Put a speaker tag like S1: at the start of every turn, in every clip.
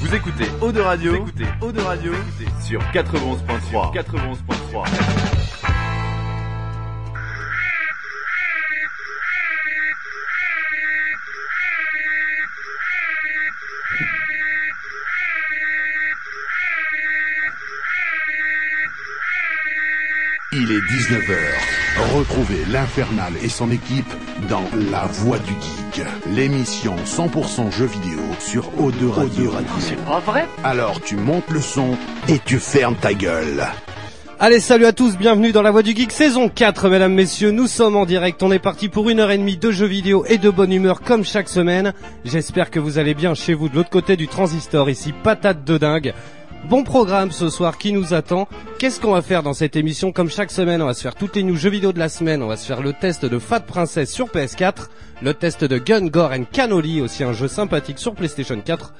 S1: Vous écoutez Eau de Radio, Vous écoutez Eau de Radio sur 91.3. 91.3.
S2: Il est 19h. Retrouvez l'Infernal et son équipe dans La Voix du Geek, l'émission 100% jeux vidéo sur O2 Radio.
S3: C'est pas vrai
S2: Alors tu montes le son et tu fermes ta gueule.
S4: Allez, salut à tous, bienvenue dans la Voix du Geek saison 4, mesdames, messieurs, nous sommes en direct, on est parti pour une heure et demie de jeux vidéo et de bonne humeur comme chaque semaine. J'espère que vous allez bien chez vous de l'autre côté du transistor, ici patate de dingue. Bon programme ce soir qui nous attend. Qu'est-ce qu'on va faire dans cette émission Comme chaque semaine, on va se faire toutes les news jeux vidéo de la semaine, on va se faire le test de Fat Princess sur PS4, le test de Gun Gore and Cannoli, aussi un jeu sympathique sur PlayStation 4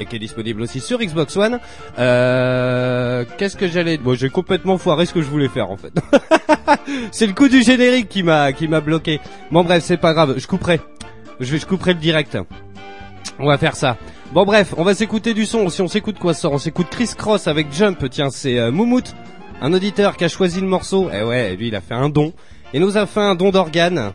S4: et qui est disponible aussi sur Xbox One. Euh, Qu'est-ce que j'allais Bon, j'ai complètement foiré ce que je voulais faire en fait. c'est le coup du générique qui m'a qui m'a bloqué. Bon bref, c'est pas grave, je couperai. Je vais je couperai le direct. On va faire ça. Bon bref, on va s'écouter du son. Si on s'écoute quoi sort, on s'écoute Chris Cross avec Jump. Tiens, c'est euh, Moumout, un auditeur qui a choisi le morceau. Eh ouais, lui il a fait un don et nous a fait un don d'organes.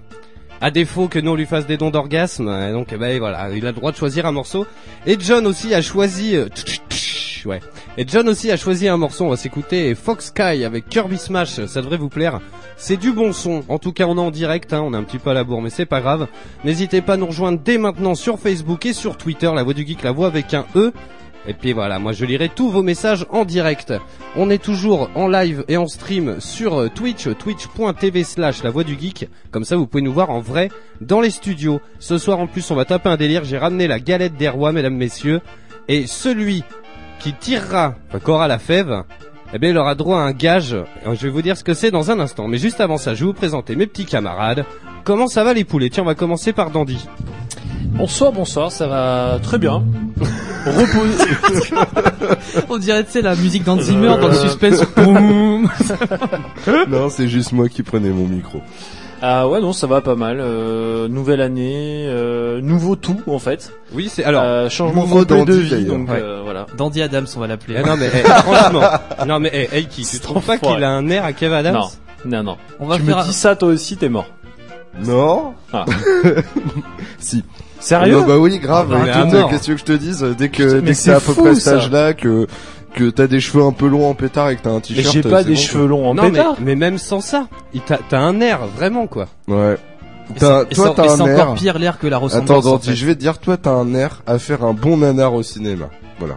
S4: À défaut que nous on lui fasse des dons d'orgasme, Et donc eh ben voilà, il a le droit de choisir un morceau. Et John aussi a choisi. euh, tch, tch, tch, Ouais. Et John aussi a choisi un morceau. On va s'écouter Fox Sky avec Kirby Smash. Ça devrait vous plaire. C'est du bon son. En tout cas, on est en direct. Hein. On est un petit peu à la bourre, mais c'est pas grave. N'hésitez pas à nous rejoindre dès maintenant sur Facebook et sur Twitter. La voix du geek, la voix avec un E. Et puis voilà, moi je lirai tous vos messages en direct. On est toujours en live et en stream sur euh, Twitch, twitch.tv slash la voix du geek. Comme ça vous pouvez nous voir en vrai dans les studios. Ce soir en plus on va taper un délire, j'ai ramené la galette des rois mesdames, messieurs. Et celui qui tirera, enfin qu'aura la fève, eh bien il aura droit à un gage. Euh, Je vais vous dire ce que c'est dans un instant. Mais juste avant ça, je vais vous présenter mes petits camarades. Comment ça va les poulets Tiens, on va commencer par Dandy.
S5: Bonsoir, bonsoir, ça va Euh, très bien. Repose.
S6: On dirait, tu sais, la musique d'Hans Zimmer dans le
S4: Euh,
S6: suspense. Boum.
S7: Non, c'est juste moi qui prenais mon micro.
S5: Ah ouais, non, ça va pas mal. Euh, nouvelle année, euh, nouveau tout en fait.
S4: Oui, c'est alors.
S5: Euh, changement
S7: nouveau
S5: complet de
S7: dandy,
S5: vie,
S7: d'ailleurs.
S5: donc
S4: Ouais.
S5: euh, voilà.
S6: Dandy Adams, on va l'appeler.
S4: Eh non mais eh, franchement, non mais eh, hey, qui, tu
S5: C'est
S4: trouves pas
S5: enfoiré.
S4: qu'il a un air à Kev Adams
S5: Non, non, non.
S6: On va
S5: tu
S6: faire
S5: me
S6: un-
S5: dis ça, toi aussi, t'es mort.
S7: Non
S5: Ah.
S7: Si.
S5: Sérieux
S7: Non, bah oui, grave.
S4: Ah, bah,
S7: hein,
S4: mais
S7: tout-
S4: à mort.
S7: Qu'est-ce que tu veux que je te dise
S5: Putain,
S7: Dès que,
S5: mais
S7: dès que
S5: c'est
S7: t'as à peu
S5: fou,
S7: près cet
S5: ça.
S7: âge-là, que, que t'as des cheveux un peu longs en pétard et que t'as un
S5: Mais
S7: t-shirt.
S5: J'ai pas
S7: c'est
S5: des
S7: bon,
S5: cheveux longs en
S4: Non, mais,
S5: pétard.
S4: mais même sans ça, il t'a- t'as un air vraiment quoi.
S7: quoi. Ouais.
S6: Et
S7: T'as-
S6: c'est- et
S7: toi,
S6: c'est-
S7: t'as
S6: et
S7: un
S6: c'est encore
S7: air.
S6: pire l'air que la ressemblance.
S7: Attends,
S6: en
S7: Dandy,
S6: fait.
S7: je vais te dire, toi, t'as un air à faire un bon nanar au cinéma. Voilà.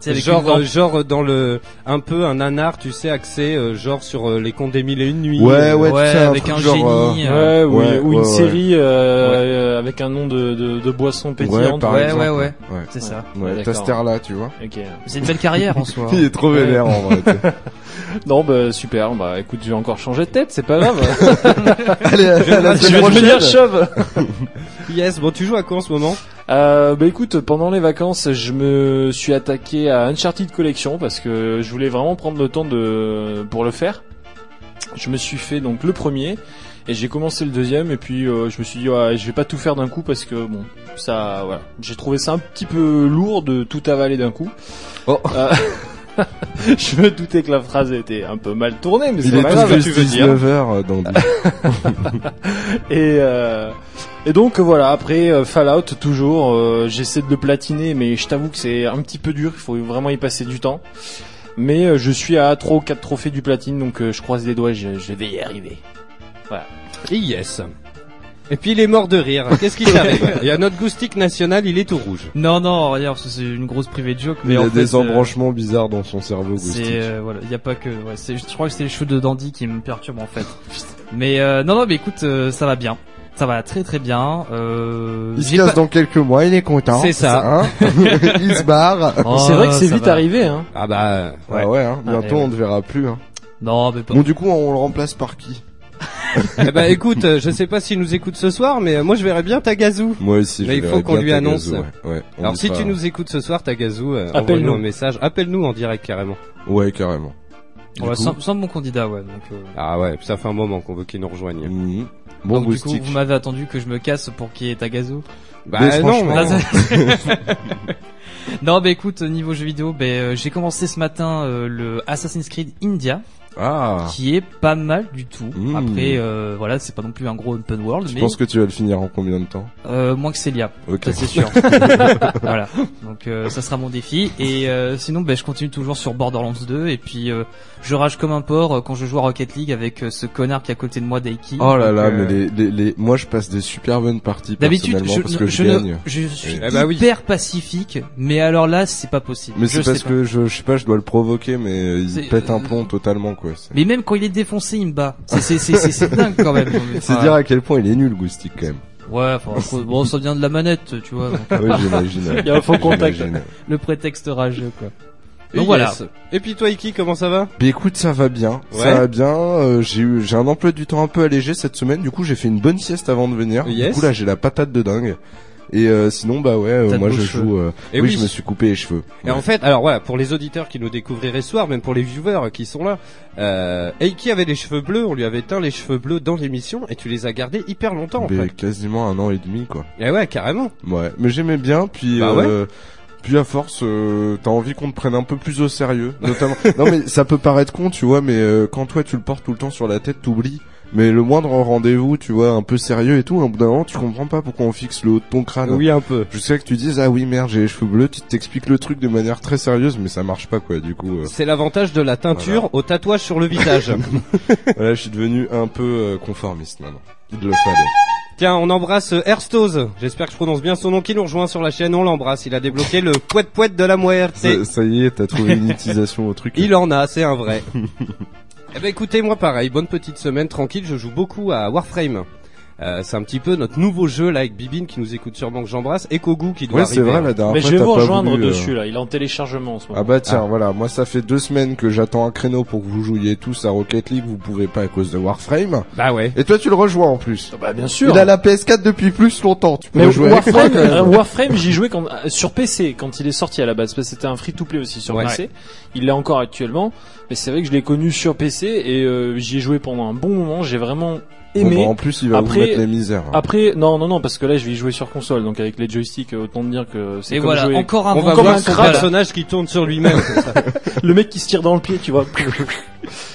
S6: C'est avec une
S4: genre
S6: dent.
S4: euh, genre dans le un peu un nanar, tu sais, axé euh, genre sur euh, les contes des mille et une nuits.
S7: Ouais,
S4: euh,
S7: ouais, tu sais, un
S6: avec
S7: truc
S6: un
S7: genre,
S6: génie.
S5: Ouais,
S6: euh,
S5: ou,
S7: Ouais,
S5: ou une
S7: ouais, ouais.
S5: série euh, euh, avec un nom de, de, de boisson pétillante.
S7: par
S6: ouais,
S7: exemple.
S6: ouais, ouais.
S7: Ouais.
S6: C'est ça.
S7: Ouais, t'as
S5: D'accord.
S7: cet air-là, tu vois.
S5: Ok.
S6: C'est une belle carrière en soi.
S7: Il est trop
S5: Ouais.
S7: vénère, en vrai. tu sais.
S5: Non, bah super. Bah écoute, je vais encore changer de tête, c'est pas grave.
S7: Allez, à la
S5: je vais
S7: semaine
S5: devenir
S7: prochaine.
S5: chauve.
S4: Yes, bon tu joues à quoi en ce moment
S5: Euh, bah écoute, pendant les vacances, je me suis attaqué à Uncharted Collection parce que je voulais vraiment prendre le temps de pour le faire. Je me suis fait donc le premier et j'ai commencé le deuxième et puis euh, je me suis dit ouais, je vais pas tout faire d'un coup parce que bon ça voilà j'ai trouvé ça un petit peu lourd de tout avaler d'un coup.
S7: Oh.
S5: Euh, je me doutais que la phrase était un peu mal tournée mais c'est
S7: Il est
S5: pas grave,
S7: tout
S5: tu veux
S7: juste euh,
S5: dire.
S7: 19h, Dandy.
S5: Et, euh, et donc voilà, après euh, Fallout toujours, euh, j'essaie de le platiner, mais je t'avoue que c'est un petit peu dur, il faut vraiment y passer du temps. Mais euh, je suis à 3 ou 4 trophées du platine, donc euh, je croise les doigts, je, je vais y arriver.
S4: Et yes. Et puis il est mort de rire. Qu'est-ce qui t'arrive Il y a notre goustique national, il est tout rouge.
S6: Non, non, regarde, c'est une grosse privée de joke. Mais
S7: Il
S6: en
S7: a
S6: fait,
S7: des
S6: euh,
S7: embranchements bizarres dans son cerveau,
S6: C'est
S7: Goustique.
S6: euh, voilà, il y a pas que. Ouais, c'est- je crois que c'est les cheveux de Dandy qui me perturbent en fait. mais euh, non, non, mais écoute, euh, ça va bien. Ça va très très bien. Euh,
S7: Il se
S6: j'ai
S7: casse
S6: pas-
S7: dans quelques mois, il est content.
S4: C'est ça.
S7: Hein il se barre.
S6: Oh,
S5: c'est vrai que c'est
S6: ça
S5: vite
S6: va.
S5: arrivé, hein.
S4: Ah bah euh,
S7: Ouais, ouais, hein. bientôt
S6: ouais, ouais.
S7: on ne verra plus. Hein.
S6: Non, mais pas.
S7: Bon, du coup, on le remplace par qui
S4: eh bah écoute, euh, je sais pas s'il nous écoute ce soir mais euh, moi je verrais bien Tagazou.
S7: Moi aussi,
S4: je Mais il verrai faut qu'on bien lui ta annonce. gazou, Alors si tu
S7: nous...
S4: nous écoutes ce soir Tagazou, euh,
S5: Appelle-nous.
S4: envoie-nous un message, appelle-nous en direct carrément.
S7: Ouais, carrément.
S6: Ouais, sans, sans mon candidat, ouais. Donc, euh,
S4: Ah ouais, ça fait un moment qu'on veut qu'il nous rejoigne.
S7: Mm. Bon,
S6: donc, du coup,
S7: Goustique.
S6: vous m'avez attendu que je me casse pour qu'il y ait Tagazu.
S4: Bah
S7: Mais
S4: non,
S7: franchement-
S4: mais-
S6: Non, c'est- Oh. non, bah écoute, niveau jeu vidéo, bah, euh, j'ai commencé ce matin euh, le Assassin's Creed India,
S7: Ah.
S6: qui est pas mal du tout.
S7: Mmh.
S6: Après, euh, voilà, c'est pas non plus un gros open world,
S7: Je
S6: mais
S7: pense que tu vas le finir en combien de temps
S6: euh, moins que Celia,
S7: Ok.
S6: ça c'est sûr. voilà, donc euh, ça sera mon défi. Et euh, sinon, bah, je continue toujours sur Borderlands 2, et puis euh, je rage comme un porc euh, quand je joue à Rocket League avec euh, ce connard qui est à côté de moi, Daiki.
S7: Oh là là,
S6: Donc, euh,
S7: mais les, les, les- moi je passe des super bonnes parties
S6: D'habitude,
S7: personnellement
S6: je,
S7: parce que je,
S6: je ne-
S7: gagne.
S6: je suis
S4: Eh bah oui.
S6: hyper pacifique, mais alors là, c'est pas possible.
S7: Mais
S6: Je
S7: c'est
S6: sais
S7: parce
S6: pas.
S7: que je, je sais pas, je dois le provoquer, mais
S6: C'est-
S7: il pète
S6: euh,
S7: un plomb totalement quoi. C'est
S6: Mais même quand il est défoncé, il me bat. C'est- C'est c'est- c'est- c'est dingue quand même.
S7: c'est
S6: Enfin,
S7: dire à quel point il est nul, Goustic quand même.
S6: Ouais, enfin, faut- bon, ça vient de la manette, tu vois. donc,
S7: Oui, j'imagine.
S5: Il y a un faux contact.
S7: J'imagine.
S6: le prétexte rageux, quoi.
S4: Et
S6: Donc voilà.
S4: yes. Et puis toi, Iki, comment ça va
S7: Mais écoute, ça va bien,
S4: Ouais.
S7: ça va bien. euh, j'ai eu, j'ai un emploi du temps un peu allégé cette semaine. Du coup, j'ai fait une bonne sieste avant de venir.
S4: Yes.
S7: Du coup, là, j'ai la patate de dingue. Et euh, sinon, bah ouais, euh,
S6: T'as de
S7: moi
S6: beaux
S7: je
S6: cheveux.
S7: joue. euh,
S4: Et Eh
S7: oui,
S4: oui.
S7: je me suis coupé les cheveux.
S4: Et en
S7: Ouais.
S4: fait, alors voilà, pour les auditeurs qui nous découvriraient ce soir, même pour les viewers qui sont là, euh, Eiki avait les cheveux bleus, on lui avait teint les cheveux bleus dans l'émission, et tu les as gardés hyper longtemps, en
S7: Mais
S4: fait.
S7: quasiment un an et demi, quoi.
S4: Et ouais, carrément.
S7: Ouais. Mais j'aimais bien. Puis.
S4: Bah
S7: euh, Puis à force, euh, t'as envie qu'on te prenne un peu plus au sérieux, notamment. non mais ça peut paraître con, tu vois, mais euh, quand toi tu le portes tout le temps sur la tête, t'oublies. Mais le moindre rendez-vous, tu vois, un peu sérieux et tout, au bout d'un moment, tu comprends pas pourquoi on fixe le haut de ton crâne.
S4: oui, un peu.
S7: Jusqu'à que tu dises ah oui merde j'ai les cheveux bleus, tu t'expliques le truc de manière très sérieuse mais ça marche pas quoi du coup. euh,
S4: C'est l'avantage de la teinture au tatouage sur le visage.
S7: voilà je suis devenu un peu euh, conformiste maintenant. Il le fallait.
S4: Tiens, on embrasse euh, Herstose. J'espère que je prononce bien son nom qui nous rejoint sur la chaîne. On l'embrasse. Il a débloqué le poète poète de la muerte.
S7: Ça, ça y est t'as trouvé une utilisation au truc.
S4: Il en a, c'est un vrai. eh ben écoutez, moi pareil, bonne petite semaine, tranquille, je joue beaucoup à Warframe. Euh, c'est un petit peu notre nouveau jeu là avec Bibine qui nous écoute sûrement que j'embrasse et Kogu qui doit
S7: Ouais
S4: arriver.
S7: c'est vrai la dernière
S5: hein. Mais
S7: fois,
S5: je vais
S7: Bah, t'as
S5: vous
S7: pas
S5: rejoindre
S7: voulu, euh,
S5: dessus là. Il est en téléchargement en ce moment.
S7: Ah bah tiens voilà moi ça fait deux semaines que j'attends un créneau pour que vous jouiez tous à Rocket League vous pouvez pas à cause de Warframe.
S4: Bah ouais.
S7: Et toi tu le rejoins en plus.
S5: Ah bah, bien sûr.
S7: Il a la PS4 depuis plus longtemps. Tu peux
S5: Mais
S7: jouer avec
S5: Warframe,
S7: moi, quand même.
S5: euh, Warframe, j'y jouais quand, euh, sur PC quand il est sorti à la base parce que c'était un free-to-play aussi sur
S4: Ouais.
S5: PC. Il l'est encore actuellement, mais c'est vrai que je l'ai connu sur PC et euh, j'y ai joué pendant un bon moment. J'ai vraiment
S7: Bon,
S5: aimé.
S7: bah, en plus il va
S5: Après-
S7: vous mettre les misères. hein.
S5: Après, non, non, non, parce que là, je vais y jouer sur console, donc avec les joysticks, euh, autant te dire que c'est
S6: Et
S5: comme
S6: voilà,
S5: jouer.
S6: encore un
S4: On
S6: bon
S4: va
S5: comme
S4: voir
S5: un
S4: son
S5: crabe.
S4: personnage qui tourne sur lui-même.
S5: Le mec qui se tire dans le pied, tu vois.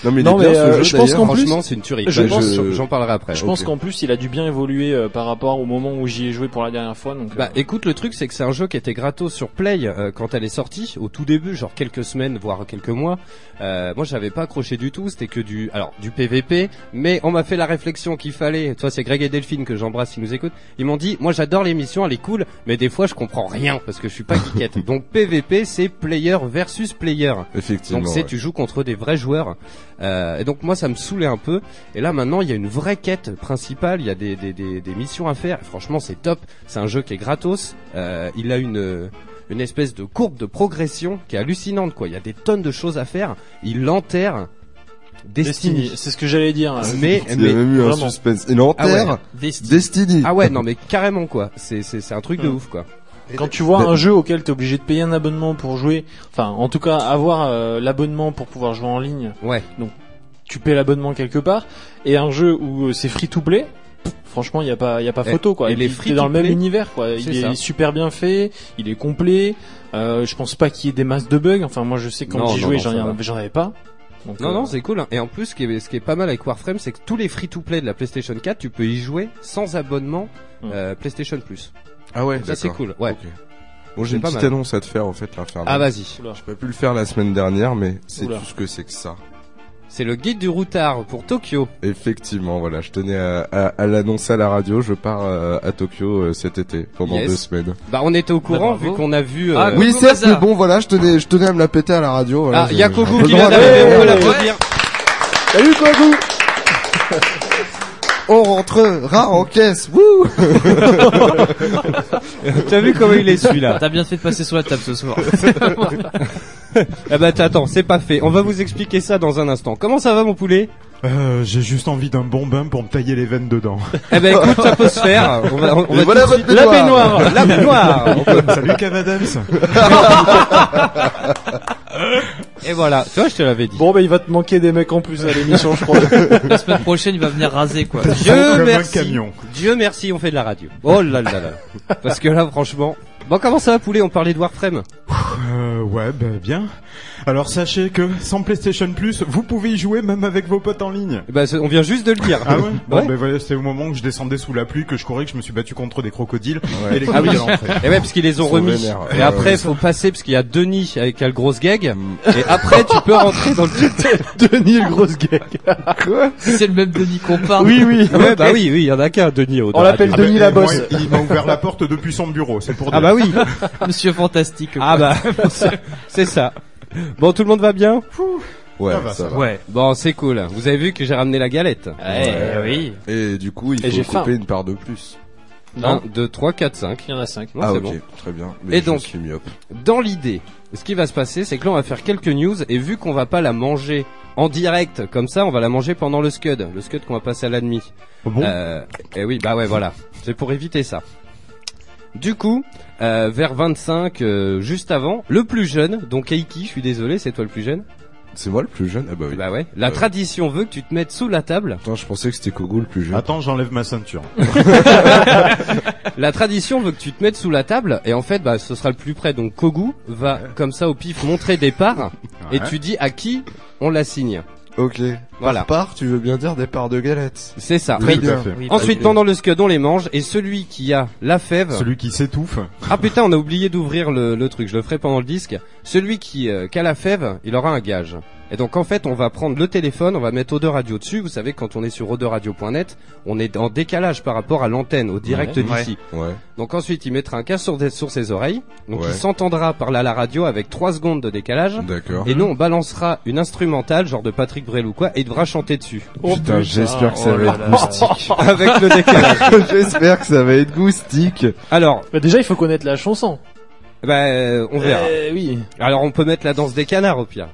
S7: Non mais, il est
S5: Non,
S7: bien,
S5: mais,
S7: ce
S5: euh,
S7: jeu,
S5: je pense
S7: d'ailleurs.
S5: qu'en plus-
S4: Franchement, c'est une tuerie.
S5: Je
S4: Bah,
S5: pense-
S4: je- j'en parlerai après.
S5: Je pense
S4: Ok.
S5: qu'en plus, il a dû bien évoluer euh, par rapport au moment où j'y ai joué pour la dernière fois. Donc, euh,
S4: Bah écoute, le truc c'est que c'est un jeu qui était gratos sur Play euh, quand elle est sortie, au tout début, genre quelques semaines, voire quelques mois. Euh, moi j'avais pas accroché du tout, c'était que du alors du PVP, mais on m'a fait la réflexion qu'il fallait. Toi c'est Greg et Delphine que j'embrasse, ils nous écoutent. Ils m'ont dit, moi j'adore l'émission, elle est cool, mais des fois je comprends rien parce que je suis pas geekette. Donc PVP c'est player versus player.
S7: Effectivement.
S4: Donc c'est
S7: ouais.
S4: tu joues contre des vrais joueurs. Euh, et donc moi ça me saoulait un peu. Et là maintenant il y a une vraie quête principale, il y a des, des, des, des missions à faire. Et franchement c'est top. C'est un jeu qui est gratos. Euh, il a une une espèce de courbe de progression qui est hallucinante quoi. Il y a des tonnes de choses à faire. Il enterre Destiny.
S5: Destiny, c'est ce que j'allais dire. euh,
S4: Mais
S7: Il y a
S4: mais
S7: même eu un
S5: vraiment.
S7: suspense. Et l'enterre
S4: Ah ouais.
S6: Desti-
S7: Destiny.
S4: ah ouais non mais carrément quoi. C'est c'est c'est un truc de
S5: Hmm.
S4: ouf quoi.
S5: Quand tu vois
S7: Bah-
S5: un jeu auquel t'es obligé de payer un abonnement pour jouer, enfin, en tout cas, avoir euh, l'abonnement pour pouvoir jouer en ligne,
S4: Ouais.
S5: tu paies l'abonnement quelque part, et un jeu où euh, c'est free to play. pff, Franchement, il y a pas, il y a pas
S4: Et-
S5: photo quoi.
S4: et
S5: Et
S4: les
S5: puis,
S4: free
S5: t'es
S4: to
S5: dans le même
S4: play,
S5: univers quoi.
S4: c'est
S5: Il est,
S4: ça.
S5: super bien fait, il est complet. Euh, je pense pas qu'il y ait des masses de bugs. Enfin, moi, je sais que quand
S4: Non,
S5: j'y
S4: non,
S5: jouais,
S4: non,
S5: j'en
S4: ça
S5: ai-
S4: va.
S5: j'en avais pas. Donc,
S4: Non,
S5: euh,
S4: non, c'est cool. hein. Et en plus, ce qui est, ce qui est pas mal avec Warframe, c'est que tous les free-to-play de la PlayStation 4, tu peux y jouer sans abonnement
S5: Hmm.
S4: euh, PlayStation Plus.
S7: Ah ouais.
S4: Ça, c'est
S7: d'accord.
S4: cool. Ouais.
S7: Ok. Bon,
S4: C'est
S7: j'ai une
S4: pas
S7: petite
S4: mal.
S7: annonce à te faire en fait, l'infernal.
S4: Ah, vas-y.
S5: oula.
S7: J'ai pas pu le faire la semaine dernière, mais c'est
S5: Oula.
S7: tout ce que c'est que ça.
S4: C'est le guide du routard pour Tokyo.
S7: Effectivement, voilà, je tenais à, à, à l'annoncer à la radio. Je pars euh, à Tokyo euh, cet été pendant
S4: Yes.
S7: deux semaines.
S4: Bah, on était au courant
S6: bravo.
S4: vu qu'on a vu.
S6: Ah,
S4: euh,
S6: oui.
S7: oui,
S6: Kogo
S7: certes,
S6: Maza.
S7: mais bon, voilà, je tenais, je tenais à me la péter à la radio. Voilà,
S4: Ah,
S7: j'ai-
S4: y a
S7: j'ai
S4: Kogu
S7: un peu
S4: qui
S7: le
S4: vient
S7: droit de-
S4: d'arriver. On peut
S7: Ouais.
S4: l'applaudir.
S7: Salut Kogu. On rentrera en caisse. Wouh.
S4: T'as vu comment il est celui-là
S6: T'as bien fait de passer sur la table ce soir.
S4: Ah bah, t'attends, c'est pas fait. On va vous expliquer ça dans un instant. Comment ça va, mon poulet
S3: Euh, j'ai juste envie d'un bon bain pour me tailler les veines dedans.
S4: Eh ben, écoute, ça peut se faire. On va, on
S7: Et
S4: va
S7: voilà
S4: tout de
S7: votre
S4: suite- La
S7: baignoire.
S4: baignoire. La baignoire.
S3: Salut Cavadams
S4: Eh Et voilà, tu vois, je te l'avais dit.
S5: Bon, bah, il va te manquer des mecs en plus à l'émission, je crois.
S6: La semaine prochaine, il va venir raser, quoi.
S3: Comme
S4: Dieu
S3: un
S4: merci.
S3: camion.
S4: Dieu merci, on fait de la radio. Oh là là là. Parce que là, franchement. Bon, comment ça va, poulet On parlait de Warframe.
S3: Euh, ouais, bah, bien. Alors sachez que sans PlayStation Plus, vous pouvez y jouer même avec vos potes en ligne.
S4: Eh ben, c'est- on vient juste de le dire.
S3: Ah ouais Bon,
S4: Ouais.
S3: ben voilà, c'était au moment où je descendais sous la pluie, que je courais, que je me suis battu contre des crocodiles. Et les
S4: Ah oui.
S3: crocodiles rentraient.
S4: Et ouais, parce qu'ils les ont
S7: Ils sont
S4: remis.
S7: vénères.
S4: Et
S7: Ouais,
S4: après,
S7: ouais.
S4: faut passer parce qu'il y a Denis avec la grosse gag. Et après, tu peux rentrer dans le
S5: Denis, le gros gag.
S6: C'est le même Denis qu'on parle.
S5: oui.
S4: Ouais, bah oui, oui, il y en a qu'un, Denis. au-
S5: On l'appelle
S3: Ah
S5: Denis
S3: ben,
S5: la
S3: moi,
S5: bosse.
S3: il m'a ouvert la porte depuis son bureau, c'est pour
S4: Ah
S3: dire.
S4: bah oui.
S6: Monsieur Fantastique.
S4: Ah bah, c'est ça. Bon, tout le monde va bien
S7: Ouais,
S3: Ça va,
S7: Ah bah, ça
S3: ça
S7: va.
S6: Ouais.
S4: Bon, c'est cool. Vous avez vu que j'ai ramené la galette.
S3: Eh
S6: Ouais, oui.
S7: Et du coup, il
S5: Et j'ai
S7: faut
S5: faim.
S7: couper une part de plus.
S4: 1, 2, 3, 4, 5.
S5: Il y en a 5.
S7: ah
S4: c'est
S7: ok,
S4: bon.
S7: très bien.
S4: Et
S7: Mais je
S4: donc-
S7: suis myope.
S4: Dans l'idée, ce qui va se passer, c'est que là, on va faire quelques news et vu qu'on va pas la manger en direct, comme ça, on va la manger pendant le scud. Le scud qu'on va passer à la demi.
S3: Bon,
S4: Euh, et oui, bah ouais, voilà. C'est pour éviter ça. Du coup, euh, vers 25, euh, juste avant, le plus jeune, donc Eiki, je suis désolé, c'est toi le plus jeune.
S7: C'est moi le plus jeune Ah bah oui.
S4: Bah ouais. La
S7: Euh.
S4: tradition veut que tu te mettes sous la table.
S7: Attends, je pensais que c'était Kogo le plus jeune.
S3: attends, j'enlève ma ceinture.
S4: La tradition veut que tu te mettes sous la table et en fait, bah, ce sera le plus près. Donc Kogu va comme ça au pif montrer des parts et
S3: Ouais.
S4: tu dis à qui on la signe.
S7: Ok.
S4: Voilà.
S7: Part, tu veux bien dire des parts de galettes.
S4: C'est ça.
S3: Très
S7: Oui.
S3: bien. fait.
S6: Oui, bah
S4: Ensuite,
S6: oui.
S4: pendant le scud, on les mange et celui qui a la fève.
S3: Celui qui s'étouffe.
S4: Ah putain, on a oublié d'ouvrir le, le truc. Je le ferai pendant le disque. Celui qui, euh, qui a la fève, il aura un gage. Et donc en fait, on va prendre le téléphone, on va mettre Odeur Radio dessus. Vous savez, quand on est sur odeurradio.net, on est en décalage par rapport à l'antenne, au direct
S5: Ouais.
S4: d'ici.
S7: Ouais.
S4: Donc ensuite, il mettra un casque sur, des- sur ses oreilles. Donc
S7: Ouais.
S4: il s'entendra par là la radio avec 3 secondes de décalage.
S7: D'accord.
S4: Et nous, on balancera une instrumentale, genre de Patrick Brel ou quoi, et il devra chanter dessus.
S7: Putain, j'espère que ça
S4: Ah,
S5: oh
S7: va
S5: là
S7: être
S5: là.
S7: moustique.
S4: avec le décalage.
S7: j'espère que ça va être moustique.
S4: Alors,
S5: Bah, déjà, il faut connaître la chanson.
S4: bah, euh, on verra.
S5: Euh, oui.
S4: Alors, on peut mettre la danse des canards au pire.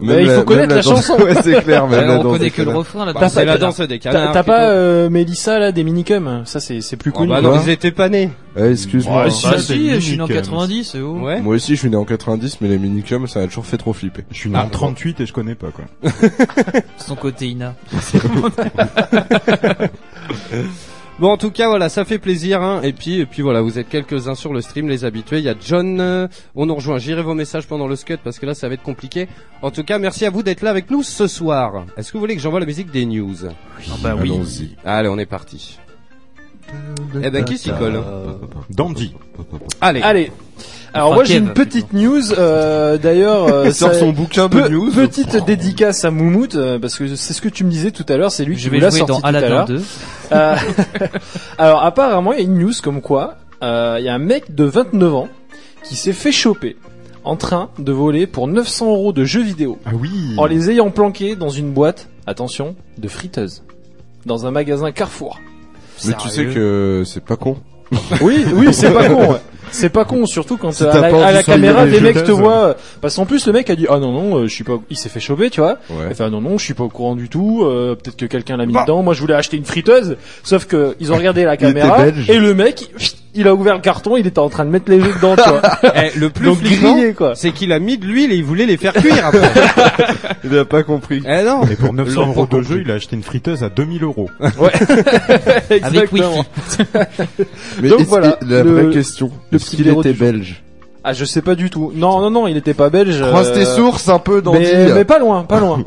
S7: Même
S5: il faut connaître
S7: même
S5: la
S7: danse-
S5: chanson.
S7: ouais, c'est clair. Même la
S6: Alors, on
S7: danse
S6: connaît
S7: est
S6: que le
S7: claire.
S6: refrain, là.
S4: Bah,
S5: t'as
S4: c'est
S5: pas-
S4: la
S5: t'as-
S4: danse des
S5: T'as
S4: canards.
S5: t'as
S4: plutôt.
S5: pas euh, hein Mélissa, là, des minicums. Ça, c'est c'est plus
S4: Oh,
S5: connu.
S4: bah non,
S7: Quoi
S4: ils étaient pas nés.
S7: Eh, Excuse-moi.
S5: Ouais,
S6: Si,
S3: Ça,
S6: si,
S3: c'est
S6: je
S5: euh,
S6: suis né en
S3: Minicum.
S6: 90, c'est où
S4: Ouais.
S7: Moi aussi, je suis né en 90, mais les minicums, ça a toujours fait trop flipper.
S3: Je suis né
S4: Ah,
S3: en 38 et je connais pas quoi.
S6: Son côté Ina.
S4: Bon, en tout cas, voilà, ça fait plaisir. Hein. Et puis, et puis voilà, vous êtes quelques-uns sur le stream, les habitués. Il y a John, euh, on nous rejoint. J'irai vos messages pendant le scud parce que là, ça va être compliqué. En tout cas, merci à vous d'être là avec nous ce soir. Est-ce que vous voulez que j'envoie la musique des news
S6: bah oui.
S7: Allons-y.
S4: Allez, on est parti. Eh ben, qui s'y colle
S3: Euh, Dandy.
S4: Allez.
S5: Allez. Alors
S6: Enfin,
S5: moi j'ai
S6: Kev,
S5: une petite news. euh, D'ailleurs, euh,
S7: Sors
S5: ça-
S7: son bouquin de
S5: pe-
S7: news.
S5: petite dédicace à Moumout euh, parce que c'est ce que tu me disais tout à l'heure. C'est lui
S6: Je
S5: qui
S6: vais
S5: me l'a
S6: jouer
S5: sorti
S6: dans
S5: tout à l'heure.
S6: Aladdin 2.
S5: Euh, Alors apparemment il y a une news comme quoi euh, il y a un mec de 29 ans qui s'est fait choper en train de voler pour 900 euros de jeux vidéo
S3: Ah oui.
S5: en les ayant planqués dans une boîte. Attention, de friteuse dans un magasin Carrefour.
S7: Mais tu sais que c'est pas con.
S5: Oui, oui, c'est pas con. ouais. C'est pas con, surtout quand
S7: Si
S5: euh,
S7: t'as
S5: à la,
S7: pas envie
S5: à la
S7: de se
S5: caméra, les
S7: livrer les
S5: mecs te
S7: jeteuses.
S5: voient. euh, Parce qu'en plus, le mec a dit, ah non non, euh, je suis pas. Il s'est fait choper, tu vois.
S7: Ouais. Bah.
S5: Enfin non non, je suis pas au courant du tout. euh, Peut-être que quelqu'un l'a mis dedans. Moi, je voulais acheter une friteuse. Sauf que ils ont regardé la
S7: Il était
S5: caméra
S7: belge.
S5: et le mec, il- il a ouvert le carton. Il était en train de mettre les jeux dedans, tu vois.
S4: Eh, le plus
S5: Donc
S4: flippant,
S5: grillé quoi.
S4: c'est qu'il a mis de l'huile et il voulait les faire cuire après.
S7: Il a pas compris.
S4: eh non.
S3: Mais pour 900
S4: L'enfant
S3: euros de
S4: compris.
S3: jeu, il a acheté une friteuse à 2000 euros.
S6: Avec
S5: Exactement.
S6: Wi-Fi.
S7: Mais
S5: Donc
S7: est-ce
S5: voilà,
S7: qu'il- la
S5: le-
S7: vraie question.
S5: le
S7: Est-ce
S5: petit
S7: qu'il
S5: blaireau
S7: était
S5: du jour.
S7: belge
S5: Ah je sais pas du tout. Non non non, il était pas belge.
S7: Croise
S5: euh,
S7: tes sources un peu, Dandy.
S5: Mais, mais pas loin, pas loin.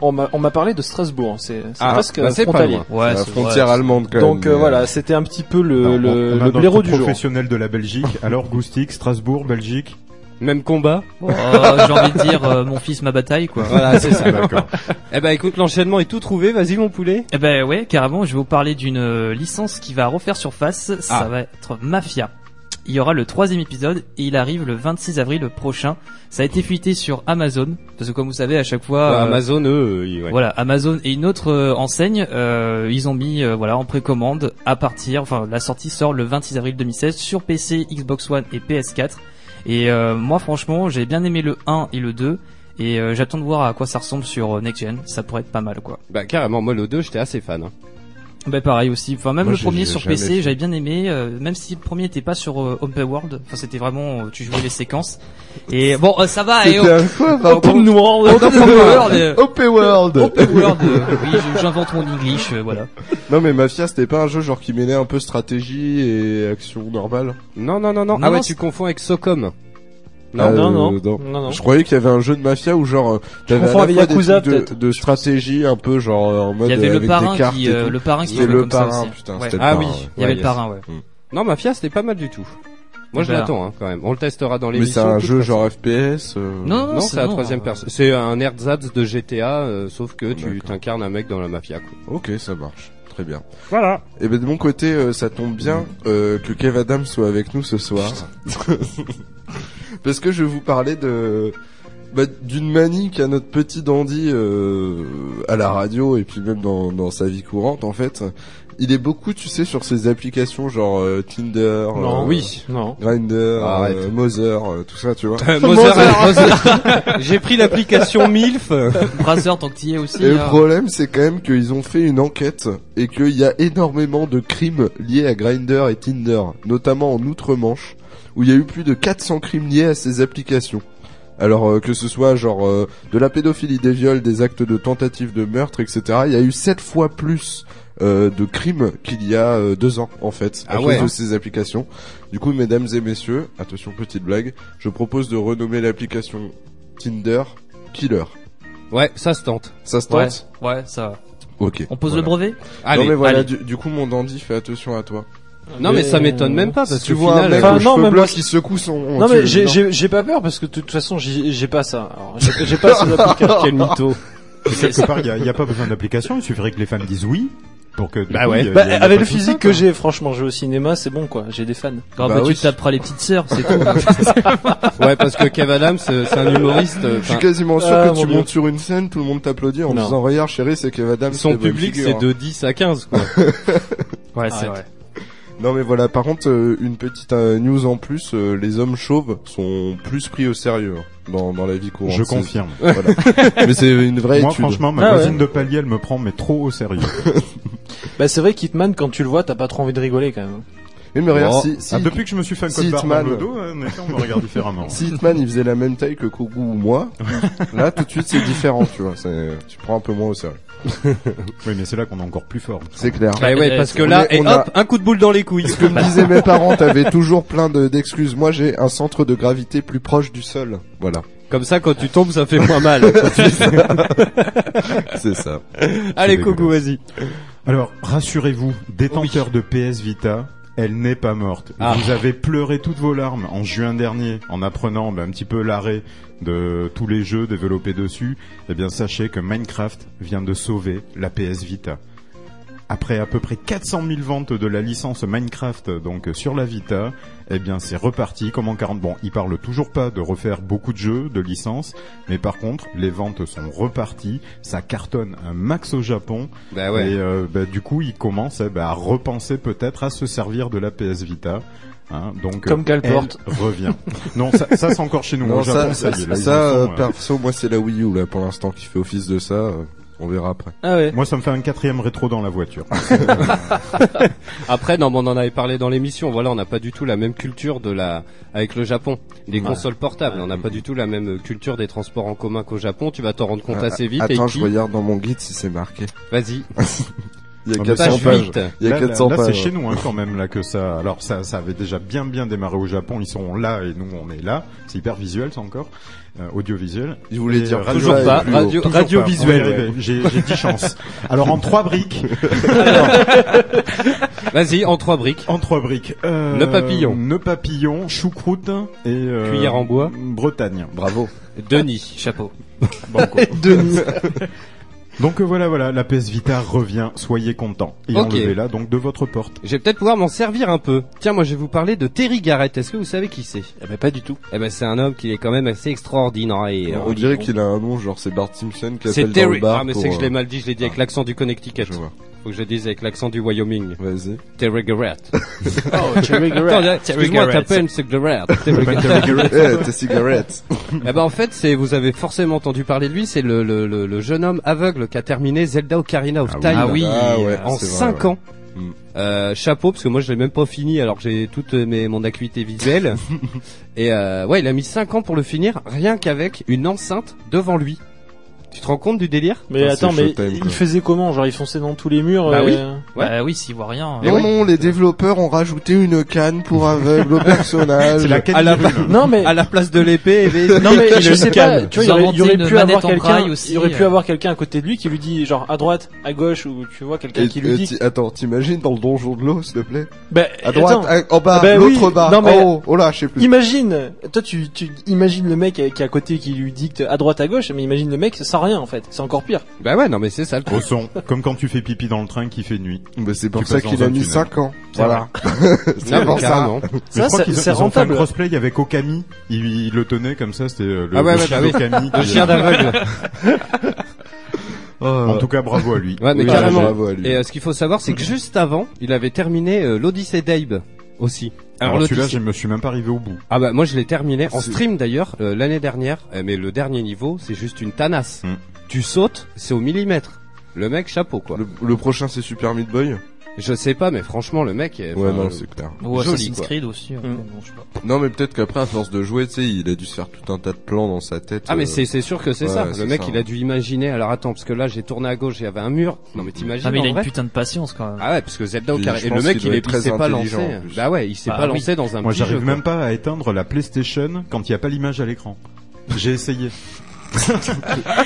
S5: on m'a on m'a parlé de Strasbourg. C'est c'est
S4: Ah,
S5: presque
S4: bah, c'est pas
S5: frontalier.
S4: loin.
S6: Ouais,
S7: la
S6: c'est
S7: frontière
S6: vrai.
S7: allemande quand même.
S5: Donc euh,
S7: mais,
S5: voilà, c'était un petit peu Euh, le,
S3: Alors,
S5: le,
S3: on, on a
S5: le
S3: notre
S5: blaireau du jour.
S3: professionnel de la Belgique. Alors Goustic, Strasbourg, Belgique.
S4: Même combat.
S6: Euh, J'ai envie de dire, euh, mon fils, ma bataille, quoi.
S4: Voilà, c'est ça.
S3: D'accord.
S4: eh ben, écoute, l'enchaînement est tout trouvé. Vas-y, mon poulet.
S6: Eh ben ouais, carrément, je vais vous parler d'une euh, licence qui va refaire surface,
S4: Ah.
S6: ça va être Mafia. Il y aura le troisième épisode et il arrive le 26 avril prochain. Ça a été fuité sur Amazon, parce que comme vous savez, à chaque fois...
S4: Bah,
S6: euh,
S4: Amazon, eux, ils- ouais.
S6: Voilà, Amazon et une autre euh, enseigne, euh, ils ont mis euh, voilà en précommande à partir, enfin la sortie sort le 26 avril 2016 sur PC, Xbox One et PS4. Et euh, moi franchement, j'ai bien aimé le 1 et le 2 et euh, j'attends de voir à quoi ça ressemble sur euh, Next Gen, ça pourrait être pas mal quoi.
S4: Bah, carrément, moi, le 2, j'étais assez fan. hein.
S6: Bah pareil aussi. Enfin même
S7: Moi,
S6: le
S7: j'ai-
S6: premier
S7: j'ai
S6: sur
S7: jamais
S6: PC,
S7: fait.
S6: j'avais bien aimé. euh, même si le premier était pas sur euh, Open World, enfin c'était vraiment euh, tu jouais les séquences. Et bon, euh, ça va. Et,
S7: C'était un quoi, pardon
S6: Open World. Open World. euh,
S7: OP World
S6: Open World. euh, oui, je- j'invente mon English. euh, voilà.
S7: Non mais Mafia c'était pas un jeu genre qui mêlait un peu stratégie et action normale
S4: Non, non, non, non.
S6: Non,
S4: Ah ouais,
S6: non,
S4: tu confonds avec Socom.
S7: Ah,
S5: non,
S7: euh,
S5: non. Non, non.
S7: Je croyais qu'il y avait un jeu de mafia où genre euh, t'avais à
S5: confonds
S7: la
S5: avec
S7: fois des
S5: Yakuza,
S7: trucs de,
S5: peut-être.
S7: de stratégie un peu genre euh, en
S6: Il
S7: mode
S6: y
S7: euh,
S6: avait le
S7: avec des
S6: parrain
S7: cartes
S6: qui,
S7: et
S6: euh,
S7: tout.
S6: le parrain qui
S7: C'était
S6: se
S7: le
S6: comme ça
S7: parrain,
S6: aussi.
S7: putain,
S6: Ouais.
S7: c'était le
S4: Ah
S7: parrain,
S4: oui,
S7: ouais.
S6: Il y avait le
S7: Ouais, yes.
S6: parrain, ouais. Mm.
S4: Non, Mafia, c'était pas mal du tout. Moi, je
S6: Voilà.
S4: l'attends, hein, quand même. On le testera dans
S7: Mais c'est
S4: l'émission.
S7: un
S4: de toute
S7: jeu
S4: façon.
S7: genre FPS euh,
S6: Non, non,
S4: Non, c'est la
S6: non,
S4: troisième
S6: euh,
S4: personne. C'est un ersatz de GTA, euh, sauf que tu
S7: D'accord.
S4: t'incarnes un mec dans la mafia. Quoi.
S7: Ok ça marche, très bien.
S4: Voilà.
S7: Et ben de mon côté euh, ça tombe bien euh, que Kev Adams soit avec nous ce soir. Parce que je vais vous parler de bah, d'une manie qu'a notre petit dandy euh, à la radio et puis même dans, dans sa vie courante en fait. Il est beaucoup, tu sais, sur ces applications genre euh, Tinder, euh,
S5: oui, non.
S7: Grinder,
S4: Arrête.
S7: euh, Mother, euh, tout ça, tu vois.
S4: J'ai pris l'application MILF.
S6: euh. Brasseur, tant que t'y es aussi.
S7: Et le
S6: hein.
S7: problème, c'est quand même qu'ils ont fait une enquête et qu'il y a énormément de crimes liés à Grinder et Tinder, notamment en Outre-Manche, où il y a eu plus de 400 crimes liés à ces applications. Alors euh, que ce soit genre euh, de la pédophilie, des viols, des actes de tentative de meurtre, etc. Il y a eu 7 fois plus euh, de crimes qu'il y a euh, deux ans en fait à
S4: Ah
S7: cause
S4: ouais.
S7: de ces applications. Du coup, mesdames et messieurs, attention petite blague, je propose de renommer l'application Tinder Killer.
S4: Ouais, ça se tente.
S7: Ça se
S6: Ouais,
S7: tente
S6: ouais, ça. va.
S7: Ok.
S6: On pose
S7: voilà.
S6: le brevet.
S4: Allez.
S7: non mais voilà,
S6: allez.
S7: du, du coup mon dandy fait attention à toi.
S4: Non, mais ça m'étonne même pas,
S7: Si
S4: parce
S7: tu
S4: que
S7: vois un
S4: final... euh,
S7: mec
S5: Enfin, non,
S7: aux cheveux
S5: même
S7: blancs
S5: moi,
S7: qui secoue son...
S5: euh, Non
S7: tu-
S5: mais j'ai- j'ai j'ai pas peur parce que de toute façon j'ai j'ai pas ça. Alors, J'ai j'ai pas ces applications. Quel mytho.
S3: Quelque part, il y a, il y a pas besoin d'application. Il suffirait que les femmes disent oui pour que. du
S4: Bah
S3: coup,
S4: ouais.
S3: il y a-
S5: Bah,
S3: il y a
S5: avec
S3: pas
S5: le
S3: tout ça,
S5: physique
S3: quoi.
S5: que j'ai, franchement, je vais au cinéma, c'est bon quoi. J'ai des fans.
S6: Non,
S7: Bah
S6: bah,
S7: oui.
S6: tu te taperas les petites sœurs, c'est tout.
S4: Ouais, parce que Kev Adams, euh, c'est un humoriste. euh,
S7: Je suis
S4: enfin,
S7: quasiment sûr
S5: Ah,
S7: que tu
S5: mon Dieu.
S7: montes sur une scène, tout le monde t'applaudit en
S5: Non.
S7: disant regarde chérie c'est que madame hein.
S4: son public, c'est de 10 à 15, quoi. Ah,
S6: Ouais, c'est
S5: Arrête.
S6: vrai.
S7: Non mais voilà, par contre euh, une petite euh, news en plus, euh, les hommes chauves sont plus pris au sérieux hein, dans, dans la vie courante.
S3: Je
S7: C'est-
S3: confirme.
S7: voilà. mais c'est une vraie
S3: Moi,
S7: étude.
S3: franchement, ma
S5: Ah ouais.
S3: voisine de palier, elle me prend mais trop au sérieux.
S5: Bah c'est vrai qu'Hitman quand tu le vois t'as pas trop envie de rigoler quand même.
S7: Mais, mais regarde,
S3: Oh.
S7: si, si,
S3: Ah, depuis que je me suis fait un
S7: si
S3: code barre dans
S7: Hitman-
S3: le dos, euh, en effet, on me regarde différemment.
S7: si Hitman il faisait la même taille que Kogu ou moi, là tout de suite c'est différent, tu vois. c'est- Tu prends un peu moins au sérieux.
S3: Oui, mais c'est là qu'on est encore plus fort.
S7: C'est clair.
S4: Bah
S6: Eh,
S4: ouais, parce que là, et
S7: On a-
S4: hop, hein. un coup de boule dans les couilles.
S7: Ce que
S6: Bah.
S7: me disaient mes parents, t'avais toujours plein de- d'excuses. Moi, j'ai un centre de gravité plus proche du sol. Voilà.
S4: Comme ça, quand tu tombes, ça fait moins mal.
S7: C'est ça.
S4: Allez,
S7: dégueulasse.
S4: coucou, vas-y.
S3: Alors, rassurez-vous, détenteur de PS Vita, elle n'est pas morte.
S4: Ah.
S3: Vous avez pleuré toutes vos larmes en juin dernier en apprenant bah, un petit peu l'arrêt de tous les jeux développés dessus. Eh bien, sachez que Minecraft vient de sauver la PS Vita. Après à peu près 400 000 ventes de la licence Minecraft donc sur la Vita, eh bien c'est reparti comme en 40. Bon, il parle toujours pas de refaire beaucoup de jeux, de licences, mais par contre les ventes sont reparties, ça cartonne un max au Japon
S4: Bah
S7: Ah
S3: et euh, bah, du coup, il commence eh, bah, à repenser peut-être à se servir de la PS Vita. Hein, donc,
S5: Comme
S3: euh,
S5: Calporte.
S3: elle revient. non, ça, ça c'est encore chez nous.
S7: Non,
S3: Au
S7: ça,
S3: Japon,
S7: ça,
S3: y est, là, ils
S7: ça,
S3: en
S7: euh,
S3: sont, euh,
S7: perso, moi, c'est la Wii U, là, pour l'instant, qui fait office de ça. Euh, On verra après.
S5: Ah ouais.
S3: Moi, ça me fait un quatrième rétro dans la voiture.
S4: Après, non, mais on en avait parlé dans l'émission. Voilà, on n'a pas du tout la même culture de la, avec le Japon. Les
S5: Ouais.
S4: consoles portables, on n'a pas du tout la même euh, culture des transports en commun qu'au Japon. Tu vas t'en rendre compte
S7: Ah,
S4: assez vite.
S7: Attends,
S4: et
S7: je
S4: qui...
S7: regarde dans mon guide si c'est marqué.
S4: Vas-y,
S7: Il y a
S3: Ah, mais
S7: 400
S4: page
S7: pages.
S4: 8.
S7: Il y a
S3: là, là,
S7: 400
S3: là, c'est
S7: pages.
S3: chez nous hein, quand même là que ça. Alors ça, ça avait déjà bien bien démarré au Japon. Ils sont là et nous on est là. C'est hyper visuel ça encore, euh, audiovisuel.
S7: Je voulais
S3: Et,
S7: dire
S3: euh,
S7: plus
S4: Toujours
S7: bas et
S4: pas.
S7: plus haut.
S4: Radio,
S3: Toujours pas. On va y
S4: radiovisuel.
S3: arriver. J'ai j'ai 10 chances. Alors en trois briques,
S4: Vas-y, en trois briques.
S3: En trois briques. Euh,
S4: Nœud papillon.
S3: Nœud papillon, choucroute et... euh,
S4: Cuillère en bois.
S3: Bretagne.
S7: Bravo.
S4: Denis.
S6: Chapeau.
S3: Donc euh, voilà, voilà, la PS Vita revient, soyez contents. Et
S4: Ok.
S3: enlevez-la donc de votre porte.
S4: Je vais peut-être pouvoir m'en servir un peu. Tiens, moi, je vais vous parler de Terry Garrett. Est-ce que vous savez qui c'est
S5: Ah bah pas du tout.
S4: Eh ben, c'est un homme qui est quand même assez extraordinaire. Et, euh,
S7: On dirait qu'il a un nom, genre c'est Bart Simpson qui
S4: c'est
S7: appelle dans
S4: Terry.
S7: le bar
S4: Ah, mais
S7: pour,
S4: c'est que je l'ai
S7: euh,
S4: mal dit. Je l'ai dit avec l'accent du Connecticut.
S7: je vois.
S4: Faut que je dise avec l'accent du Wyoming.
S7: Vas-y.
S4: Terry Garrett.
S5: Oh, Cherry Garrett.
S4: Attends, excuse-moi,
S6: Garrett.
S4: t'appelles ce Garrett. Terry Garrett.
S7: Eh, tes cigarettes.
S4: Eh ben en fait, c'est vous avez forcément entendu parler de lui, c'est le, le, le, le jeune homme aveugle qui a terminé Zelda Ocarina of
S7: Ah oui.
S4: Time
S6: Ah oui.
S7: Ah ouais.
S4: en
S7: c'est vrai,
S4: 5
S7: ouais.
S4: ans.
S7: Mm.
S4: Euh, chapeau parce que moi je l'ai même pas fini alors que j'ai toute mes, mon acuité visuelle et euh, ouais il a mis 5 ans pour le finir rien qu'avec une enceinte devant lui tu te rends compte du délire
S5: Mais
S7: Putain,
S5: attends,
S7: c'est
S5: mais
S7: Showtime, quoi.
S5: ils faisaient comment Genre ils fonçaient dans tous les murs
S4: Bah oui.
S5: euh,
S4: Ouais.
S6: Bah oui, s'il voit rien.
S4: Eh
S7: Non, non, les développeurs ont rajouté une canne pour aveugle au personnage.
S3: C'est la quête
S4: à la,
S3: virule.
S5: Non mais
S4: à la place de l'épée mais-
S5: non mais je sais
S6: canne.
S5: pas, tu vois,
S6: Ils
S5: il y aurait- il y aurait
S6: inventent
S5: pu
S6: une
S5: avoir
S6: manette en braille
S5: quelqu'un,
S6: aussi,
S5: il y aurait pu
S6: euh.
S5: avoir quelqu'un à côté de lui qui lui dit genre à droite, à gauche ou tu vois quelqu'un
S7: Et-
S5: qui lui
S7: et
S5: dit
S7: ti- attends, t'imagines dans le donjon de l'eau, s'il te plaît
S5: bah,
S7: À droite,
S5: attends,
S7: à- en bas,
S5: Ah bah oui.
S7: l'autre bas,
S5: Non, mais-
S7: en haut, oh là, je sais plus.
S5: Imagine, toi tu, tu imagines le mec qui est à côté qui lui dicte à droite à gauche, mais imagine le mec sans rien en fait, c'est encore pire.
S4: bah ouais non mais c'est ça le truc
S3: Au son, comme quand tu fais pipi dans le train qui fait nuit.
S7: Bah, c'est pour
S3: Tu
S7: ça
S3: passes
S7: qu'il
S3: dans
S7: a
S3: un
S7: mis
S3: tunnel.
S7: 5 ans.
S5: C'est
S7: Voilà.
S4: Ouais,
S7: C'est pour ça.
S4: carrément.
S3: Mais
S5: Ça,
S3: je crois
S5: c'est
S3: qu'ils-
S5: c'est
S3: ils ont fait un
S5: rentable.
S3: crossplay avec Okami. Il, il le tenait comme ça, c'était euh, le,
S4: Ah ouais,
S3: le
S4: ouais,
S3: chien
S4: bah oui.
S3: d'Okami.
S4: le chien d'aveugle
S3: En tout cas, bravo à lui.
S4: Ouais, mais
S7: Oui,
S4: carrément.
S7: bravo à lui.
S4: Et euh, ce qu'il faut savoir, c'est que juste avant, il avait terminé euh, l'Odyssée d'Abe aussi.
S3: Alors, celui-là,
S4: l'Odyssée-
S3: je me suis même pas arrivé au bout.
S4: ah bah moi je l'ai terminé en
S7: C'est-
S4: stream d'ailleurs euh, l'année dernière, Euh, mais le dernier niveau, c'est juste une tanasse.
S7: Mm.
S3: Hmm.
S4: Tu sautes, c'est au millimètre. Le mec chapeau quoi.
S7: Le, le prochain, c'est Super Meat Boy.
S4: Je sais pas, mais franchement le mec. Est,
S7: Ouais,
S4: enfin,
S7: non,
S4: le-
S7: c'est clair.
S6: Ou
S4: Joli,
S6: Assassin's
S4: quoi.
S6: Creed aussi. euh,
S5: Mm.
S6: bon, je sais pas.
S7: Non, mais peut-être qu'après, à force de jouer, tu sais, il a dû se faire tout un tas de plans dans sa tête.
S4: Ah mais
S7: euh,
S4: c'est c'est sûr que c'est
S7: ouais,
S4: ça.
S7: ouais,
S4: Le
S7: c'est
S4: mec
S7: ça. hein.
S4: il a dû imaginer. Alors attends parce que là j'ai tourné à gauche, il y avait un mur. Non mais t'imagines
S6: Ah, mais il
S4: en
S6: a une
S4: vrai
S6: putain de patience quand même.
S4: Ah ouais parce que Zelda au
S7: Puis,
S4: carré.
S7: je
S4: Et le
S7: pense
S4: mec
S7: qu'il
S4: il,
S7: doit
S4: est,
S7: être
S4: il s'est
S7: très
S4: pas lancé.
S7: intelligent, en plus.
S4: Bah ouais il s'est
S6: Bah
S4: pas
S6: oui.
S4: lancé dans un
S3: Moi,
S4: petit jeu.
S3: j'arrive
S4: quoi.
S3: même pas à éteindre la PlayStation quand il n'y a pas l'image à l'écran. J'ai essayé.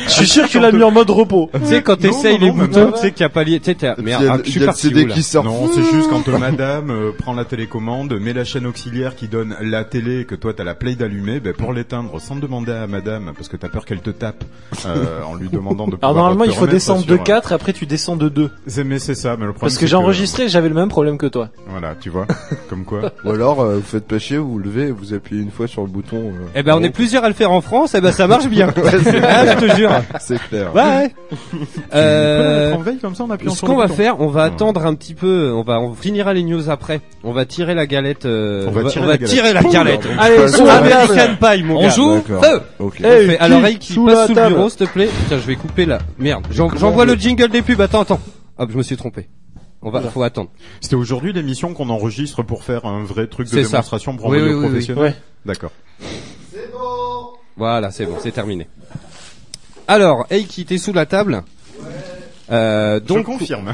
S5: Je suis sûr que tu l'as mis en mode repos.
S4: Tu sais, quand
S3: Non,
S4: t'essayes
S3: non,
S4: les
S3: non, même
S4: boutons,
S3: pas.
S4: tu sais qu'il y a pas lié. Tu sais, t'as-
S7: puis
S4: merde,
S7: il y a,
S4: ah,
S7: le-
S4: je
S7: il
S4: suis
S7: y a le
S4: parti où,
S7: CD
S4: là
S7: qui sort.
S3: Non, c'est juste quand euh, madame euh, prend la télécommande, met la chaîne auxiliaire qui donne la télé et que toi t'as la play d'allumer, ben pour l'éteindre sans demander à madame parce que t'as peur qu'elle te tape euh, en lui demandant de
S5: Alors
S3: pouvoir
S5: normalement
S3: te
S5: il faut
S3: remettre
S5: descendre
S3: sur- euh,
S5: de 4 et après tu descends de 2.
S3: C'est- mais c'est ça, mais le problème
S5: Parce
S3: c'est
S5: que j'ai enregistré, j'avais le même problème que toi.
S3: Voilà, tu vois, comme quoi.
S7: Ou alors, euh, vous faites pas chier, vous vous levez et vous appuyez une fois sur le bouton. euh,
S4: Eh ben, on
S7: en
S4: est
S7: haut.
S4: plusieurs à le faire en France, eh ben, ça marche bien.
S7: Ouais, c'est
S4: Ah,
S7: clair.
S4: je te jure.
S7: C'est clair.
S4: Ouais.
S3: On peut le mettre
S4: Euh,
S3: en veille comme ça en appuyant
S4: ce
S3: sur le
S4: qu'on va
S3: bouton.
S4: faire, on va
S3: Ouais.
S4: attendre un petit peu, on va, on finira les news après. On va tirer la galette, euh,
S3: On va tirer la galette.
S4: tirer la galette.
S5: Allez,
S7: passe
S5: sous la table.
S4: American Pie, mon gars.
S6: On joue
S7: D'accord.
S4: Bah, Feu
S7: Ok.
S4: On
S5: Eh,
S4: fait-
S5: qui
S4: Alors, Ray, qui
S5: sous
S4: passe
S5: la
S4: sous le
S5: table
S4: bureau, s'il te plaît. Tiens, je vais couper la, merde. J'en- J'envoie le jingle des pubs, attends, attends. Hop, je me suis trompé. On va, faut attendre.
S3: C'était aujourd'hui l'émission qu'on enregistre pour faire un vrai truc de
S4: C'est ça.
S3: démonstration pour un
S4: Oui,
S3: radio
S4: oui, oui, oui.
S3: professionnel.
S5: Ouais.
S3: D'accord.
S4: Voilà, c'est bon, c'est terminé. Alors, Eiki, t'es sous la table euh,
S3: Donc
S4: donc,
S3: confirme.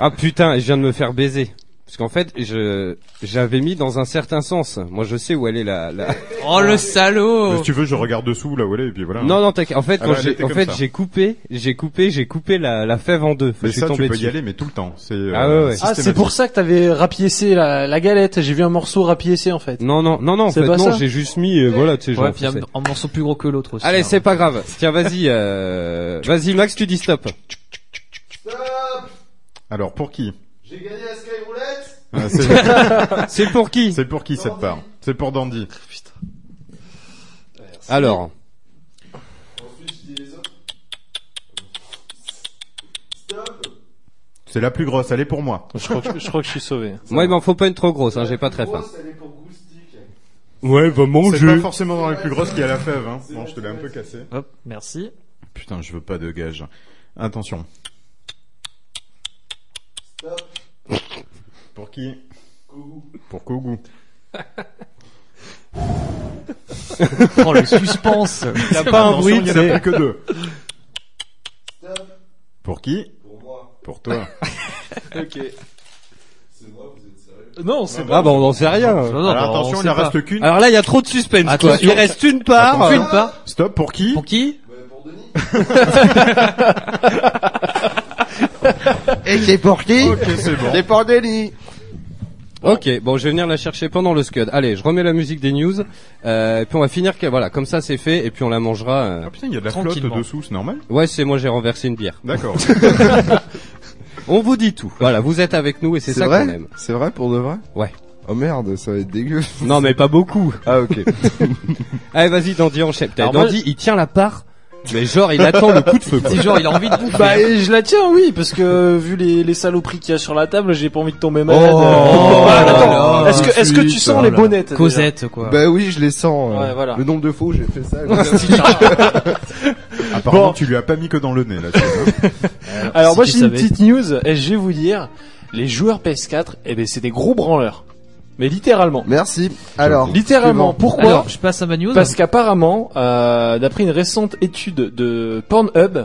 S4: ah putain, je viens de me faire baiser. Parce qu'en fait, je j'avais mis dans un certain sens. Moi, je sais où elle est la. la...
S6: Oh le salaud
S3: Si tu veux, je regarde dessous là où elle est et puis voilà.
S4: Non, non, t'inquiète. En fait,
S3: Ah
S4: quand
S3: bah, elle
S4: j'ai
S3: était
S4: en
S3: comme
S4: fait
S3: ça.
S4: j'ai coupé, j'ai coupé, j'ai coupé la, la fève en deux.
S3: mais
S4: je suis
S3: ça, tu
S4: tombé
S3: peux
S4: dessus.
S3: y aller, mais tout le temps. C'est
S4: Ah
S3: euh,
S4: ouais, ouais.
S5: Ah, c'est
S3: systématique.
S5: pour ça que t'avais rapiécé la, la galette. J'ai vu un morceau rapiécé en fait.
S4: Non, non, non, non. En
S5: C'est
S4: fait,
S5: pas
S4: non,
S5: ça
S4: j'ai juste mis. euh, voilà, tu sais, je
S6: Ouais, puis
S4: l'enfonçais.
S6: un morceau plus gros que l'autre aussi.
S4: Allez,
S6: hein.
S4: c'est pas grave. Tiens, vas-y, euh... vas-y, Max, tu dis stop.
S3: Alors pour qui
S8: J'ai gagné la Skyroulette
S3: Ah, c'est-
S4: C'est pour qui
S3: C'est pour qui cette part C'est pour Dandy.
S4: Alors,
S8: Ensuite, je dis les autres. Stop
S3: C'est la plus grosse, elle est pour moi.
S5: Je crois que je, crois que je suis sauvé.
S4: moi, il m'en faut pas une trop grosse. Hein, j'ai pas très faim.
S8: Grosse, elle est pour Goustic.
S4: Ouais, va
S3: C'est pas forcément dans la plus grosse qu'il y a la fève. Hein. Bon, je te l'ai un peu cassé.
S6: Hop, merci.
S3: Putain, je veux pas de gage. Attention.
S8: Stop
S3: Pour qui
S8: Kougou.
S3: Pour Kogu.
S6: Oh le suspense
S4: T'as pas un bruit,
S3: il y en a plus que deux.
S8: Stop
S3: Pour qui
S8: Pour moi.
S3: Pour toi.
S5: Ok.
S8: C'est moi, vous êtes sérieux
S5: Non, c'est
S4: Ah bah on n'en sait rien.
S6: Non, non,
S3: Alors
S6: bah,
S3: attention,
S6: on
S3: il en
S6: sait
S3: reste qu'une.
S4: Alors là, il y a trop de suspense. quoi.
S6: Attention.
S4: Il reste une part.
S6: pas. Une part
S3: Stop, pour qui
S6: Pour qui
S8: Mais pour Denis
S7: Et c'est pour qui
S3: Ok, c'est bon.
S7: C'est pour Denis.
S4: Ok, bon, je vais venir la chercher pendant le scud. Allez, je remets la musique des news. Euh, et puis on va finir que voilà, comme ça c'est fait. Et puis on la mangera. euh.
S3: Ah putain, il y a de la flotte
S6: Tranquillement.
S3: dessous, c'est normal
S4: Ouais, c'est moi, j'ai renversé une bière.
S3: D'accord.
S4: On vous dit tout. Voilà, vous êtes avec nous et c'est
S7: C'est
S4: ça
S7: vrai
S4: qu'on aime.
S7: C'est vrai pour de vrai
S4: Ouais.
S7: Oh merde, ça va être dégueu.
S4: Non, mais pas beaucoup.
S7: Ah ok.
S4: Allez, vas-y, Dandy enchaîne. T'as-
S5: Alors moi,
S4: Dandy, il tient la part. Mais genre, il attend le coup de feu. quoi.
S6: Si genre il a envie de bouffer.
S5: Bah et je la tiens oui parce que vu les, les saloperies qu'il y a sur la table j'ai pas envie de tomber malade. Euh,
S7: Oh, oh
S5: attends,
S7: là,
S5: est-ce que est-ce que tu
S7: zut,
S5: sens
S7: oh
S5: les
S7: là.
S5: bonnettes déjà
S6: Cosette quoi.
S7: Bah oui, je les sens. euh,
S5: Ouais, voilà.
S7: Le nombre de fois où j'ai fait ça.
S3: Apparemment,
S5: Bon.
S3: tu lui as pas mis que dans le nez, là. tu vois.
S5: Alors
S6: Si
S5: moi
S6: tu
S5: j'ai une
S6: savais.
S5: petite news et je vais vous dire les joueurs PS4 eh ben c'est des gros branleurs mais littéralement
S7: Merci. Alors,
S5: littéralement pourquoi
S6: Alors, je passe à ma news.
S5: Parce qu'apparemment, euh, d'après une récente étude de Pornhub,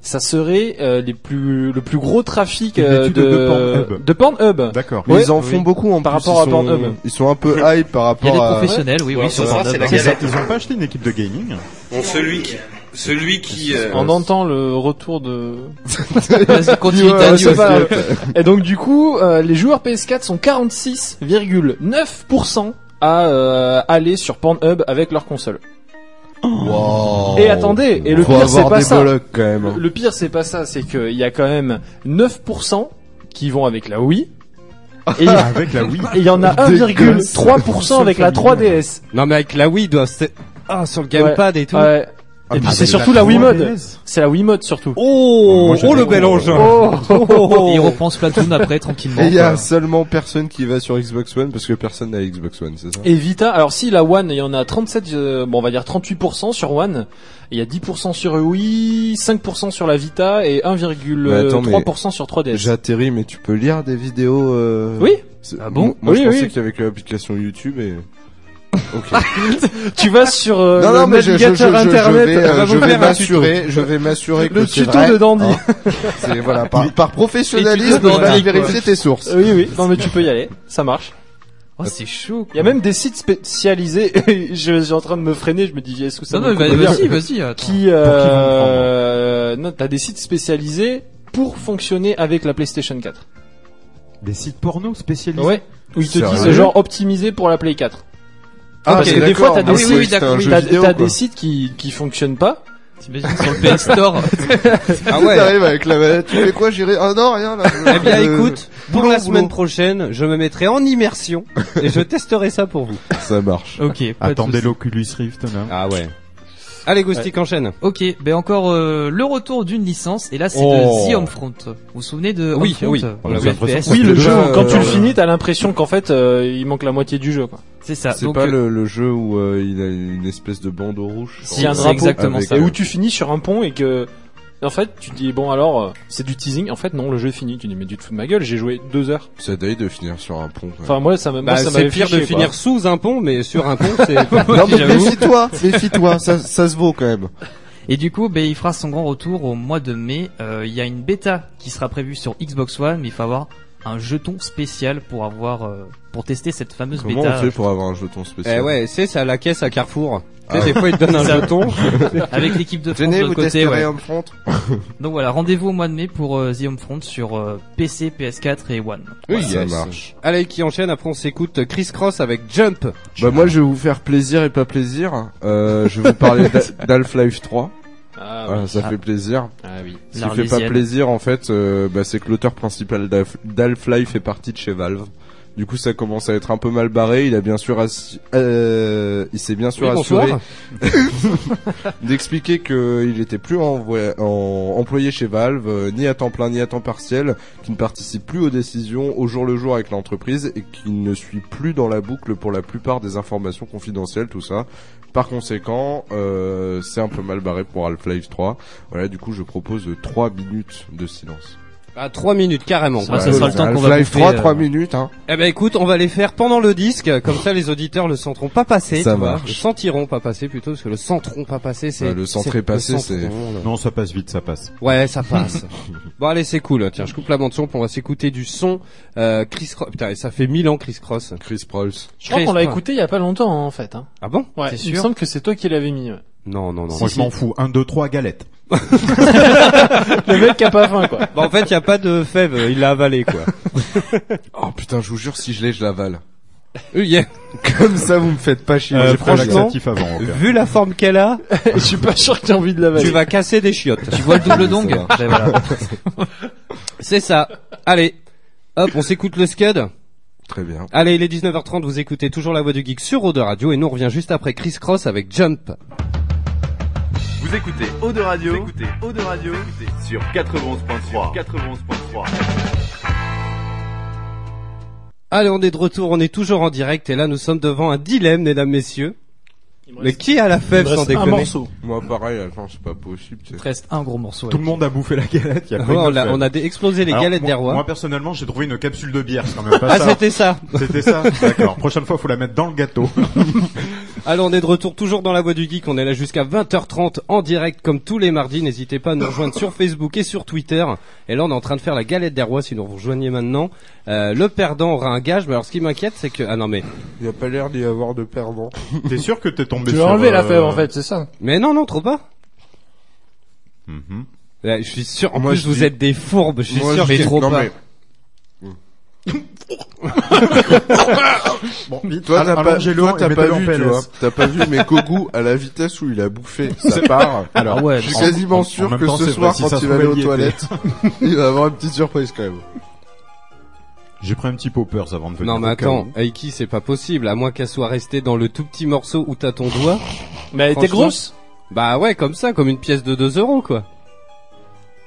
S5: ça serait euh, les plus, le plus gros trafic
S3: Une
S5: euh,
S3: étude
S5: de,
S3: de Pornhub.
S5: de Pornhub.
S3: D'accord.
S7: mais
S5: Ouais,
S7: ils en
S5: oui.
S7: font beaucoup en
S5: Par
S7: plus,
S5: rapport
S7: ils
S5: à
S7: sont-
S5: Pornhub.
S7: Ils sont un peu hype par
S6: il y a
S7: rapport
S6: des
S7: à.
S6: professionnels, oui, oui, sur
S9: ça,
S6: Pornhub.
S9: Oh, euh, c'est la
S3: C'est ça,
S9: galette.
S3: ils ont pas acheté une équipe de gaming.
S9: Bon, celui qui, celui qui, euh,
S5: On entend le retour de...
S6: Vas-y, continue
S5: Ouais,
S6: ta
S5: ouais, c'est
S6: news.
S5: pas grave. Et donc du coup, euh, les joueurs PS4 sont 46,9% à euh, aller sur Pornhub avec leur console.
S7: Wow.
S5: Et attendez, et le
S7: Faut
S5: pire c'est
S7: avoir
S5: pas
S7: des
S5: ça.
S7: blocs, quand même. hein.
S5: Le pire, c'est pas ça, c'est qu'il y a quand même 9% qui vont avec la Wii. Et
S3: Avec la Wii.
S5: et il y en a
S7: Dégueulasse.
S5: 1,3% avec la 3DS.
S4: Non, mais avec la Wii, il doit se- Ah, sur le gamepad et tout.
S5: Ouais.
S3: Ah,
S5: Et
S3: bah,
S5: puis c'est
S3: avec
S5: surtout la Wiimote.
S3: 3DS.
S5: C'est la Wiimote surtout.
S4: Oh, oh
S3: Moi, j'avais
S4: le bel ange.
S5: Oh.
S6: Il reprend Splatoon après tranquillement.
S7: Et il y a
S6: quoi.
S7: seulement personne qui va sur Xbox One parce que personne n'a Xbox One, c'est ça
S5: Et Vita, alors si la One, il y en a 37, euh, bon on va dire 38% sur One, il y a 10% sur E Wii, 5% sur la Vita et
S7: Mais attends, mais-
S5: 1,3% sur 3DS.
S7: J'atterris, mais tu peux lire des vidéos. Euh...
S5: Oui,
S7: C'est-
S5: Ah bon
S7: Moi, moi, je
S5: Oui,
S7: pensais
S5: oui.
S7: qu'il y avait que l'application YouTube et. Ok.
S5: tu vas sur euh,
S7: non, non,
S5: le
S7: mais je, je, je, je, je
S5: navigateur internet,
S7: vais, euh,
S5: va
S7: je
S5: vous
S7: vais
S5: faire un
S7: m'assurer, je vais m'assurer que
S5: Le
S7: c'est
S5: tuto
S7: vrai.
S5: de Dandy.
S7: hein. C'est voilà, par, par
S5: Les
S7: professionnalisme,
S5: tutos de
S7: je vais
S5: Dandy,
S7: vérifier tes sources.
S5: tuto. Oui, oui, non mais tu peux y aller, ça marche.
S6: Oh, c'est chaud. quoi.
S5: Il y a même des sites spécialisés. je, je suis en train de me freiner. Je me dis, est-ce que ça
S6: Non,
S5: vaut
S6: non,
S5: le coup
S6: vas-
S5: de dire
S6: vas-y, vas-y. attends.
S5: Qui, euh, non, t'as des sites spécialisés pour fonctionner avec la PlayStation 4.
S3: Des sites porno spécialisés.
S5: Ouais. Où ils te
S7: Sérieux
S5: disent genre optimisé pour la Play 4.
S7: Ah,
S5: Parce
S7: ok,
S5: que des fois,
S7: d'accord.
S5: t'as des
S7: Ah
S5: sites-
S7: oui,
S6: oui,
S7: c'était
S6: d'accord,
S7: un
S6: oui.
S7: jeu
S5: T'as
S7: vidéo,
S5: t'as
S7: quoi.
S5: des sites qui qui fonctionnent pas.
S6: T'imagines sur le PS Store.
S7: Ah ouais. T'arrives avec la manette, tu fais quoi, j'irai, ah non, rien, là.
S4: Eh bien,
S7: Euh,
S4: écoute, pour
S7: boulon,
S4: la semaine
S7: boulon.
S4: prochaine, je me mettrai en immersion et je testerai ça pour vous.
S7: Ça marche.
S6: Ok. pas de
S3: Attendez
S6: soucis.
S3: l'Oculus Rift, hein. là.
S4: Ah ouais. Allez, Goustic, enchaîne.
S6: Ok, ben encore euh, le retour d'une licence et là c'est
S4: Oh.
S6: de The Homefront. Vous vous souvenez de
S4: Oui,
S6: Homefront Euh,
S4: oui.
S3: On a
S6: Le
S3: l'impression
S6: FPS.
S3: que
S5: Oui, le
S7: déjà,
S5: jeu.
S7: euh,
S5: Quand tu le
S7: euh,
S5: finis, t'as l'impression qu'en fait, euh, il manque la moitié du jeu. Quoi.
S6: C'est ça.
S7: C'est
S6: Donc,
S7: pas
S6: euh,
S7: le, le jeu où euh, il a une espèce de bandeau rouge.
S5: Si, un
S6: c'est
S5: drapeau
S6: exactement
S7: avec
S6: ça.
S5: Et où tu finis sur un pont et que. En fait, tu te dis bon alors euh, c'est du teasing. En fait non, le jeu est fini. Tu te dis mais tu te fous de ma gueule. J'ai joué deux heures.
S7: Ça daille de finir sur un pont. quoi.
S5: Enfin moi ça m'a. moi,
S4: Bah,
S5: ça
S4: c'est
S5: m'avait
S4: pire
S5: fait chier,
S4: de
S5: quoi.
S4: finir sous un pont, mais sur un pont, c'est.
S7: non, mais méfie-toi, méfie-toi, ça, ça se vaut quand même.
S6: Et du coup, ben, il fera son grand retour au mois de mai. Euh, Il y a une bêta qui sera prévue sur Xbox One, mais il faut avoir un jeton spécial pour avoir euh, pour tester cette fameuse
S7: Comment
S6: bêta
S7: on fait pour avoir un jeton spécial
S4: Eh ouais, c'est ça, la caisse à Carrefour. Tu
S7: Ah
S4: sais, des fois, ils te donnent un
S6: Ça-
S4: jeton.
S6: euh, avec l'équipe de France de
S7: Venez,
S6: l'autre
S7: vous
S6: côté. ouais.
S7: testerez un front.
S6: Donc voilà, rendez-vous au mois de mai pour euh, The Homefront sur euh, PC, PS4 et One.
S7: Oui, ça
S4: yes.
S7: marche.
S4: Allez, qui enchaîne, après on s'écoute Chris Cross avec Jump.
S7: Bah moi je vais vous faire plaisir et pas plaisir. Euh, je vais vous parler d'Ha- d'Half-Life 3.
S5: Ah, oui.
S7: Voilà, ça
S6: Ah.
S7: fait plaisir.
S5: Ah oui.
S7: Ce qui fait pas
S6: L'Arlésienne.
S7: plaisir en fait, euh, bah, c'est que l'auteur principal d'Half- d'Half-Life est parti de chez Valve. Du coup, ça commence à être un peu mal barré. Il a bien sûr, assi- euh, il s'est bien sûr
S4: Oui, bonsoir.
S7: assuré d'expliquer qu'il n'était plus envoi- en- employé chez Valve, euh, ni à temps plein ni à temps partiel, qu'il ne participe plus aux décisions au jour le jour avec l'entreprise et qu'il ne suit plus dans la boucle pour la plupart des informations confidentielles, tout ça. Par conséquent, euh, c'est un peu mal barré pour Half-Life 3. Voilà, du coup, je propose 3 minutes de silence.
S4: À 3 minutes, carrément.
S3: Ah,
S6: Ouais, ça sera le temps qu'on va
S7: Half-Life
S6: bouffer,
S7: 3,
S6: euh,
S7: 3 minutes, hein.
S4: Eh ben, écoute, on va les faire pendant le disque. Comme ça, les auditeurs le sentiront pas passer.
S7: Ça
S4: tu vois.
S7: marche.
S4: Le sentiront pas passer, plutôt, parce que le sentiront pas passer, c'est.
S7: Ouais, le centré
S4: c'est-
S7: passé,
S4: le
S7: c'est-
S4: centron, là.
S3: Non, ça passe vite, ça passe.
S4: Ouais, ça passe. bon, allez, c'est cool. Tiens, je coupe la bande son, puis on va s'écouter du son. Euh, Chris Cross. Putain, ça fait mille ans, Chris Cross.
S7: Chris Prowls.
S5: Je crois
S4: Chris,
S5: qu'on l'a
S4: quoi.
S5: écouté il y a pas longtemps hein, en fait. Hein.
S4: Ah bon
S5: Ouais,
S6: C'est
S5: il me
S6: sûr
S5: semble que c'est toi qui l'avais mis. ouais.
S4: Non, non, non.
S3: Moi, je m'en fous. 1, 2, 3, galette.
S5: Le mec qui a pas faim quoi.
S4: Bah, en fait, il y a pas de fève, il l'a avalé quoi.
S7: Oh putain, je vous jure, si je l'ai, je l'avale.
S4: Euh, yeah.
S7: Comme ça, vous me faites pas chier.
S4: Euh,
S3: J'ai pris un
S4: franchement,
S3: laxatif avant, ok.
S4: Vu la forme qu'elle a,
S5: Je suis pas sûr que t'aies envie de l'avaler.
S4: tu vas casser des chiottes.
S6: Tu vois le double dong
S7: Ça
S6: Ben voilà.
S4: C'est ça. Allez. Hop, on s'écoute le scud.
S7: Très bien.
S4: Allez, il est 19h30, vous écoutez toujours la voix du geek sur Eau de Radio et nous on revient juste après Chris Cross avec Jump.
S1: Vous Vous écoutez Eau de Radio, Vous écoutez Eau de Radio Vous écoutez sur 91.3. 91.3.
S4: Allez, on est de retour, on est toujours en direct et là nous sommes devant un dilemme, mesdames, messieurs. Mais qui a la fève sans
S10: un
S4: déconner
S10: morceau.
S7: Moi, pareil, enfin, c'est pas possible, tu sais.
S6: Il te reste un gros morceau.
S3: Tout le monde a bouffé la galette. Il y a
S4: Ouais,
S3: pas
S4: Oh,
S3: eu de
S4: on, a,
S3: fève.
S4: on a dé- explosé les
S3: Alors,
S4: galettes
S3: moi-
S4: des rois.
S3: Moi, personnellement, j'ai trouvé une capsule de bière. C'est quand même pas
S4: ah,
S3: ça.
S4: c'était ça.
S3: C'était ça. D'accord. Prochaine fois, faut la mettre dans le gâteau.
S4: Alors on est de retour toujours dans la voie du geek, on est là jusqu'à 20h30 en direct comme tous les mardis, n'hésitez pas à nous rejoindre sur Facebook et sur Twitter. Et là on est en train de faire la galette des rois si nous vous rejoignez maintenant. Euh, le perdant aura un gage, mais alors ce qui m'inquiète c'est que... Ah non mais...
S7: Il y a pas l'air d'y avoir de perdant.
S3: T'es sûr que t'es tombé
S10: Tu
S3: sur
S10: l'as enlevé la
S3: euh,
S10: fève en fait, c'est ça.
S4: Mais non, non, trop pas.
S3: Mhm.
S4: Là, je suis sûr, en
S7: Mm-hmm. Moi,
S4: plus
S7: je
S4: vous
S7: dis-
S4: êtes des fourbes, je suis
S7: Moi,
S4: sûr
S7: je dis-
S4: trop
S7: non,
S4: pas.
S7: mais-
S3: Bon, vite.
S7: Toi, t'as pas,
S3: allongez-le
S7: toi,
S3: et
S7: t'as pas
S3: mettez-le en
S7: vu, tu
S3: PLS.
S7: vois. T'as pas vu, mais Kogu, à la vitesse où il a bouffé, ça part.
S3: Alors,
S6: Ah ouais,
S7: Je suis
S6: en-
S3: en-
S7: quasiment
S3: en
S7: sûr
S3: même
S7: que
S3: temps,
S7: ce
S3: c'est
S7: soir,
S3: vrai, si
S7: quand
S3: ça se
S7: il va aller
S3: trouvait,
S7: aux
S3: il y était.
S7: toilettes, il va avoir une petite surprise quand même.
S3: J'ai pris un petit poppers avant de venir.
S4: Non mais
S3: au cas
S4: attends,
S3: où.
S4: Aiki c'est pas possible, à moins qu'elle soit restée dans le tout petit morceau où t'as ton doigt.
S5: Mais elle était
S4: Franchement-
S5: grosse.
S4: Bah ouais, comme ça, comme une pièce de 2 euros quoi.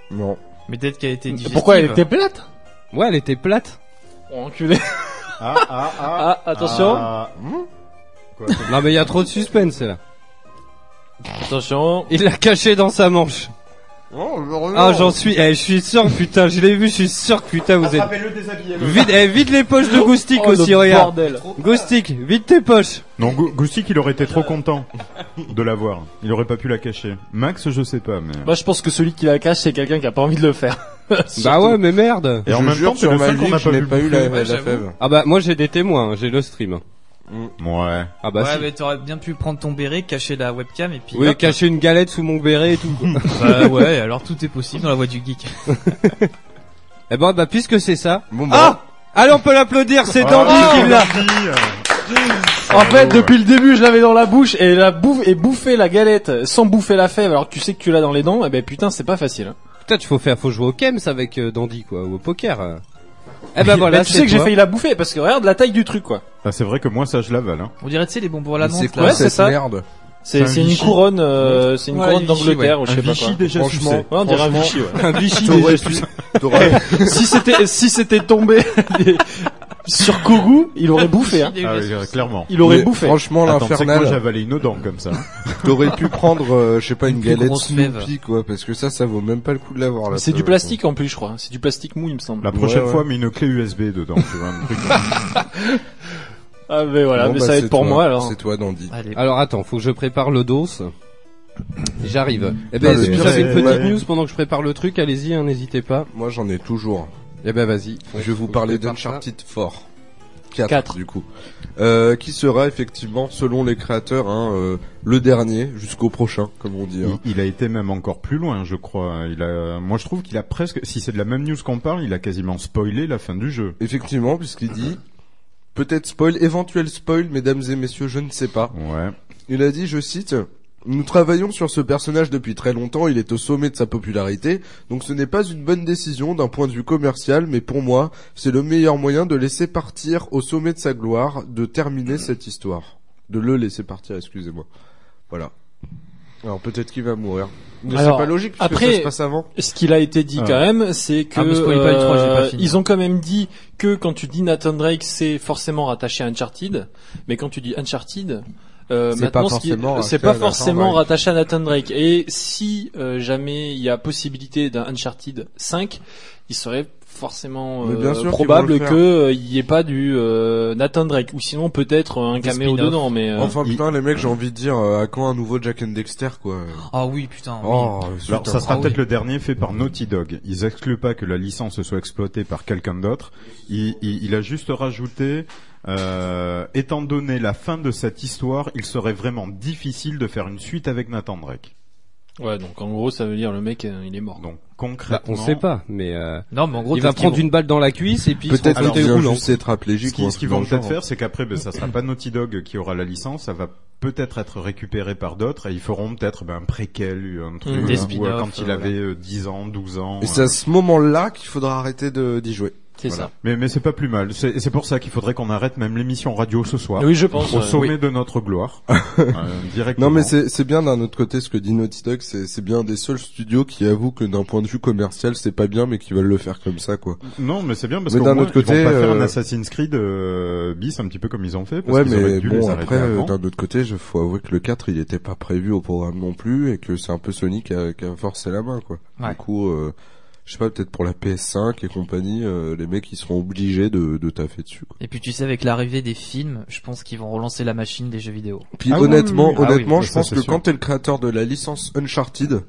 S7: Non.
S6: Mais peut-être qu'elle a été digestive.
S10: Pourquoi elle était plate
S4: Ouais, elle était plate.
S5: Oh, enculé.
S3: Ah, ah, ah.
S5: Ah, attention.
S3: Ah.
S4: Non mais il y a trop de suspense là.
S5: Attention.
S4: Il l'a caché dans sa manche.
S3: Oh,
S4: Ah j'en suis, eh, je suis sûr putain, je l'ai vu, je suis sûr que putain vous êtes. Vide, eh, vide les poches de Goustic
S5: Oh,
S4: aussi,
S5: le
S4: regarde.
S5: bordel.
S4: Goustic, vide tes poches. Bah
S3: Non, Gou- Goustic, il aurait été trop content de l'avoir. Il aurait pas pu la cacher. Max, je sais pas, mais.
S5: Moi, je pense que celui qui la cache, c'est quelqu'un qui a pas envie de le faire.
S4: Bah ouais, mais merde.
S3: Et en
S7: je
S3: même
S7: jure,
S3: temps, c'est
S7: sur
S3: le
S7: ma
S3: seul qu'on
S7: vie,
S3: n'a
S7: je
S3: pas
S7: n'ai
S3: vu.
S7: pas eu la,
S6: Ouais,
S7: la
S6: j'avoue.
S7: fève.
S4: Ah bah moi j'ai des témoins, hein, j'ai le stream.
S3: Ouais.
S4: Ah bah
S6: ouais,
S4: si.
S6: mais t'aurais bien pu prendre ton béret, cacher la webcam et puis.
S4: Oui,
S6: hop.
S4: cacher une galette sous mon béret et tout. quoi.
S6: Bah ouais, alors tout est possible dans la voie du geek.
S4: eh ben bah puisque c'est ça.
S7: Bon,
S4: Ah Allez on peut l'applaudir,
S5: Ah.
S4: c'est Dandy
S3: Ah,
S4: qui l'a.
S3: euh.
S5: En fait, depuis le début, je l'avais dans la bouche et la bouffe et bouffer la galette sans bouffer la fève. Alors que tu sais que tu l'as dans les dents. Eh ben putain, c'est pas facile. hein.
S4: Putain, tu faut faire, faut jouer au Kems avec euh, Dandy quoi, ou au poker. euh. Eh ben voilà,
S5: Mais tu sais
S4: c'est
S5: que j'ai
S4: toi.
S5: failli la bouffer parce que regarde la taille du truc, quoi.
S3: Ah, c'est vrai que moi, ça, je l'avale, hein.
S6: On dirait, tu sais, les bonbons à la
S7: Mais c'est
S6: menthe,
S7: quoi
S6: là.
S5: c'est
S7: cette
S5: ça.
S7: merde
S5: C'est
S3: un
S5: c'est une
S3: Vichy.
S5: couronne, euh, c'est une
S6: Ouais,
S5: couronne
S6: Vichy,
S5: d'Angleterre
S6: ouais.
S5: ou je sais pas quoi.
S3: Vichy, déjà,
S7: Franchement,
S5: Ouais, on dirait un
S7: franchement,
S5: Vichy, ouais.
S4: Un Vichy
S7: t'aurais
S4: déjà,
S7: pu-
S4: tu-
S7: t'aurais-
S5: si c'était si c'était tombé sur Kogu, il aurait bouffé. Hein.
S3: Ah oui, euh, clairement.
S5: Il aurait
S7: mais
S5: bouffé.
S7: Franchement,
S3: Attends, c'est que moi,
S7: l'infernal,
S3: j'avalais une dent comme ça. hein.
S7: t'aurais pu prendre, euh, je sais pas, une
S6: plus
S7: galette
S6: grosse fève.
S7: Snoopy, quoi, parce que ça, ça vaut même pas le coup de l'avoir, là.
S5: C'est
S7: ça,
S5: du
S7: je
S5: plastique en plus, je crois. C'est du plastique mou, il me semble.
S3: La prochaine
S7: ouais.
S3: fois, mets une clé USB dedans, tu vois, un truc.
S5: Ah mais voilà,
S7: Bon,
S5: mais
S7: bah,
S5: ça va
S7: c'est
S5: être pour
S7: toi.
S5: moi alors.
S7: C'est toi, Dandy.
S6: Allez.
S4: Alors attends, faut que je prépare le dos. J'arrive. Eh
S7: Ah,
S4: ben,
S7: le
S4: est-ce que
S7: pire,
S4: vous avez
S7: c'est-
S4: une petite
S7: ouais.
S4: news pendant que je prépare le truc Allez-y, hein, n'hésitez pas.
S7: Moi, j'en ai toujours.
S4: Eh ben, vas-y.
S7: je vais vous
S4: Faut
S7: parler
S4: que je prépare
S7: d'Uncharted 4. 4,
S5: Quatre.
S7: du coup. Euh, qui sera effectivement, selon les créateurs, hein, euh, le dernier jusqu'au prochain, comme on dit.
S3: Il,
S7: hein.
S3: il a été même encore plus loin, je crois. Il a, moi, je trouve qu'il a presque, si c'est de la même news qu'on parle, il a quasiment spoilé la fin du jeu.
S7: Effectivement, puisqu'il dit peut-être spoil, éventuel spoil, mesdames et messieurs, je ne sais pas.
S3: Ouais.
S7: Il a dit, je cite, nous travaillons sur ce personnage depuis très longtemps, il est au sommet de sa popularité, donc ce n'est pas une bonne décision d'un point de vue commercial, mais pour moi, c'est le meilleur moyen de laisser partir au sommet de sa gloire, de terminer cette histoire. De le laisser partir, excusez-moi. Voilà. Alors peut-être qu'il va mourir. Mais c'est
S5: Alors,
S7: pas logique, parce
S5: après-
S7: que ça se passe avant.
S5: Ce qu'il a été dit
S3: Ah.
S5: quand même, c'est que euh,
S6: Ah, me spoil pas, le trois, j'ai pas fini.
S5: ils ont quand même dit que quand tu dis Nathan Drake, c'est forcément rattaché à Uncharted, mais quand tu dis Uncharted, euh,
S7: C'est
S5: maintenant,
S7: pas
S5: ce qui-
S7: forcément
S5: c'est
S7: rattaché
S5: pas
S7: à Nathan
S5: forcément
S7: Drake.
S5: rattaché à Nathan Drake. Et si euh, jamais il y a possibilité d'un Uncharted 5, il serait forcément
S7: Mais
S5: euh,
S7: bien sûr qu'ils vont
S5: probable
S7: le
S5: que
S7: faire.
S5: euh, il n'y ait pas du euh, Nathan Drake, ou sinon peut-être un
S6: Des
S5: caméo
S6: spin-offs.
S5: dedans. Mais euh,
S7: Enfin
S3: il-
S7: putain les mecs j'ai envie de dire euh, à quand un nouveau Jack and Dexter quoi.
S6: Ah oui, putain. oui.
S7: Oh,
S3: Alors,
S7: putain.
S3: ça sera
S6: Ah
S3: peut-être
S6: oui.
S3: le dernier fait par Naughty Dog. Ils excluent pas que la licence soit exploitée par quelqu'un d'autre. Il, il- il a juste rajouté, euh, étant donné la fin de cette histoire, il serait vraiment difficile de faire une suite avec Nathan Drake.
S5: ouais, donc en gros, ça veut dire le mec, euh, il est mort.
S3: Donc
S4: Bah,
S3: concrètement,
S4: on sait pas, mais euh,
S6: Non, mais en gros,
S4: il va
S6: peut-être
S4: prendre
S6: qu'ils
S4: une balle dans la cuisse et puis il
S7: Peut-être
S4: sera en
S3: Alors,
S7: qu'il
S4: fauteuil
S7: devient
S4: roulant.
S7: juste tétraplégique.
S3: Ce
S7: ou
S3: qui-
S7: un
S3: ce
S7: truc
S3: qu'ils vont
S7: dans le
S3: peut-être
S7: genre. hein.
S3: faire, c'est qu'après, ben, ça sera pas Naughty Dog qui aura la licence, ça va peut-être être récupéré par d'autres, et ils feront peut-être ben, un préquel, un truc,
S5: Mmh.
S3: ou,
S6: Des
S3: euh,
S6: spin-offs,
S3: quand il
S6: euh,
S3: avait euh, 10 ans, 12 ans.
S7: Et c'est à ce moment-là qu'il faudra arrêter de d'y jouer.
S5: C'est
S3: Voilà. Mais, mais c'est pas plus mal. C'est et c'est pour ça qu'il faudrait qu'on arrête même l'émission radio ce soir.
S5: ça. Oui, je pense.
S3: Au
S5: euh,
S3: sommet
S5: oui.
S3: de notre gloire. Euh, directement.
S7: Non mais c'est c'est bien d'un autre côté ce que dit Naughty Dog, c'est c'est bien des seuls studios qui avouent que d'un point de vue commercial c'est pas bien mais qui veulent le faire comme ça quoi.
S3: Non, mais c'est bien parce
S7: Mais
S3: qu'au
S7: d'un
S3: moins,
S7: autre côté,
S3: ils vont pas faire un
S7: euh,
S3: Assassin's Creed euh, bis un petit peu comme ils ont fait. Parce
S7: ouais
S3: qu'ils auraient
S7: mais
S3: dû les
S7: bon
S3: arrêter
S7: après euh,
S3: avant.
S7: d'un autre côté je faut avouer que le 4 il était pas prévu au programme non plus et que c'est un peu Sony qui a, qui a forcé la main quoi.
S6: Ouais.
S7: Du coup euh, je sais pas peut-être pour la PS5 et compagnie euh, les mecs ils seront obligés de, de taffer dessus quoi.
S6: Et puis tu sais, avec l'arrivée des films, je pense qu'ils vont relancer la machine des jeux vidéo.
S7: Puis
S3: Ah oui,
S7: honnêtement,
S3: oui, oui, oui. Ah
S7: honnêtement,
S3: oui, ça,
S7: je pense
S3: c'est
S7: que
S3: sûr.
S7: quand t'es le créateur de la licence Uncharted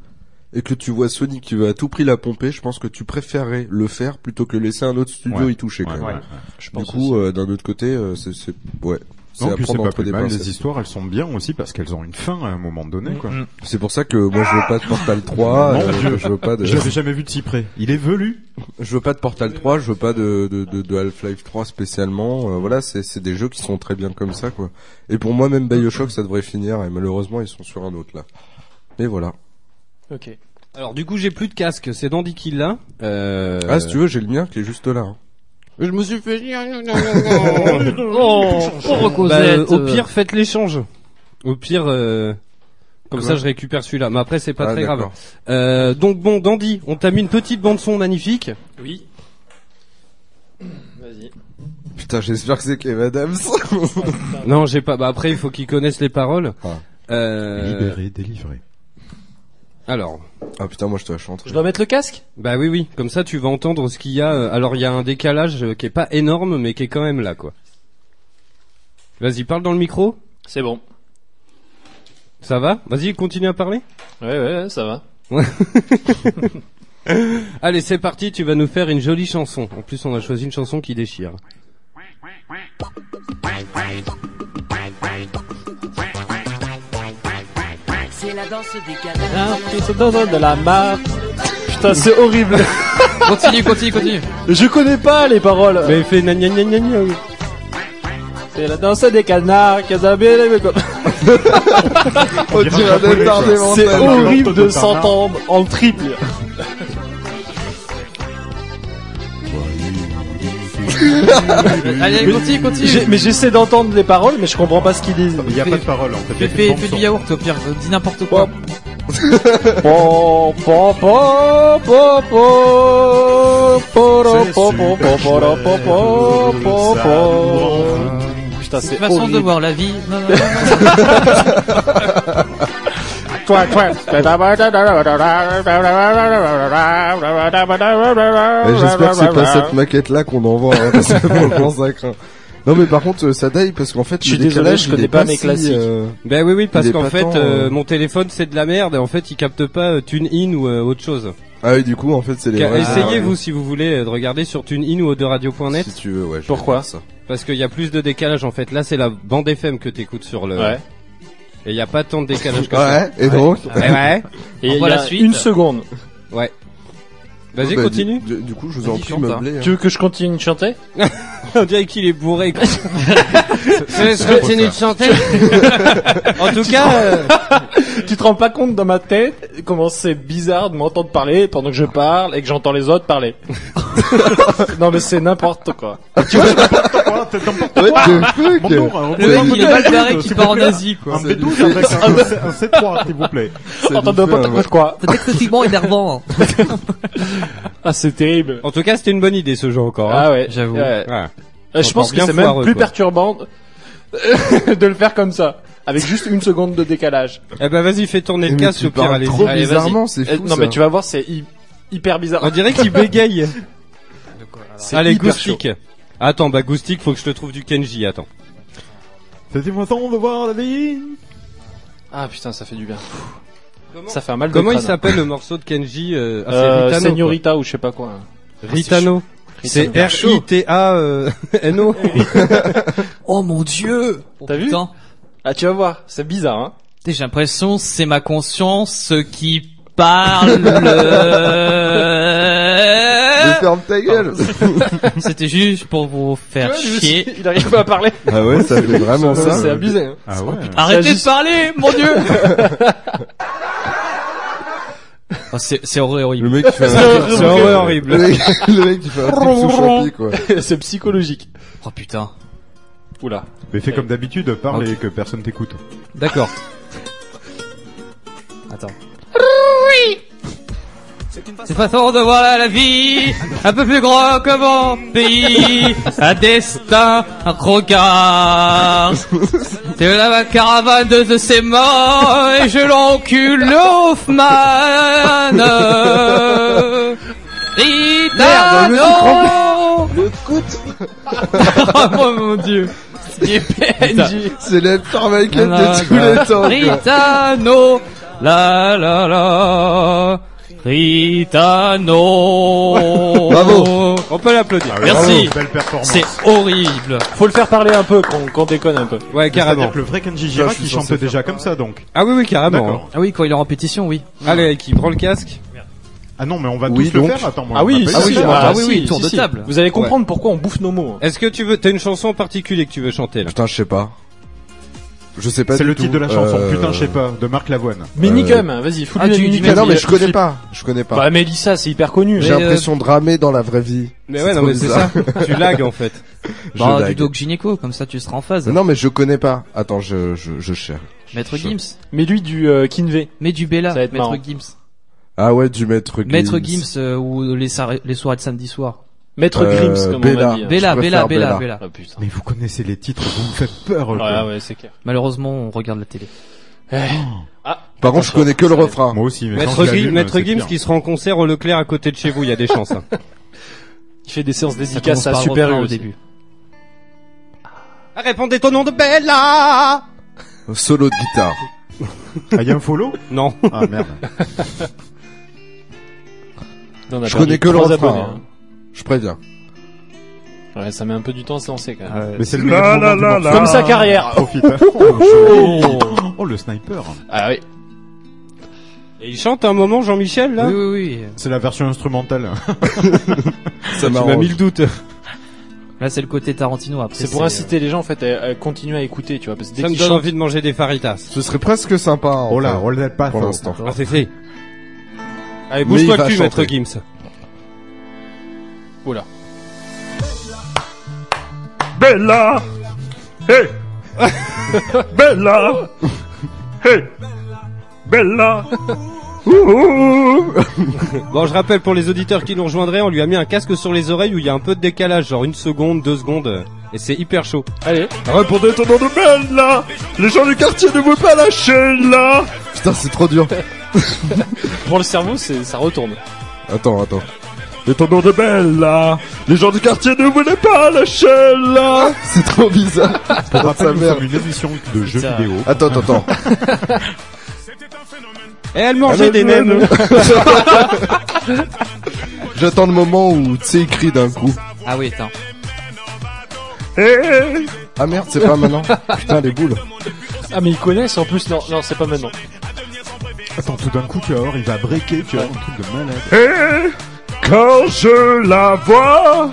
S7: et que tu vois Sony qui veut à tout prix la pomper, je pense que tu préférerais le faire plutôt que laisser un autre studio
S3: Ouais.
S7: y toucher.
S3: Ouais,
S7: quand même.
S3: ouais, ouais.
S5: Je
S7: Du
S5: pense aussi.
S7: coup, euh, d'un autre côté, euh, c'est c'est- ouais, c'est
S3: Non,
S7: à
S3: puis c'est
S7: prendre
S3: pas
S7: entre
S3: plus
S7: des
S3: mal.
S7: pincettes.
S3: Les histoires, elles sont bien aussi parce qu'elles ont une fin à un moment donné. Quoi.
S6: Mm, mm.
S7: C'est pour ça que moi je veux pas de Portal 3,
S3: Mon
S7: euh,
S3: Dieu.
S7: je veux pas de,
S3: Je l'avais jamais vu de si près. Il est velu.
S7: je veux pas de Portal 3, je veux pas de de, de, de Half-Life 3 spécialement. euh, voilà, c'est c'est des jeux qui sont très bien comme ça quoi. Et pour moi même BioShock ça devrait finir et malheureusement ils sont sur un autre là. Mais voilà.
S5: Ok.
S4: Alors du coup j'ai plus de casque, c'est Dandy qui l'a.
S5: Euh...
S7: Ah, si tu veux, j'ai le mien qui est juste là. hein.
S4: Je me suis fait...
S6: Oh,
S5: Bah,
S6: pauvre Cosette.
S4: bah, au pire faites l'échange. euh. Au pire euh, comme
S7: Comment
S4: ça je récupère celui-là, mais après c'est pas
S7: Ah,
S4: très grave.
S7: d'accord.
S4: Euh, donc bon Dandy, on t'a mis une petite bande son magnifique.
S5: Oui. Vas-y.
S7: Putain, j'espère que c'est Kev Adams.
S4: Non, j'ai pas bah après il faut qu'ils connaissent les paroles.
S7: Ah.
S4: Euh,
S3: Libéré, délivré.
S4: alors
S7: ah putain, moi je te la chante.
S5: Je dois mettre le casque
S4: Bah oui oui, comme ça tu vas entendre ce qu'il y a. euh, Alors il y a un décalage euh, qui est pas énorme mais qui est quand même là quoi. Vas-y, parle dans le micro.
S5: C'est bon.
S4: Ça va Vas-y, continue à parler.
S5: Ouais, ouais, ouais, ça va.
S4: Allez, c'est parti, tu vas nous faire une jolie chanson. En plus, on a choisi une chanson qui déchire.
S10: C'est la danse des
S5: Ah,
S10: cadavres.
S5: c'est dans de la map. Putain, c'est horrible.
S6: Continue, continue, continue.
S5: Je connais pas les paroles.
S4: Mais fais na gna gna gna gna. oui.
S5: C'est la danse des canards, Casabelle, mais quoi.
S7: On dirait un
S3: retardé
S5: C'est
S3: mental.
S5: horrible de
S3: Danse de canards.
S5: s'entendre en triple.
S6: Allez, continue, continue.
S5: J'ai- Mais j'essaie d'entendre les paroles, mais je comprends pas ce qu'ils disent.
S3: Il n'y a
S6: Fais-
S3: pas de parole en fait. il
S6: Fais,
S3: y a que
S6: fais,
S3: de
S6: fais du
S3: son.
S6: yaourt au pire, euh, dis n'importe quoi.
S5: Pom, pom, pom, pom, pom, poro, pom,
S3: C'est
S5: pom,
S3: super
S5: pom, poro, pom, pom, pom,
S3: chouette,
S5: pom. Putain,
S6: C'est
S5: c'est
S6: une façon de
S5: horrible.
S6: voir la vie. Non, non, non, non.
S7: Eh, J'espère que c'est pas cette maquette là qu'on envoie, hein, parce que franchement, ça craint. Non, mais par contre, euh, ça daille parce qu'en fait,
S5: Je suis
S7: le
S5: désolé,
S7: décalage,
S5: je
S7: il
S5: connais
S7: est
S5: pas mes
S7: si,
S5: classiques.
S7: euh,
S4: Bah oui oui, parce
S7: est
S4: qu'en
S7: pas
S4: fait,
S7: tant,
S4: euh,
S7: euh,
S4: mon téléphone c'est de la merde. Et en fait, il capte pas euh, TuneIn ou euh, autre chose.
S7: Ah oui, du coup, en fait, c'est les
S4: Car- euh,
S7: vrais.
S4: Essayez vous si vous voulez euh, de regarder sur TuneIn ou
S7: Ouais,
S4: Radio.net
S7: Si tu veux, ouais. je vais
S5: Pourquoi
S7: faire ça.
S4: parce qu'il y a plus de décalage en fait. Là, c'est la bande FM que t'écoutes sur le.
S5: Ouais.
S4: Et il y a pas tant de décalage que ça.
S7: Ouais, et donc
S4: Ouais ouais.
S5: Et il y
S6: voit la
S5: a
S6: suite.
S5: une seconde.
S4: Vas-y,
S7: Bah,
S4: continue.
S7: Du, du coup, je vous en
S6: Vas-y,
S7: prie,
S6: chante,
S7: meublé. hein.
S5: Tu veux que je continue de chanter
S4: On dirait qu'il est bourré. quoi. continue de chanter. en tout cas, euh,
S5: Tu te rends pas compte dans ma tête comment c'est bizarre de m'entendre parler pendant que je parle et que j'entends les autres parler. non mais c'est n'importe quoi.
S3: Oh,
S7: What the fuck
S3: Bonjour, hein,
S6: Le mec, il est mal barré qui part en Asie,
S3: Un
S6: quoi.
S3: B12 avec un, un C3, s'il vous plaît.
S7: Ça nous
S5: Entendre
S7: fait un-
S5: n'importe quoi.
S6: C'est excessivement énervant.
S5: Ah c'est terrible.
S4: en tout cas, c'était une bonne idée ce jeu encore. hein.
S5: Ah ouais.
S6: J'avoue.
S5: Ouais.
S4: Ouais.
S5: Euh, Je pense
S4: Encore
S5: que
S4: bien
S5: c'est même
S4: foireux,
S5: plus
S4: quoi.
S5: perturbant de le faire comme ça. Avec juste une seconde de décalage.
S4: Eh ben vas-y, fais tourner le
S7: Mais
S4: casque
S7: tu
S4: au pire,
S7: parles
S4: allez
S7: trop
S5: Allez, vas-y.
S7: bizarrement, c'est
S5: Euh,
S7: fou.
S5: non
S7: ça.
S5: mais tu vas voir c'est hy- hyper
S4: On
S5: bizarre.
S4: dirait qu'il bégaye.
S5: C'est
S4: allez,
S5: hyper
S4: Goustic. Attends, bah Goustic, faut que je te trouve du Kenji, attends.
S3: Faites-moi ça, on va voir la vie.
S5: chaud. Ah putain ça fait du bien. Ça fait un mal de
S4: Comment il
S5: crâne.
S4: s'appelle le morceau de Kenji euh... ah, c'est
S5: euh,
S4: Ritano,
S5: Señorita ou je sais pas quoi. hein.
S4: quoi. Ritano. C'est
S5: Ritano.
S4: euh, R-I-T-A-N-O.
S6: Oh mon dieu. Oh,
S5: T'as vu
S6: putain.
S5: Ah tu vas voir, c'est bizarre hein.
S6: Putain, J'ai l'impression c'est ma conscience qui parle.
S7: Mais ferme ta gueule.
S6: C'était juste pour vous faire
S5: Tu vois, lui
S6: chier.
S5: aussi, il arrive pas à parler.
S7: Ah ouais, ça fait vraiment
S5: Ça,
S7: ça.
S5: c'est abusé. hein.
S3: Ah ouais.
S6: Arrêtez
S5: juste-
S6: de parler, mon dieu Enfin, Oh, c'est c'est horrible.
S7: Le mec qui fait un...
S3: Ah,
S4: C'est horrible.
S7: Le mec, le mec qui fait un truc sous champi, quoi.
S5: c'est psychologique.
S6: Oh putain.
S5: Oula.
S3: Mais fais comme d'habitude, parle
S6: Ok.
S3: et que personne t'écoute.
S6: D'accord. Attends. C'est une façon de voir la, la vie, un peu plus grand que mon pays, un destin, un crocard. C'est la caravane de ces morts et je l'encule Hoffman.
S7: Merde, le
S6: Itano
S7: Le coute,
S6: Oh mon dieu C'est PNJ
S7: c'est le travail
S6: Non, non,
S7: de tous
S6: non.
S7: les temps. quoi.
S6: Ritano La la la Ritano
S7: Bravo.
S4: On peut
S7: Ah,
S4: l'applaudir.
S6: Merci.
S3: Bravo, Ah belle performance.
S6: C'est horrible
S5: Faut le faire parler un peu, qu'on qu'on déconne un peu.
S4: Ouais, carrément.
S3: C'est-à-dire que le vrai Kenji
S7: Putain,
S3: Girac,
S7: je suis
S3: il
S7: censé
S3: chante déjà comme ça, donc.
S4: Ah oui, oui, carrément.
S3: D'accord.
S6: Ah oui, quand il est en répétition, oui.
S4: hein. Allez, qui prend le casque
S3: Ah non, mais on va
S7: Oui,
S3: tous le
S7: donc.
S3: faire. Attends, moi,
S5: Ah
S3: on
S5: oui,
S3: va
S5: si,
S3: pas
S5: si,
S3: le faire.
S6: ah
S5: ah
S6: oui,
S5: si,
S6: oui,
S5: si,
S6: tour de
S5: si.
S6: table.
S5: Vous allez comprendre pourquoi on bouffe nos mots. hein.
S4: Est-ce que tu veux T'as une chanson particulière que tu veux chanter là
S7: Putain, je sais pas. Je sais pas
S3: C'est
S7: du
S3: le
S7: tout.
S3: titre de la chanson.
S7: Euh,
S3: Putain, je sais pas, de Marc Lavoine.
S5: Mais Minicum, vas-y, fous
S6: Ah,
S5: lui
S6: tu- tu-
S7: Mais non, mais je connais pas. euh, Je connais pas.
S5: Bah, Mélissa, c'est hyper connu.
S7: J'ai
S6: mais, euh,
S7: l'impression de ramer dans la vraie vie.
S4: Mais
S7: C'est
S4: ouais, non,
S7: trop
S4: mais c'est ça.
S7: bizarre.
S4: tu lagues en fait.
S7: Je
S6: Bah, du
S7: lag.
S6: doc gynéco, comme ça tu seras en phase.
S7: Mais Non, mais je connais pas. Attends, je, je, je cherche.
S6: Maître
S7: Je-
S6: Gims.
S5: Mais lui, du euh, Kinvey.
S6: Mais du Bella,
S5: Ça va être
S6: Maître
S5: marrant.
S6: Gims.
S7: Ah ouais, du maître Gims.
S6: Maître Gims euh, ou les, soirées- les soirées de samedi soir.
S5: Maître
S7: Euh,
S5: Grims, comme on
S7: Bella.
S5: m'a dit. hein.
S6: Bella, Bella,
S7: préfère
S6: Bella,
S7: Bella.
S6: Bella.
S5: Ah, putain.
S3: Mais vous connaissez les titres, vous me faites peur. le
S5: Ouais, ouais, c'est clair.
S6: Malheureusement, on regarde la télé.
S7: Par contre, je connais que le refrain.
S3: Ah, Moi aussi, mais
S4: Maître, Gim- Maître Gims qui sera en concert au Leclerc à côté de chez vous, il y a des chances. hein.
S5: Il fait des séances
S6: Ça
S5: dédicaces
S6: commence
S5: à
S6: par le
S5: Super
S6: refrain
S5: U
S6: au
S5: aussi.
S6: début.
S4: Ah, Répondez ton nom de Bella
S7: Solo de guitare.
S3: Ah, il y a un follow
S4: Non.
S3: Ah merde.
S5: Non, on a perdu
S7: Je connais que le
S5: trois
S7: refrain,
S5: abonnés,
S7: hein. Je préviens.
S5: hein. Ouais, ça met un peu du temps à se lancer, quand même.
S3: Mais c'est le meilleur moment du morceau. Ah,
S5: Comme sa carrière.
S3: Profite. Oh, oh, le sniper.
S5: Ah oui.
S4: Et il chante un moment Jean-Michel là
S6: Oui, oui, oui.
S3: C'est la version instrumentale.
S7: Ça
S4: Tu m'as mis le
S7: m'arrange.
S4: doute.
S6: Là, c'est le côté Tarantino après.
S5: C'est pour inciter les gens, en fait, à, à continuer à écouter, tu vois, parce que dès
S4: Ça me
S5: qu'ils
S4: donne
S5: chantent,
S4: envie de manger des faritas.
S7: Ce serait presque sympa. hein,
S3: Oh là,
S7: enfin,
S3: roll that path.
S7: pour l'instant.
S4: Ah, c'est fait. Allez,
S7: Mais
S4: bouge-toi
S7: il va
S4: que tu, Maître
S7: chanter.
S4: Gims.
S1: Bella Hey Bella Hey Bella
S4: Bon, je rappelle pour les auditeurs qui nous rejoindraient, on lui a mis un casque sur les oreilles où il y a un peu de décalage, genre une seconde, deux secondes. euh, Et c'est hyper chaud.
S5: allez.
S1: Répondez ton nom de Bella Les gens du quartier ne veulent pas lâcher là
S7: Putain, c'est trop dur.
S5: Pour le cerveau, c'est, ça retourne.
S7: Attends, attends.
S1: Et ton nom de Bella Les gens du quartier ne voulaient pas lâcher là
S7: C'est trop bizarre.
S3: Pour rappel,
S7: sa
S3: nous
S7: mère.
S3: sommes une émission de jeux
S6: Putain.
S3: vidéo.
S7: Attends, attends, attends.
S4: Et elle mangeait des naines.
S7: J'attends le moment où tu sais écrit d'un coup.
S6: Ah oui, attends.
S1: Eh,
S7: Ah merde, c'est pas maintenant. Putain, les boules.
S5: Ah, mais ils connaissent, en plus, non, non, c'est pas maintenant.
S3: Attends, tout d'un coup, tu vas voir, il va breaker, tu vas voir un truc de malade.
S1: Et quand je la vois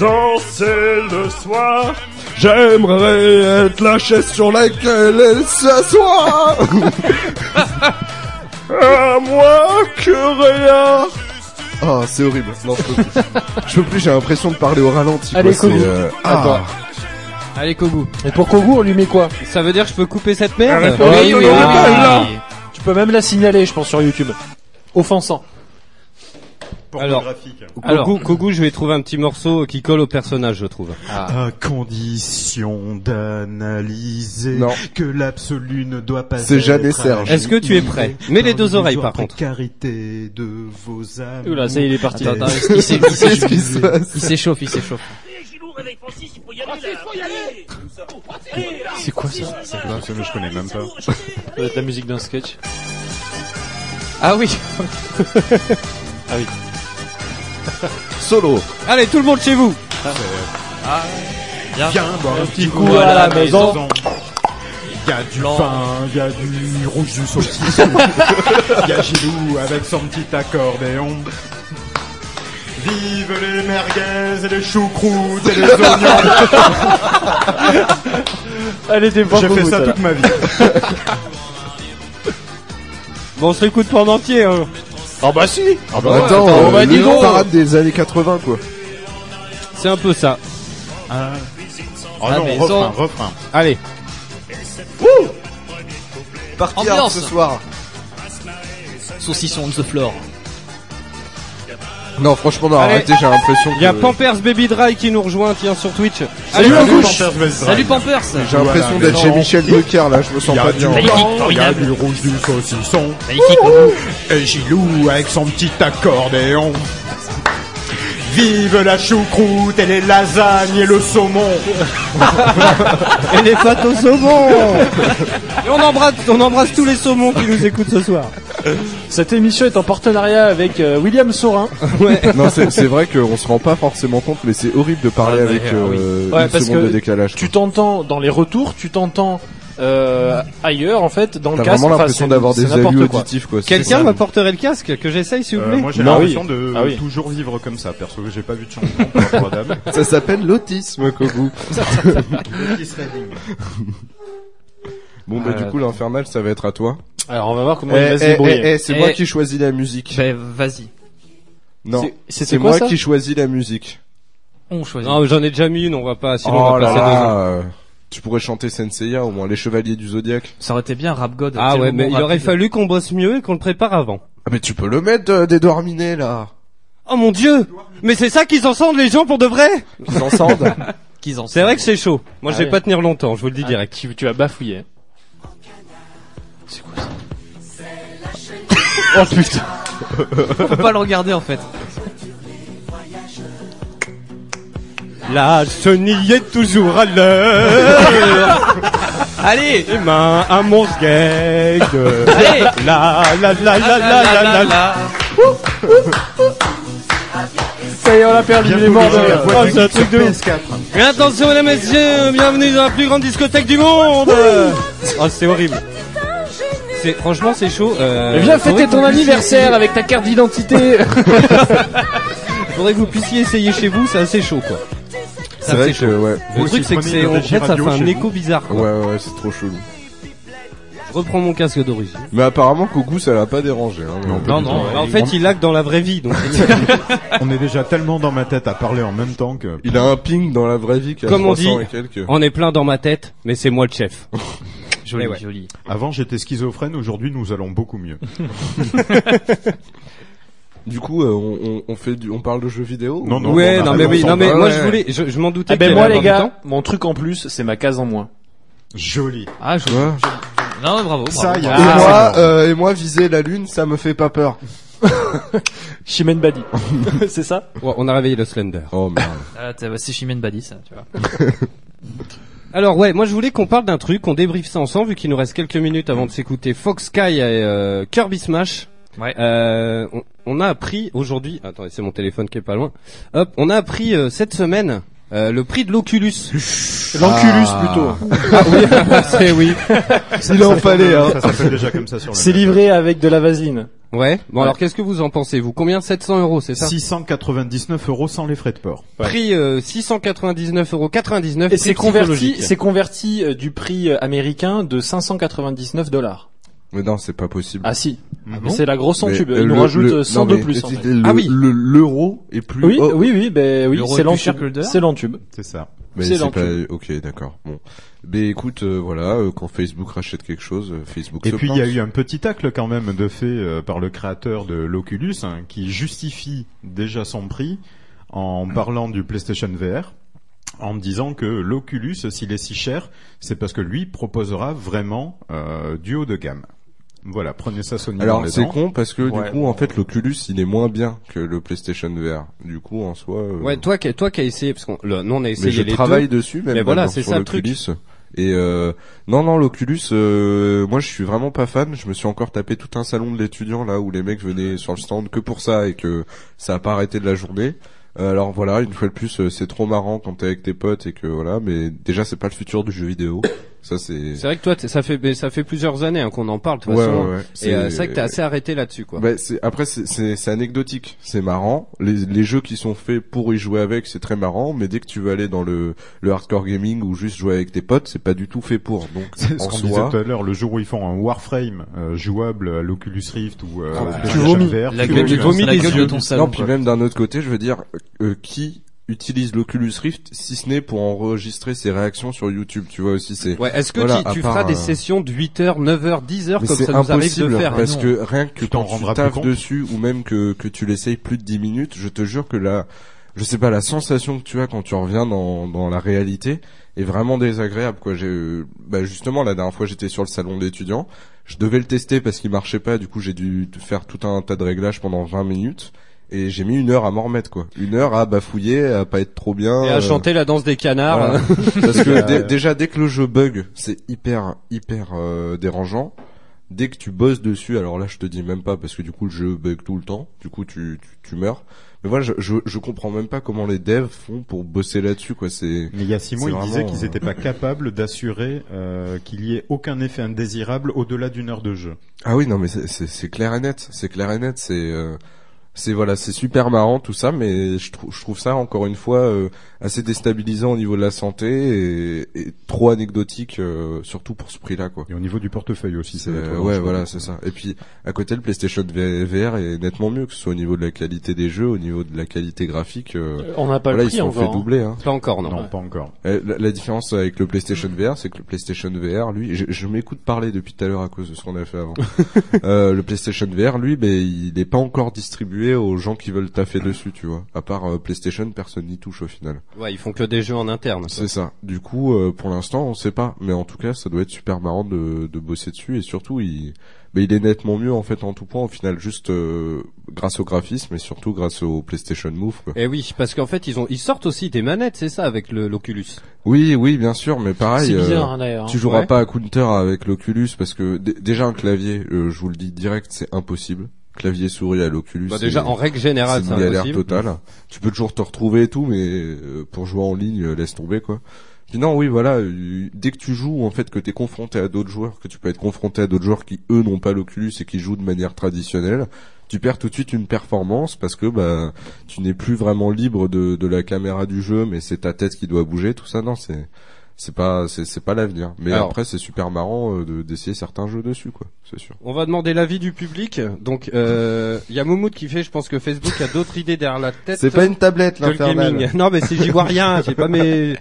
S1: danser le soir, j'aimerais être la chaise sur laquelle elle s'assoit. à moi que rien.
S7: Ah, c'est horrible. Non, je peux plus. Je peux plus, j'ai l'impression de parler au ralenti.
S5: Allez,
S7: quoi. C'est,
S5: Kogu.
S7: euh,
S5: Attends.
S7: Ah,
S6: Allez, Kogu.
S5: Et pour Kogu, on lui met quoi
S4: Ça veut dire que je peux couper cette merde
S5: Arrête. bah oui, oui,
S6: Ah,
S5: Tu peux même la signaler, je pense, sur YouTube. Offensant.
S3: Pornographique.
S6: Alors.
S4: Kogu, Kogu, je vais trouver un petit morceau qui colle au personnage, je trouve.
S7: Ah.
S3: À condition d'analyser
S7: Non.
S3: que l'absolu ne doit pas
S7: C'est
S3: être
S7: Jeanne et Serge.
S4: Est-ce que tu es prêt Mets les deux oreilles, par contre.
S3: Carité de vos âmes.
S5: Oula, ça y est, il est parti.
S6: Attends, attends, il s'est- il s'est-
S7: qu'est-ce qui se passe
S6: il s'échauffe, il s'échauffe.
S5: C'est quoi ça Ça
S3: je connais même pas.
S5: doit être la musique d'un sketch.
S6: Ah oui.
S7: Solo.
S4: Allez, tout le monde chez vous
S3: Viens boire un petit
S5: coup à la maison.
S3: Il y a du pain, il y a du rouge du saucisson. Il y a Gilou avec son petit accordéon. Vive les merguez et les choucroutes et les oignons.
S5: Allez, t'es
S3: J'ai fait ça toute ma vie.
S4: Bon, on se l'écoute pas en entier, hein.
S5: Ah bah si Ah bah ouais,
S7: Attends,
S5: attends,
S7: euh,
S5: bah dis
S7: le
S5: donc.
S7: parade des années 80 quoi.
S4: C'est un peu ça.
S3: Oh
S4: Ah,
S3: non,
S4: mais
S3: refrain,
S4: sans-
S3: refrain. Allez,
S6: Ambiance.
S11: Partir ce soir.
S6: Saucisson on the floor.
S7: Non, franchement, non,
S4: Allez.
S7: arrêtez, j'ai l'impression que.
S4: Il y a Pampers Baby Dry qui nous rejoint, tiens, sur Twitch.
S6: Salut
S7: Salut,
S6: Pampers.
S3: Pampers Best Drive.
S6: Salut Pampers.
S7: J'ai l'impression
S3: Voilà,
S7: d'être chez
S3: mais non.
S7: Michel Drucker là, je me sens
S3: Il y
S7: pas
S3: a du
S7: bien.
S6: Magnifique,
S3: blanc, il y a
S6: formidable.
S3: du rouge, du saucisson.
S6: Magnifique pour vous.
S3: Et Gilou avec son petit accordéon. Vive la choucroute et les lasagnes et le saumon.
S4: Et les pâtes au saumon Et on embrasse, on embrasse tous les saumons qui nous écoutent ce soir.
S5: Cette émission est en partenariat avec euh, William Saurin.
S7: Non, c'est c'est vrai qu'on se rend pas forcément compte, mais c'est horrible de parler
S6: Ah,
S7: avec
S6: mais, euh, oui.
S7: euh,
S5: Ouais,
S7: une
S5: parce
S7: seconde
S5: que
S7: de décalage.
S5: Tu t'entends dans les retours, tu t'entends euh, ailleurs en fait, dans le
S7: T'as
S5: casque.
S7: vraiment
S5: enfin,
S7: l'impression
S5: c'est-
S7: d'avoir
S5: c'est
S7: des
S5: n'importe
S7: avis
S5: quoi.
S7: auditifs quoi. c'est
S4: Quelqu'un
S7: ça.
S4: m'apporterait le casque que j'essaye, s'il vous
S3: Euh,
S4: plaît
S3: moi j'ai
S5: Non,
S3: l'impression de
S5: Ah oui.
S3: toujours vivre comme ça. Perso, j'ai pas vu de changement par rapport à Dame.
S7: Ça s'appelle l'autisme, Kogu. Bon, bah, du
S5: Euh,
S7: coup, l'infernal, ça va être à toi.
S5: Alors on va voir comment
S7: Eh,
S5: il va se
S7: eh,
S5: débrouiller.
S7: eh, eh, c'est
S6: Eh.
S7: moi qui choisis la musique.
S6: Ben, vas-y.
S7: Non.
S5: Bah, C'est- c'était
S7: C'est
S5: quoi,
S7: moi
S5: ça
S7: qui choisis la musique.
S6: On choisit.
S4: Non, j'en ai déjà mis une, on va pas, sinon on
S7: Oh
S4: va
S7: là
S4: passer deux heures.
S7: là. euh, Tu pourrais chanter Senseiya, au moins les chevaliers du zodiaque.
S6: Ça aurait été bien Rap God.
S4: Ah
S6: tellement
S4: ouais, mais il
S6: rapide.
S4: aurait fallu qu'on bosse mieux et qu'on le prépare avant.
S7: Ah, mais tu peux le mettre, euh, d'Edouard Minet, là.
S4: Oh mon dieu Mais c'est ça qu'ils encendent les gens pour de vrai
S7: Ils s'entendent.
S6: qu'ils en
S4: C'est vrai que c'est chaud. Moi, je
S5: Ah
S4: vais
S5: ouais.
S4: pas tenir longtemps, je vous le dis
S5: Ah,
S4: direct.
S5: Tu, tu as bafouillé. C'est quoi ça Oh putain
S6: faut pas le regarder en fait.
S4: La chenille est toujours à l'heure. Allez Les mains à mon skeg.
S6: Allez
S4: La la la la la la la la.
S5: Ça y est, on l'a perdu, il est mort de rire.
S4: Oh, c'est un truc de ouf. Et attention mesdames et messieurs, bienvenue dans la plus grande discothèque du monde Oh c'est horrible c'est, Franchement c'est chaud euh,
S5: Mais Viens
S4: faudrait
S5: fêter
S4: que
S5: ton
S4: vous puissiez-
S5: anniversaire avec ta carte d'identité
S4: Faudrait que vous puissiez essayer chez vous, c'est assez chaud quoi
S7: C'est vrai que, ouais.
S4: Le
S3: Vous
S4: truc
S3: aussi,
S4: c'est que
S3: prenez
S4: c'est,
S3: une
S4: en
S3: régie
S4: fait ça
S3: radio
S4: fait un
S3: chez
S4: écho bizarre
S7: Ouais,
S4: quoi.
S7: ouais, ouais, c'est trop chelou.
S4: Je reprends mon casque d'origine
S7: Mais apparemment, Kogu, ça l'a pas dérangé. hein.
S6: Non, non.
S4: En fait il lag dans la vraie vie donc
S3: On est déjà tellement dans ma tête à parler en même temps que.
S7: Il a un ping dans la vraie vie qui a
S4: Comme on
S7: 300
S4: dit.
S7: et quelques.
S4: on est plein dans ma tête mais c'est moi le chef.
S6: Joli,
S4: Mais Eh ouais.
S6: joli.
S3: Avant j'étais schizophrène, aujourd'hui nous allons beaucoup mieux.
S7: Du coup, euh, on, on, on fait du, on parle de jeux vidéo ou-
S3: Non, non.
S4: ouais
S3: on
S4: non
S3: a
S4: mais
S3: raison,
S4: oui,
S3: on
S4: non mais
S7: s'en
S4: moi
S7: va,
S4: je
S7: ouais.
S4: voulais, je, je m'en doutais
S5: Ah ben
S4: qu'il
S5: moi
S4: allait
S5: les
S4: avoir du
S5: gars,
S4: temps.
S5: mon truc en plus, c'est ma case en moins.
S3: Joli.
S6: Ah, je...
S7: Tu vois
S6: Non, mais bravo.
S3: Ça,
S6: bravo.
S3: y
S7: Et
S3: a-
S5: Ah,
S7: moi, euh, et moi, viser la lune, ça me fait pas peur.
S5: Chimène Badi. c'est ça
S4: Ouais, on a réveillé le Slender.
S7: Oh merde.
S6: Ah, t'as- bah, c'est Chimène Badi, ça, tu vois.
S4: Alors ouais, moi je voulais qu'on parle d'un truc, qu'on débriefe ça ensemble, vu qu'il nous reste quelques minutes avant de s'écouter Fox Sky et euh, Kirby Smash.
S6: Ouais.
S4: Euh, on, on a appris aujourd'hui, attendez c'est mon téléphone qui est pas loin, hop, on a appris euh, cette semaine euh, le prix de l'Oculus.
S5: L'enculus plutôt.
S4: ah oui, c'est oui.
S7: Il en fallait, hein.
S3: Ça s'appelle déjà comme ça sur le.
S5: C'est livré avec de la vaseline.
S4: Ouais, bon
S5: Ouais.
S4: alors qu'est-ce que vous en pensez vous Combien 700 euros c'est ça
S3: 699 euros sans les frais de port.
S4: Prix euh, 699 euros 99.
S5: Et c'est converti, c'est converti euh, du prix euh, américain de 599 dollars.
S7: Mais non, c'est pas possible.
S5: Ah si,
S3: Ah
S5: Mais c'est la grosse
S7: Mais,
S5: entube.
S7: euh,
S5: Il nous
S7: le-
S5: rajoute
S7: le-
S5: euh, 100
S7: non,
S5: de
S7: mais
S5: plus. en
S7: c'était
S5: fait.
S7: le-
S4: Ah oui.
S7: le- L'euro est plus.
S5: Oui,
S7: oh,
S5: oui, oui, ben oui,
S6: L'euro est
S5: c'est
S6: plus cher que le
S5: l'entube.
S6: dollar
S5: C'est l'entube.
S3: C'est ça.
S7: Mais
S5: c'est
S7: c'est
S5: l'enculé.
S7: pas. Ok, d'accord. Bon. Mais écoute, euh, voilà, euh, quand Facebook rachète quelque chose, euh, Facebook.
S3: Et
S7: se
S3: puis il y a
S7: plaint.
S3: eu un petit tacle quand même de fait euh, par le créateur de l'Oculus hein, qui justifie déjà son prix en parlant du PlayStation VR en disant que l'Oculus s'il est si cher c'est parce que lui proposera vraiment euh, du haut de gamme. Voilà, prenez ça Sony dans
S7: Alors
S3: les
S7: c'est
S3: dents.
S7: con parce que
S3: Ouais,
S7: du coup, en fait, l'Oculus, il est moins bien que le PlayStation VR. Du coup, en soi. euh,
S4: Ouais, toi qui toi qui as essayé parce qu'on le- nous on a essayé
S7: mais je
S4: les
S7: travaille
S4: deux.
S7: dessus même
S4: Mais voilà,
S7: maintenant,
S4: c'est
S7: sur
S4: ça le truc.
S7: l'Oculus et euh, non non l'Oculus euh, moi je suis vraiment pas fan je me suis encore tapé tout un salon de l'étudiant là où les mecs venaient sur le stand que pour ça et que ça a pas arrêté de la journée Euh, alors voilà une fois de plus euh, c'est trop marrant quand t'es avec tes potes et que voilà mais déjà c'est pas le futur du jeu vidéo Ça c'est.
S4: C'est vrai que toi, t'es- ça fait, mais ça fait plusieurs années hein, qu'on en parle de toute
S7: Ouais,
S4: façon.
S7: ouais,
S4: Et
S7: ouais.
S4: euh,
S7: C'est-
S4: c'est vrai que t'es assez arrêté là-dessus, quoi.
S7: Bah, c'est- après c'est- c'est c'est anecdotique, c'est marrant. Les, les jeux qui sont faits pour y jouer avec, c'est très marrant. Mais dès que tu vas aller dans le, le hardcore gaming ou juste jouer avec tes potes, c'est pas du tout fait pour. Donc
S3: C'est ce
S7: en
S3: qu'on
S7: soi,
S3: disait tout à l'heure, le jour où ils font un Warframe euh, jouable à l'Oculus Rift ou euh,
S7: Ah,
S3: à la
S7: tu
S3: PlayStation
S7: vomis.
S3: VR,
S6: La
S3: tu
S6: gueule
S3: vomis.
S6: du vomi. la gueule de ton salon,
S7: Non, puis
S6: quoi.
S7: même d'un autre côté, je veux dire, euh, qui utilise l'Oculus Rift si ce n'est pour enregistrer ses réactions sur YouTube Tu vois aussi, c'est
S4: Ouais, est-ce que
S7: Voilà,
S4: tu,
S7: à
S4: tu
S7: part,
S4: feras des
S7: euh,
S4: sessions de 8 heures, 9 heures, 10 heures
S7: Mais
S4: comme
S7: c'est
S4: ça nous arrive
S7: impossible
S4: de faire hein,
S7: parce
S6: non.
S7: que rien que
S3: Tu t'en
S7: quand tu
S3: rendras plus
S7: taffes
S3: compte.
S7: dessus ou même que que tu l'essayes plus de 10 minutes, je te jure que la je sais pas la sensation que tu as quand tu reviens dans dans la réalité est vraiment désagréable quoi. J'ai euh, bah justement la dernière fois j'étais sur le salon de l'étudiant, je devais le tester parce qu'il marchait pas, du coup j'ai dû faire tout un tas de réglages pendant 20 minutes et j'ai mis une heure à m'en remettre quoi. Une heure à bafouiller, à pas être trop bien.
S4: Et à
S7: euh,
S4: chanter la danse des canards.
S7: voilà.
S4: euh,
S7: Parce que
S3: Euh,
S7: dé- déjà, dès que le jeu bug, c'est hyper, hyper euh, dérangeant. Dès que tu bosses dessus, alors là, je te dis même pas, parce que du coup, le jeu bug tout le temps. Du coup, tu, tu, tu meurs. Mais voilà, je, je, je comprends même pas comment les devs font pour bosser là-dessus, quoi. C'est
S3: Mais il y a six mois,
S7: C'est
S3: ils disaient
S7: vraiment,
S3: qu'ils
S7: euh,
S3: n'étaient pas capables d'assurer euh, qu'il y ait aucun effet indésirable au-delà d'une heure de jeu.
S7: ah oui, non, mais c'est- c'est c'est clair et net. C'est clair et net. C'est euh, c'est voilà, c'est super marrant tout ça, mais je trouve je trouve ça encore une fois euh, assez déstabilisant au niveau de la santé et, et trop anecdotique, euh, surtout pour ce prix-là, quoi.
S3: Et au niveau du portefeuille aussi, ça
S7: Euh,
S3: va être
S7: ouais,
S3: dangereux.
S7: voilà, c'est ça. Et puis, à côté, le PlayStation VR est nettement mieux, que ce soit au niveau de la qualité des jeux, au niveau de la qualité graphique. euh,
S5: On n'a pas
S7: voilà,
S5: le
S7: ils se
S5: prix
S7: sont
S5: encore.
S7: fait
S5: hein.
S7: doubler. Hein.
S4: euh, Pas encore, non.
S3: Non, pas encore.
S7: Euh, La, la différence avec le PlayStation VR, c'est que le PlayStation VR, lui, je, je m'écoute parler depuis tout à l'heure à cause de ce qu'on a fait avant. Euh, le PlayStation VR, lui, ben, il n'est pas encore distribué aux gens qui veulent taffer dessus, tu vois. À part euh, PlayStation, personne n'y touche au final.
S4: Ouais, ils font que des jeux en interne.
S7: C'est ça. Du coup, euh, pour l'instant, on sait pas. Mais en tout cas, ça doit être super marrant de, de bosser dessus. Et surtout, il, mais il est nettement mieux en fait en tout point. Au final, juste euh, grâce au graphisme et surtout grâce au PlayStation Move. quoi.
S4: Et oui, parce qu'en fait, ils ont, ils sortent aussi des manettes, c'est ça, avec le- l'Oculus.
S7: Oui, oui, bien sûr. Mais
S5: C'est
S7: pareil,
S5: bizarre
S7: euh,
S5: hein, d'ailleurs.
S7: tu joueras
S4: Ouais.
S7: pas à Counter avec l'Oculus parce que d- déjà un clavier, euh, je vous le dis direct, c'est impossible. Clavier souris à l'Oculus.
S4: Bah, déjà,
S7: c'est-
S4: en règle générale, c'est
S7: c'est une galère
S4: impossible.
S7: totale. Tu peux toujours te retrouver et tout, mais euh, pour jouer en ligne, euh, laisse tomber quoi. Puis non, oui, voilà, euh, dès que tu joues, en fait, que t'es confronté à d'autres joueurs, que tu peux être confronté à d'autres joueurs qui eux n'ont pas l'Oculus et qui jouent de manière traditionnelle, tu perds tout de suite une performance parce que bah tu n'es plus vraiment libre de, de la caméra du jeu, mais c'est ta tête qui doit bouger, tout ça. Non, c'est c'est pas c'est c'est pas l'avenir. Mais
S4: Alors-
S7: après, c'est super marrant euh, de- d'essayer certains jeux dessus, quoi. C'est sûr.
S4: On va demander l'avis du public. Donc, euh, il y a Moumoud qui fait, je pense que Facebook a d'autres idées derrière la tête.
S7: tablette,
S4: que le gaming. Non, mais si j'y vois rien, j'ai pas mes.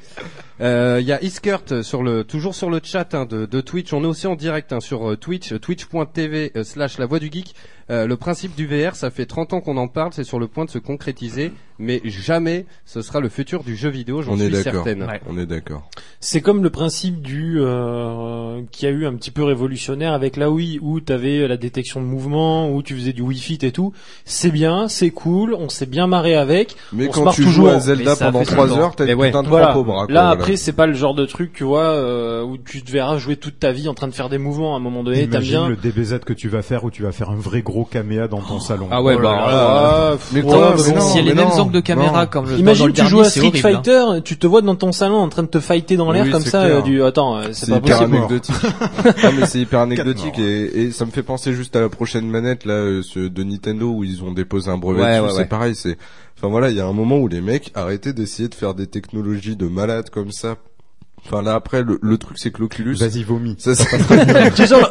S4: Euh, Il y a Iskert sur le toujours sur le chat hein, de, de Twitch. On est aussi en direct hein, sur euh, Twitch, euh, twitch.tv euh, slash la voix du geek. Euh, le principe du VR, ça fait 30 ans qu'on en parle, c'est sur le point de se concrétiser, mais jamais ce sera le futur du jeu vidéo, j'en
S7: On est
S4: suis
S7: d'accord.
S4: certaine.
S6: Ouais.
S7: On est d'accord.
S5: C'est comme le principe du euh, qui a eu un petit peu révolutionnaire avec la Wii où t'avais la détection de mouvement, où tu faisais du Wii Fit et tout. C'est bien, c'est cool, on s'est bien marré avec.
S7: Mais
S5: On se
S7: quand
S5: marre
S7: tu
S5: toujours.
S7: joues à
S6: Mais
S7: Zelda
S6: ça
S7: pendant
S6: fait
S7: 3
S6: longtemps.
S7: heures, t'as
S4: Mais
S7: une
S4: ouais.
S7: putain de
S5: Voilà.
S7: crampe au bras. quoi,
S5: Là
S7: voilà.
S5: après c'est pas le genre de truc tu vois euh, où tu te verras jouer toute ta vie en train de faire des mouvements à un moment donné. T'as
S3: Imagine
S5: bien.
S3: le DBZ que tu vas faire où tu vas faire un vrai gros caméa dans ton salon.
S4: Ah ouais,
S5: Oh là
S4: bah,
S5: là
S7: euh,
S3: euh,
S4: alors,
S5: là là,
S7: Mais
S5: pff,
S7: quoi,
S5: ouais,
S7: ah, mais
S5: bon.
S7: non,
S6: si y a Oh, les mêmes
S7: non,
S6: angles de caméra
S7: non.
S6: comme le dans
S5: Imagine
S6: le
S5: tu
S6: dernier,
S5: joues à
S6: c'est
S5: Street
S6: horrible, hein.
S5: Fighter, tu te vois dans ton salon en train de te fighter dans l'air
S7: Oui,
S5: comme
S7: c'est
S5: ça.
S7: clair.
S5: euh, du... Attends, euh, c'est
S7: C'est
S5: pas
S7: hyper
S5: possible.
S7: anecdotique. non, mais c'est hyper anecdotique et, et ça me fait penser juste à la prochaine manette là euh, ce- de Nintendo où ils ont déposé un brevet
S4: Ouais,
S7: dessus.
S4: ouais,
S7: c'est
S4: ouais.
S7: pareil, c'est. Enfin voilà, il y a un moment où les mecs arrêtaient d'essayer de faire des technologies de malades comme ça. Enfin là après le, le truc c'est que l'Oculus.
S3: Vas-y, vomis.
S7: Ça, c'est
S4: Tu sens-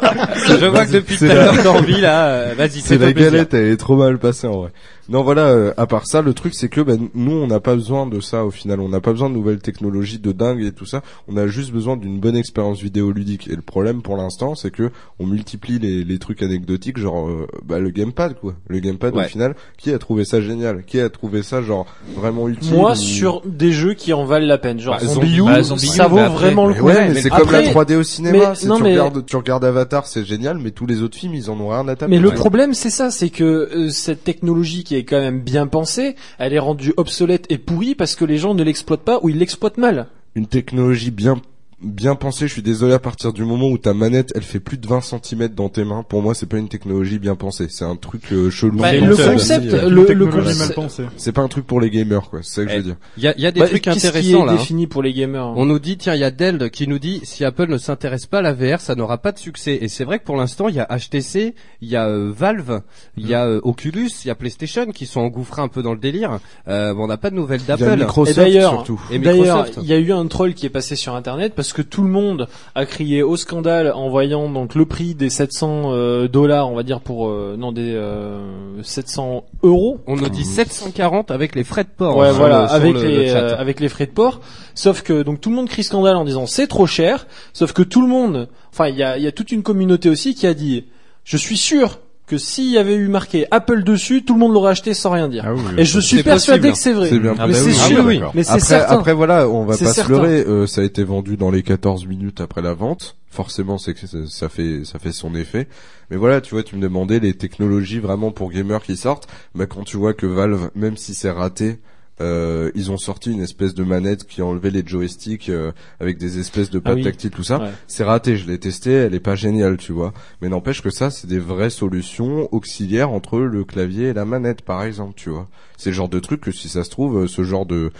S4: je vois que depuis tout
S7: c'est
S4: à
S7: la-
S4: l'heure t'as envie là, euh, vas-y,
S7: C'est
S4: fais-toi
S7: la
S4: plaisir.
S7: galette, elle est trop mal passée en vrai. Non voilà, euh, à part ça, le truc c'est que ben, nous on n'a pas besoin de ça au final, on n'a pas besoin de nouvelles technologies de dingue et tout ça, on a juste besoin d'une bonne expérience vidéoludique. Et le problème pour l'instant c'est que on multiplie les, les trucs anecdotiques, genre euh, bah, le gamepad quoi. Le gamepad
S4: Ouais.
S7: au final, qui a trouvé ça génial Qui a trouvé ça genre vraiment utile
S5: Moi
S7: ou-
S5: sur des jeux qui en valent la peine, genre
S4: Bah,
S5: Zombie
S4: Zombie-
S5: U,
S6: bah, Zombie
S5: ça
S6: U,
S5: vaut
S6: mais après-
S5: vraiment le
S7: Mais
S5: coup.
S7: ouais, mais c'est
S5: après-
S7: comme la 3D au cinéma,
S5: mais-
S7: c'est
S5: non,
S7: tu,
S5: mais-
S7: regardes, tu regardes Avatar, c'est génial, mais tous les autres films, ils en ont rien à taper.
S5: Mais le
S7: Ouais.
S5: problème, c'est ça, c'est que euh, cette technologie qui est quand même bien pensée, elle est rendue obsolète et pourrie parce que les gens ne l'exploitent pas ou ils l'exploitent mal.
S7: une technologie bien bien pensé. Je suis désolé à partir du moment où ta manette, elle fait plus de 20 cm dans tes mains. Pour moi, c'est pas une technologie bien pensée. C'est un truc euh, chelou.
S5: Bah,
S7: dans
S5: le
S7: ta vie.
S5: concept,
S7: Euh,
S5: le- le
S3: Technologie
S5: concept-
S3: mal pensée.
S7: C'est pas un truc pour les gamers, quoi. C'est ça que je veux dire.
S4: Il y a, il y a des
S5: Bah,
S4: trucs
S5: qu'est-ce
S4: intéressants
S5: qui est
S4: là. hein.
S5: défini pour les gamers hein
S4: On nous dit, tiens, il y a Dell qui nous dit, si Apple ne s'intéresse pas à la VR, ça n'aura pas de succès. Et c'est vrai que pour l'instant, il y a HTC, il y a euh, Valve, il y a euh, Oculus, il y a PlayStation qui sont engouffrés un peu dans le délire. Euh, bon, on n'a pas de nouvelles
S7: Il y a
S4: d'Apple.
S7: Microsoft,
S5: Et d'ailleurs,
S7: surtout.
S4: Et
S5: D'ailleurs,
S4: Microsoft.
S5: il y a eu un troll qui est passé sur internet parce que tout le monde a crié au scandale en voyant donc le prix des 700 euh, dollars, on va dire pour euh, non des euh, 700 euros.
S4: On nous dit 740 avec les frais de port.
S5: ouais,
S4: hein, sur
S5: voilà,
S4: le- sur
S5: avec
S4: le- le
S5: les
S4: chat.
S5: euh, avec les frais de port. Sauf que donc tout le monde crie scandale en disant c'est trop cher. Sauf que tout le monde, enfin il y a il y a toute une communauté aussi qui a dit je suis sûr que s'il y avait eu marqué Apple dessus, tout le monde l'aurait acheté sans rien dire.
S3: Ah oui.
S5: Et je suis
S4: C'est
S5: persuadé
S4: possible.
S5: que c'est vrai.
S7: C'est bien
S4: Ah
S5: Mais
S4: bah
S5: c'est
S4: oui.
S5: sûr,
S4: Ah oui,
S3: d'accord.
S5: mais c'est
S7: Après,
S5: certain.
S7: après voilà, on va
S5: C'est
S7: pas
S5: certain.
S7: se leurrer. euh, ça a été vendu dans les 14 minutes après la vente. Forcément, c'est que ça, ça fait ça fait son effet. Mais voilà, tu vois, tu me demandais les technologies vraiment pour gamers qui sortent. Bah quand tu vois que Valve, même si c'est raté. euh, ils ont sorti une espèce de manette qui enlevait les joysticks euh, avec des espèces de pattes
S5: Ah oui.
S7: tactiles tout ça.
S5: Ouais.
S7: C'est raté, je l'ai testé, elle est pas géniale, tu vois. Mais n'empêche que ça, c'est des vraies solutions auxiliaires entre le clavier et la manette, par exemple, tu vois. C'est le genre de truc que si ça se trouve, euh, ce genre de,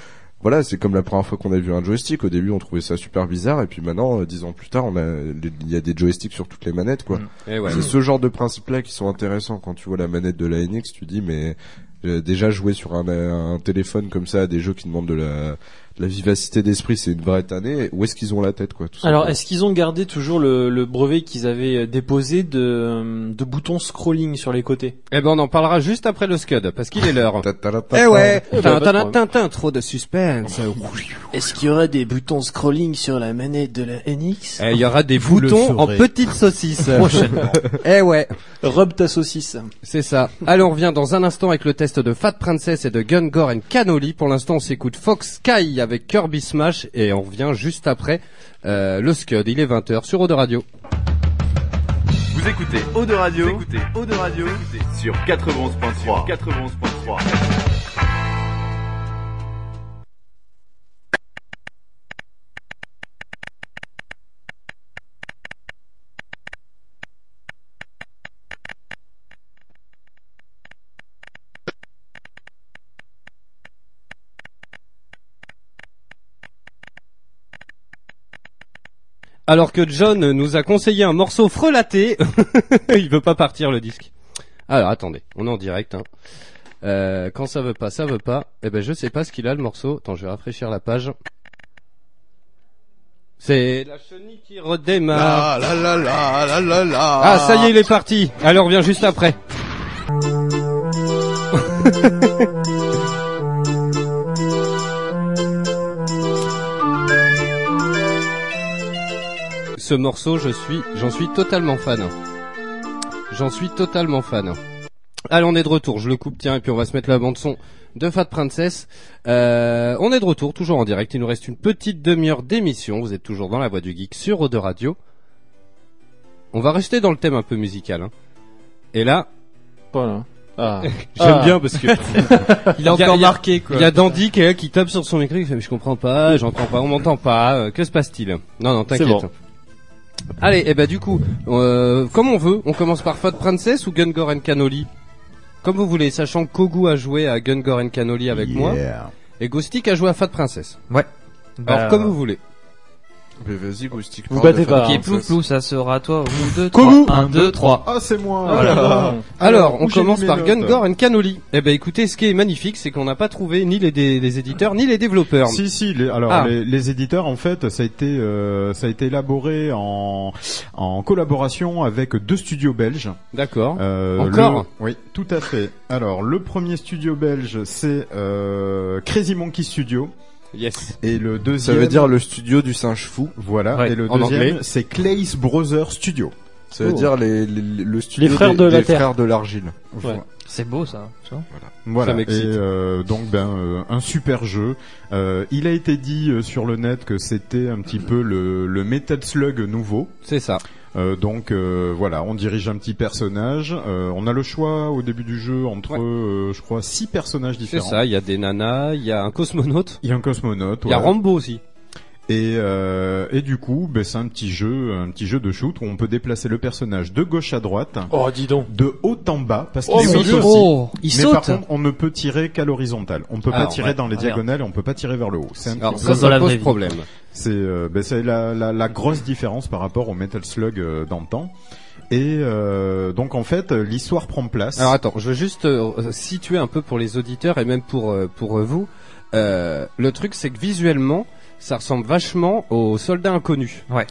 S7: voilà, c'est comme la première fois qu'on a vu un joystick. Au début, on trouvait ça super bizarre, et puis maintenant, euh, dix ans plus tard, on a, il y a des joysticks sur toutes les manettes, quoi.
S4: Eh ouais.
S7: C'est ce genre de principes-là qui sont intéressants. Quand tu vois la manette de la NX, tu dis, mais euh, déjà jouer sur un, euh, un téléphone comme ça à des jeux qui demandent de la, de la vivacité d'esprit, c'est une vraie tannée. Où est-ce qu'ils ont la tête, quoi tout
S5: Alors,
S7: simplement.
S5: est-ce qu'ils ont gardé toujours le, le brevet qu'ils avaient euh, déposé de, euh, de boutons scrolling sur les côtés
S4: Eh ben, on en parlera juste après le Scud, parce qu'il est l'heure.
S7: Ta- ta- ta- ta-
S4: Eh
S7: ta-
S4: ouais,
S5: Eh ben, pas
S4: Tin,
S5: de
S4: tin,
S5: problème.
S4: tin, tin, trop de suspense.
S5: Est-ce qu'il y aura des boutons scrolling sur la manette de la NX
S4: Eh, Il y aura des boutons en petites saucisses.
S5: Prochainement.
S4: Eh ouais.
S5: Rub ta saucisse.
S4: C'est ça. Allez, on revient dans un instant avec le test de Fat Princess et de Gun Gore and Cannoli. Pour l'instant, on s'écoute Fox Sky avec Kirby Smash et on revient juste après euh, le Scud. Il est 20h sur Eau de Radio.
S11: Vous écoutez Eau de Radio, écoutez Eau de Radio sur 91.3. 91.3.
S4: Alors que John nous a conseillé un morceau frelaté, il veut pas partir le disque. Alors attendez, on est en direct. Hein. Euh, quand ça veut pas, ça veut pas. Eh ben je sais pas ce qu'il a le morceau. Attends, je vais rafraîchir la page. C'est la chenille qui redémarre.
S7: Ah,
S2: La la la la la la la.
S4: Ah, ça y est, il est parti. Allez, on revient juste après. Ce morceau, je suis, j'en suis totalement fan. J'en suis totalement fan. Allez, on est de retour. Je le coupe, tiens, et puis on va se mettre la bande son de Fat Princess. Euh, on est de retour, toujours en direct. Il nous reste une petite demi-heure d'émission. Vous êtes toujours dans la voix du geek sur Eau de Radio. On va rester dans le thème un peu musical. hein. Et là,
S5: Voilà. Ah.
S4: j'aime
S5: Ah.
S4: bien parce que
S6: Il a
S4: Il y a-
S6: encore
S4: il y a-
S6: marqué quoi.
S4: il y a Dandy qui, est là, qui tape sur son écran, il fait mais je comprends pas, j'entends pas, on m'entend pas, euh, que se passe-t-il Non non, t'inquiète.
S5: C'est bon.
S4: Allez, et ben du coup, euh, comme on veut, on commence par Fat Princess ou Gungor and Cannoli Comme vous voulez, sachant que Kogu a joué à Gungor and Cannoli avec moi et Gostik a joué à Fat Princess. Alors
S6: Bah,
S4: comme vous voulez.
S7: Mais vas-y, Goustic.
S5: Vous
S7: parle
S5: battez
S7: de
S5: pas,
S7: Fat
S5: hein.
S6: Qui est
S7: Princess.
S6: plou plou, ça sera à toi. 1, 2,
S5: Kogu.
S6: 3. 1, 2, 3.
S3: Ah, c'est moi.
S5: Voilà.
S4: Alors, on
S3: où j'ai
S4: commence
S3: mis mes
S4: par
S3: notes
S4: Gungor and Cannoli. Eh ben écoutez, ce qui est magnifique, c'est qu'on n'a pas trouvé ni les, dé- les éditeurs ni les développeurs.
S3: Si si, les- alors
S4: Ah.
S3: les, les éditeurs en fait, ça a été euh, ça a été élaboré en en collaboration avec deux studios belges.
S4: D'accord.
S3: Euh,
S4: Encore
S3: le- Oui, tout à fait. Alors le premier studio belge c'est euh, Crazy Monkey Studio
S4: Yes.
S3: et le
S7: Ça
S3: deuxième
S7: veut dire le studio du singe fou.
S3: voilà
S6: Ouais,
S3: et le
S4: en anglais.
S3: deuxième c'est Clay's Brothers Studio.
S7: Ça veut
S5: Oh.
S7: dire les, les- le studio
S5: Les frères
S7: des,
S5: de la
S7: des
S5: Terre.
S7: frères de l'argile.
S5: Ouais.
S6: C'est beau ça. tu vois.
S3: Oh.
S4: Ça
S3: Voilà. et
S4: m'excite.
S3: euh, donc ben euh, un super jeu. Euh, il a été dit euh, sur le net que c'était un petit peu le le Metal Slug nouveau.
S4: C'est ça.
S3: Euh, donc euh, voilà, on dirige un petit personnage. Euh, on a le choix au début du jeu entre,
S4: Ouais.
S3: euh, je crois, six personnages
S4: C'est
S3: différents.
S4: ça, il y a des nanas, il y a un cosmonaute,
S3: Il y a un cosmonaute.
S4: il y a
S3: ouais.
S4: Rambo aussi.
S3: Et, euh, et du coup, ben, c'est un petit jeu, un petit jeu de shoot où on peut déplacer le personnage de gauche à droite.
S5: Oh, dis donc.
S3: De haut en bas, parce qu'il
S5: Oh, mon
S3: saute
S5: Dieu.
S3: aussi.
S5: Oh, il
S3: Mais par
S5: saute.
S3: contre, on ne peut tirer qu'à l'horizontale. On peut
S5: Ah,
S3: pas tirer
S5: ouais.
S3: dans les
S5: Ah,
S3: diagonales, et on peut pas tirer vers le haut. C'est un
S4: Alors,
S3: petit
S4: ça,
S3: peu-
S4: ça Ça, ça pose pose problème. problème.
S3: C'est euh, ben, c'est la, la, la grosse différence par rapport au Metal Slug euh, d'antan. Et euh, donc en fait, euh, l'histoire prend place.
S4: Alors attends, je veux juste euh, situer un peu pour les auditeurs et même pour euh, pour euh, vous. Euh, le truc, c'est que visuellement, ça ressemble vachement aux soldats inconnus.
S6: Ouais.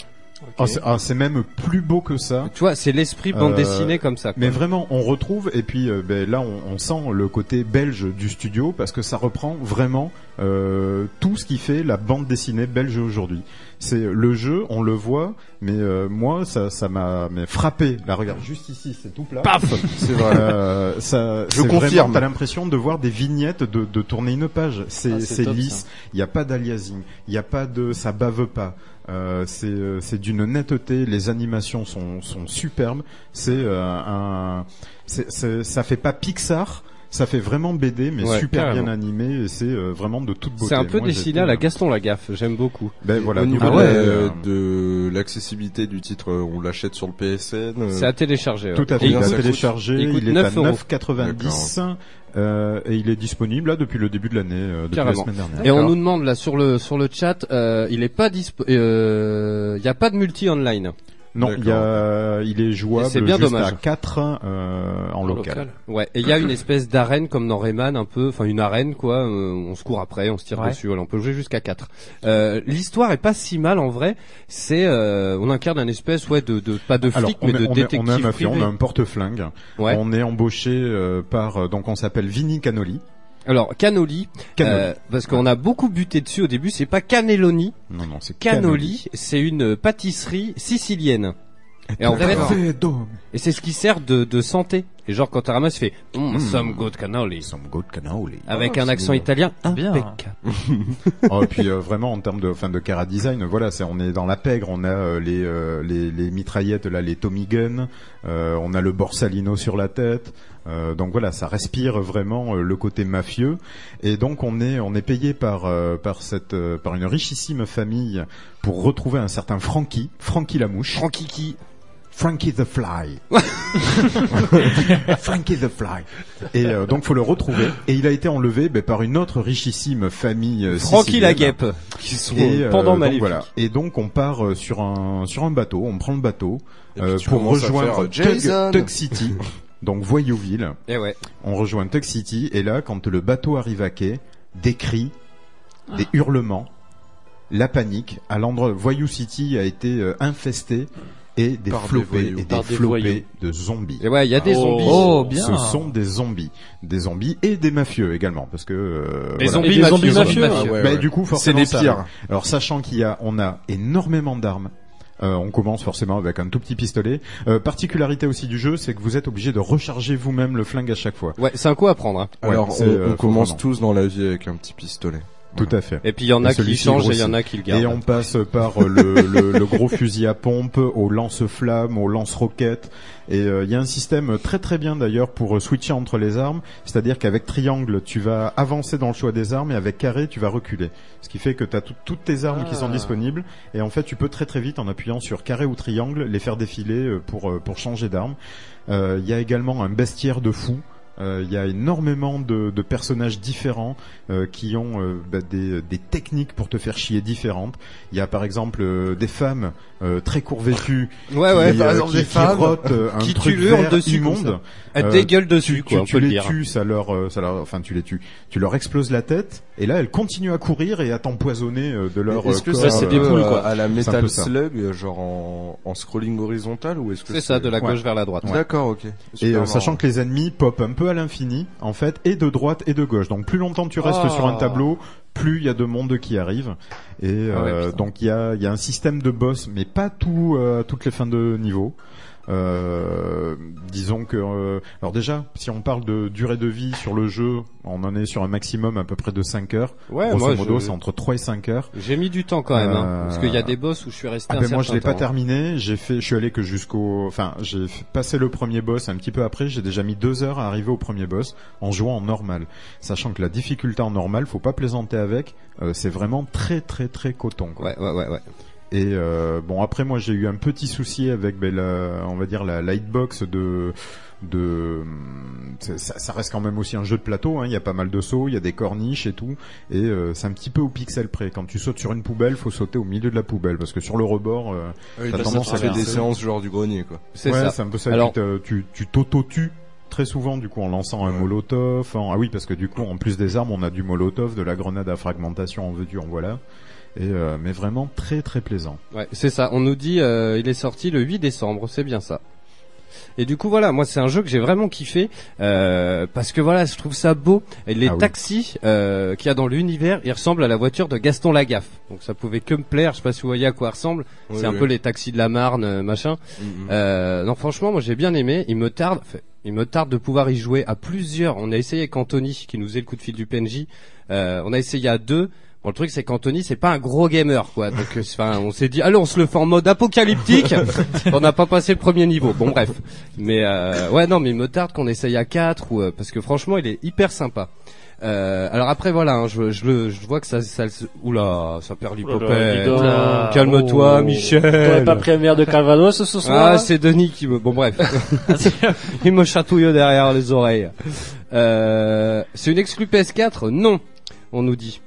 S3: Ah, c'est- ah, c'est même plus beau que ça.
S4: Tu vois, c'est l'esprit bande
S3: Euh,
S4: dessinée comme ça. quoi.
S3: Mais vraiment, on retrouve et puis euh, ben, là, on, on sent le côté belge du studio parce que ça reprend vraiment euh, tout ce qui fait la bande dessinée belge aujourd'hui. C'est le jeu, on le voit, mais euh, moi, ça, ça m'a mais frappé. Là, regarde juste ici, c'est tout
S5: Ah,
S3: plat.
S7: Paf C'est vrai.
S3: Euh, ça,
S7: Je
S3: c'est
S7: confirme.
S3: vraiment, T'as l'impression de voir des vignettes de, de tourner une page. C'est
S7: Ah, c'est
S3: c'est
S7: top,
S3: lisse.
S7: ça.
S3: Il n'y a pas d'aliasing. Il n'y a pas de, ça bave pas. Euh, c'est euh, c'est d'une netteté. Les animations sont sont superbes. C'est euh, un, c'est- c'est- ça fait pas Pixar. Ça fait vraiment BD, mais
S4: Ouais,
S3: super
S4: carrément.
S3: bien animé. Et c'est euh, vraiment de toute beauté.
S4: C'est un peu
S3: Moi, j'ai
S4: dessiné
S3: trouvé-
S4: à la Gaston Lagaffe. J'aime beaucoup.
S3: Ben voilà.
S4: Au
S3: du
S5: Ah
S4: niveau
S3: coup,
S4: de la-
S3: euh,
S7: de l'accessibilité du titre, euh, on l'achète sur le PSN. euh.
S4: C'est à télécharger, hein. ouais.
S3: Tout à fait, il
S7: Combien
S3: est à
S7: ça coûte
S3: télécharger,
S4: Il
S3: il,
S4: coûte
S3: est
S4: 9
S3: à
S4: euros.
S3: 9,90 euh, et il est disponible là depuis le début de l'année, euh, depuis la
S4: Carrément.
S3: semaine dernière.
S4: Et on nous demande là sur le sur le chat, euh, il est pas dispo, euh, il y a pas de multi online.
S3: Non, il, y a, il est jouable
S4: Et c'est bien
S3: juste
S4: dommage.
S3: à 4 euh, en local.
S4: Ouais, et il y a une espèce d'arène comme dans Rayman un peu, enfin une arène quoi, euh, on se court après, on se tire
S6: Ouais.
S4: dessus, voilà, on peut jouer jusqu'à 4. Euh, l'histoire est pas si mal en vrai, c'est euh, on incarne un espèce ouais de, de pas de flic
S3: Alors, on
S4: mais
S3: est-
S4: de
S3: on est-
S4: détective
S3: on a un mafieux,
S4: privé.
S3: on a un porte-flingue.
S4: Ouais.
S3: On est embauché euh, par euh, donc on s'appelle Vini Canoli.
S4: Alors Canoli,
S3: Canoli.
S4: euh, parce qu'on a beaucoup buté dessus au début, c'est pas Caneloni.
S3: Non non, c'est
S4: Canoli, c'est une pâtisserie sicilienne. Et en fait,
S3: D'accord.
S4: et c'est ce qui sert de, de santé. Et genre quand tu ramasses, tu fais Mm,
S3: Mm.
S4: some good cannoli.
S3: Some good cannoli.
S4: Avec
S3: Ah,
S4: un
S3: c'est
S4: accent
S3: mignon.
S4: italien
S6: Bien.
S4: impeccable.
S3: oh, et puis euh, vraiment en termes de enfin de cara design, voilà, c'est on est dans la pègre, on a euh, les, euh, les les mitraillettes là, les Tommy Gun, euh, on a le Borsalino sur la tête. Euh, donc voilà, ça respire vraiment euh, le côté mafieux et donc on est on est payé par euh, par cette euh, par une richissime famille pour retrouver un certain Frankie, Frankie la mouche.
S4: Frankie qui
S3: Frankie the Fly. Frankie the Fly. Et euh, donc faut le retrouver. Et il a été enlevé ben, par une autre richissime famille. euh,
S4: Frankie
S3: sicilienne.
S4: la guêpe, qui sont
S3: Et, euh,
S4: pendant
S3: donc,
S4: Maléfique.
S3: voilà. Et donc on part euh, sur un sur un bateau, on prend le bateau euh,
S7: tu
S3: pour
S7: commences à
S3: rejoindre
S7: faire, euh,
S3: Tug-
S7: Jason.
S3: Tug City, donc Voyouville.
S4: Et ouais.
S3: On rejoint Tug City et là quand le bateau arrive à quai, des cris, des hurlements, la panique à l'endroit Voyou City a été euh, infesté et des
S4: Par des
S3: flopés
S4: voyous.
S3: et des
S4: Par des voyous.
S3: flopés de zombies.
S4: Et ouais, il y a des Oh. zombies. Oh, bien.
S3: Ce sont des zombies, des zombies et des mafieux également parce que euh,
S4: Des zombies Et des zombies
S7: hein.
S4: mafieux. mafieux. Ah ouais,
S3: Bah,
S4: ouais.
S3: du coup forcément
S4: C'est des
S3: ça-
S4: pires.
S3: alors sachant qu'il y a, on a énormément d'armes. Euh, on commence forcément avec un tout petit pistolet. Euh, particularité aussi du jeu, c'est que vous êtes obligé de recharger vous-même le flingue à chaque fois.
S4: Ouais, c'est un coup à prendre. hein.
S7: Alors,
S3: c'est,
S7: on,
S3: euh,
S7: on
S3: faut
S7: commence
S3: vraiment.
S7: tous dans la vie avec un petit pistolet.
S3: Tout à fait.
S4: Et puis, il y en a qui
S3: celui-ci,
S4: changent et il y
S3: grossit.
S4: en a qui le gardent.
S3: Et on passe par euh, le, le- le gros fusil à pompe, au lance-flamme, au lance-roquette. Et euh, il y a un système très très bien d'ailleurs pour euh, switcher entre les armes. C'est-à-dire qu'avec triangle, tu vas avancer dans le choix des armes et avec carré, tu vas reculer. Ce qui fait que tu as toutes tes armes qui sont
S7: Ah.
S3: disponibles. Et en fait, tu peux très très vite, en appuyant sur carré ou triangle, les faire défiler euh, pour, euh, pour changer d'arme. Euh, Il y a également un bestiaire de fous. Euh, Il y a énormément de, de personnages différents euh, qui ont euh, bah, des, des techniques pour te faire chier différentes. Il y a par exemple euh, des femmes euh, très court vêtues
S4: Ouais, Ah ouais,
S3: qui,
S4: par
S3: euh,
S4: exemple
S3: qui-
S4: des
S3: qui
S4: femmes
S3: rotent, euh, un
S4: qui
S3: truc
S4: tu hurles
S3: vert
S4: dessus comme
S3: immonde.
S4: ça. Elles dégueulent dessus,
S3: Euh, tu,
S4: quoi,
S3: tu-
S4: on
S3: tu
S4: peut le
S3: les
S4: dire.
S3: tues, ça leur, euh, ça leur- enfin tu les tues, tu leur exploses la tête et là elles continuent à courir et à t'empoisonner euh, de leur
S7: Est-ce
S3: euh,
S7: que
S3: corps,
S7: ça c'est
S3: euh,
S7: des poules
S3: euh,
S7: quoi à la
S3: c'est un
S7: Metal
S3: peu ça.
S7: Slug euh, genre en, en scrolling horizontal ou est-ce que
S4: C'est ça, de la gauche vers la droite.
S7: D'accord, OK.
S3: et
S7: Super
S3: euh,
S7: marrant.
S3: sachant que les ennemis popent un peu à l'infini, en fait, et de droite et de gauche. Donc plus longtemps tu restes
S7: Ah.
S3: sur un tableau, plus il y a de monde qui arrive. Et euh,
S7: Ah ouais, putain.
S3: donc il y a, il y a un système de boss, mais pas tout euh, toutes les fins de niveau. Euh, disons que, euh, alors déjà, si on parle de durée de vie sur le jeu, on en est sur un maximum à peu près de 5 heures.
S4: Ouais,
S3: Grosso
S4: moi,
S3: modo,
S4: je-
S3: c'est entre 3 et 5 heures.
S4: J'ai mis du temps quand même, hein,
S3: Euh,
S4: parce qu'il y a des boss où je suis resté
S3: ah
S4: un
S3: ben moi je
S4: certain
S3: l'ai pas
S4: temps.
S3: terminé, j'ai fait, je suis allé que jusqu'au, enfin j'ai f- passé le premier boss un petit peu après, j'ai déjà mis deux heures à arriver au premier boss en jouant en normal, sachant que la difficulté en normal, faut pas plaisanter avec, euh, c'est vraiment très très très coton. Quoi.
S4: hein. Ouais ouais ouais
S3: Et euh, bon après moi j'ai eu un petit souci avec, ben, la, on va dire la lightbox de de c'est- ça, ça reste quand même aussi un jeu de plateau hein. il y a pas mal de sauts il y a des corniches et tout et euh, c'est un petit peu au pixel près quand tu sautes sur une poubelle faut sauter au milieu de la poubelle parce que sur le rebord euh,
S7: Ah oui,
S3: t'as
S7: là, ça
S3: tendance
S7: te
S3: à
S7: fait des
S3: glisser.
S7: séances genre du grenier, quoi.
S3: c'est
S7: C'est
S3: ouais,
S7: ça.
S3: c'est un peu ça
S7: Alors-
S3: tu te- tu tu t'auto-tues très souvent du coup en lançant un molotov en- ah oui parce que du coup en plus des armes on a du molotov de la grenade à fragmentation en veux-tu en voilà et euh, mais vraiment très très plaisant
S4: Ouais, c'est ça. On nous dit euh, il est sorti le 8 décembre, c'est bien ça. Et du coup voilà, moi c'est un jeu que j'ai vraiment kiffé euh, parce que voilà, je trouve ça beau. Et les
S3: Ah oui.
S4: taxis euh, qu'il y a dans l'univers, ils ressemblent à la voiture de Gaston Lagaffe. Donc ça pouvait que me plaire. Je sais pas si vous voyez à quoi ressemble.
S5: Oui,
S4: c'est un
S5: oui.
S4: peu les taxis de la Marne, euh, machin.
S7: Mm, Mhm.
S4: Euh, non franchement, moi j'ai bien aimé. Il me tarde, enfin, il me tarde de pouvoir y jouer à plusieurs. On a essayé avec Anthony qui nous faisait le coup de fil du PNJ. Euh, on a essayé à deux. Bon, le truc c'est qu'Anthony c'est pas un gros gamer quoi. Donc euh, c'est- enfin on s'est dit allez on se le fait en mode apocalyptique. on n'a pas passé le premier niveau. Bon bref. Mais euh, ouais non mais il me tarde qu'on essaye à quatre ou euh, parce que franchement il est hyper sympa. Euh, alors après voilà, hein, je, je, le- je vois que ça, ça, le- oula, ça perd l'hypopète.
S12: dis
S5: Ah,
S12: donc.
S4: Eh, Calme-toi,
S12: Oh.
S4: Michel.
S12: T'aurais pas pris un verre de Calvados ce soir,
S4: Ah,
S12: là
S4: c'est Denis qui me. Bon bref, il me chatouille derrière les oreilles. Euh, c'est une exclue PS4 Non, on nous dit.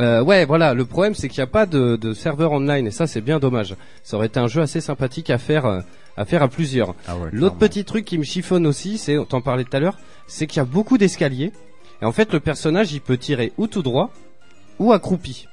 S4: Euh, ouais, voilà. Le problème, c'est qu'il n'y a pas de, de serveur online, et ça, c'est bien dommage. Ça aurait été un jeu assez sympathique à faire, euh, à faire à plusieurs. L'autre petit truc qui me chiffonne aussi, c'est, on t'en parlait tout à l'heure, c'est qu'il y a beaucoup d'escaliers. Et en fait, le personnage, il peut tirer ou tout droit, ou accroupi.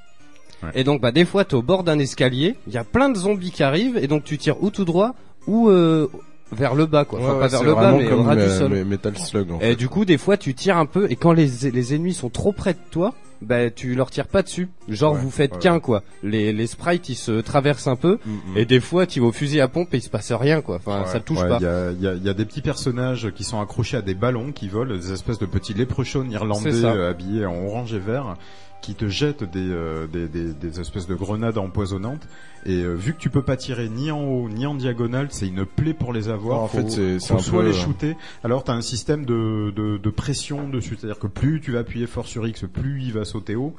S4: Et donc, bah, des fois, t'es au bord d'un escalier, il y a plein de zombies qui arrivent, et donc tu tires ou tout droit, ou euh, vers le bas, quoi. Enfin,
S7: Ouais,
S4: pas
S7: ouais,
S4: vers
S7: c'est
S4: le bas,
S7: vraiment
S4: mais au
S7: comme,
S4: ras du
S7: euh,
S4: sol.
S7: mais Metal Slug, en
S4: Et
S7: fait.
S4: du coup, des fois, tu tires un peu, et quand les, les ennemis sont trop près de toi, bah, tu leur tires pas dessus. Genre, vous faites
S7: ouais. Mm,
S4: qu'un, quoi. Les, les sprites, ils se traversent un peu, et des fois, tu vas au fusil à pompe et il se passe rien, quoi. Enfin, ça touche
S3: Ouais,
S4: pas.
S3: Il y a, il y a- il y a des petits personnages qui sont accrochés à des ballons qui volent, des espèces de petits léprechaunes
S4: C'est
S3: irlandais
S4: ça.
S3: euh, habillés en orange et vert qui te jettent des, euh, des, des, des espèces de grenades empoisonnantes et euh, vu que tu peux pas tirer ni en haut ni en diagonale c'est une plaie pour les avoir
S7: En
S3: Faut-
S7: fait, c'est- c'est
S3: faut
S7: un
S3: soit
S7: peu,
S3: les
S7: euh,
S3: shooter alors t'as un système de, de, de pression dessus c'est à dire que plus tu vas appuyer fort sur X plus il va sauter haut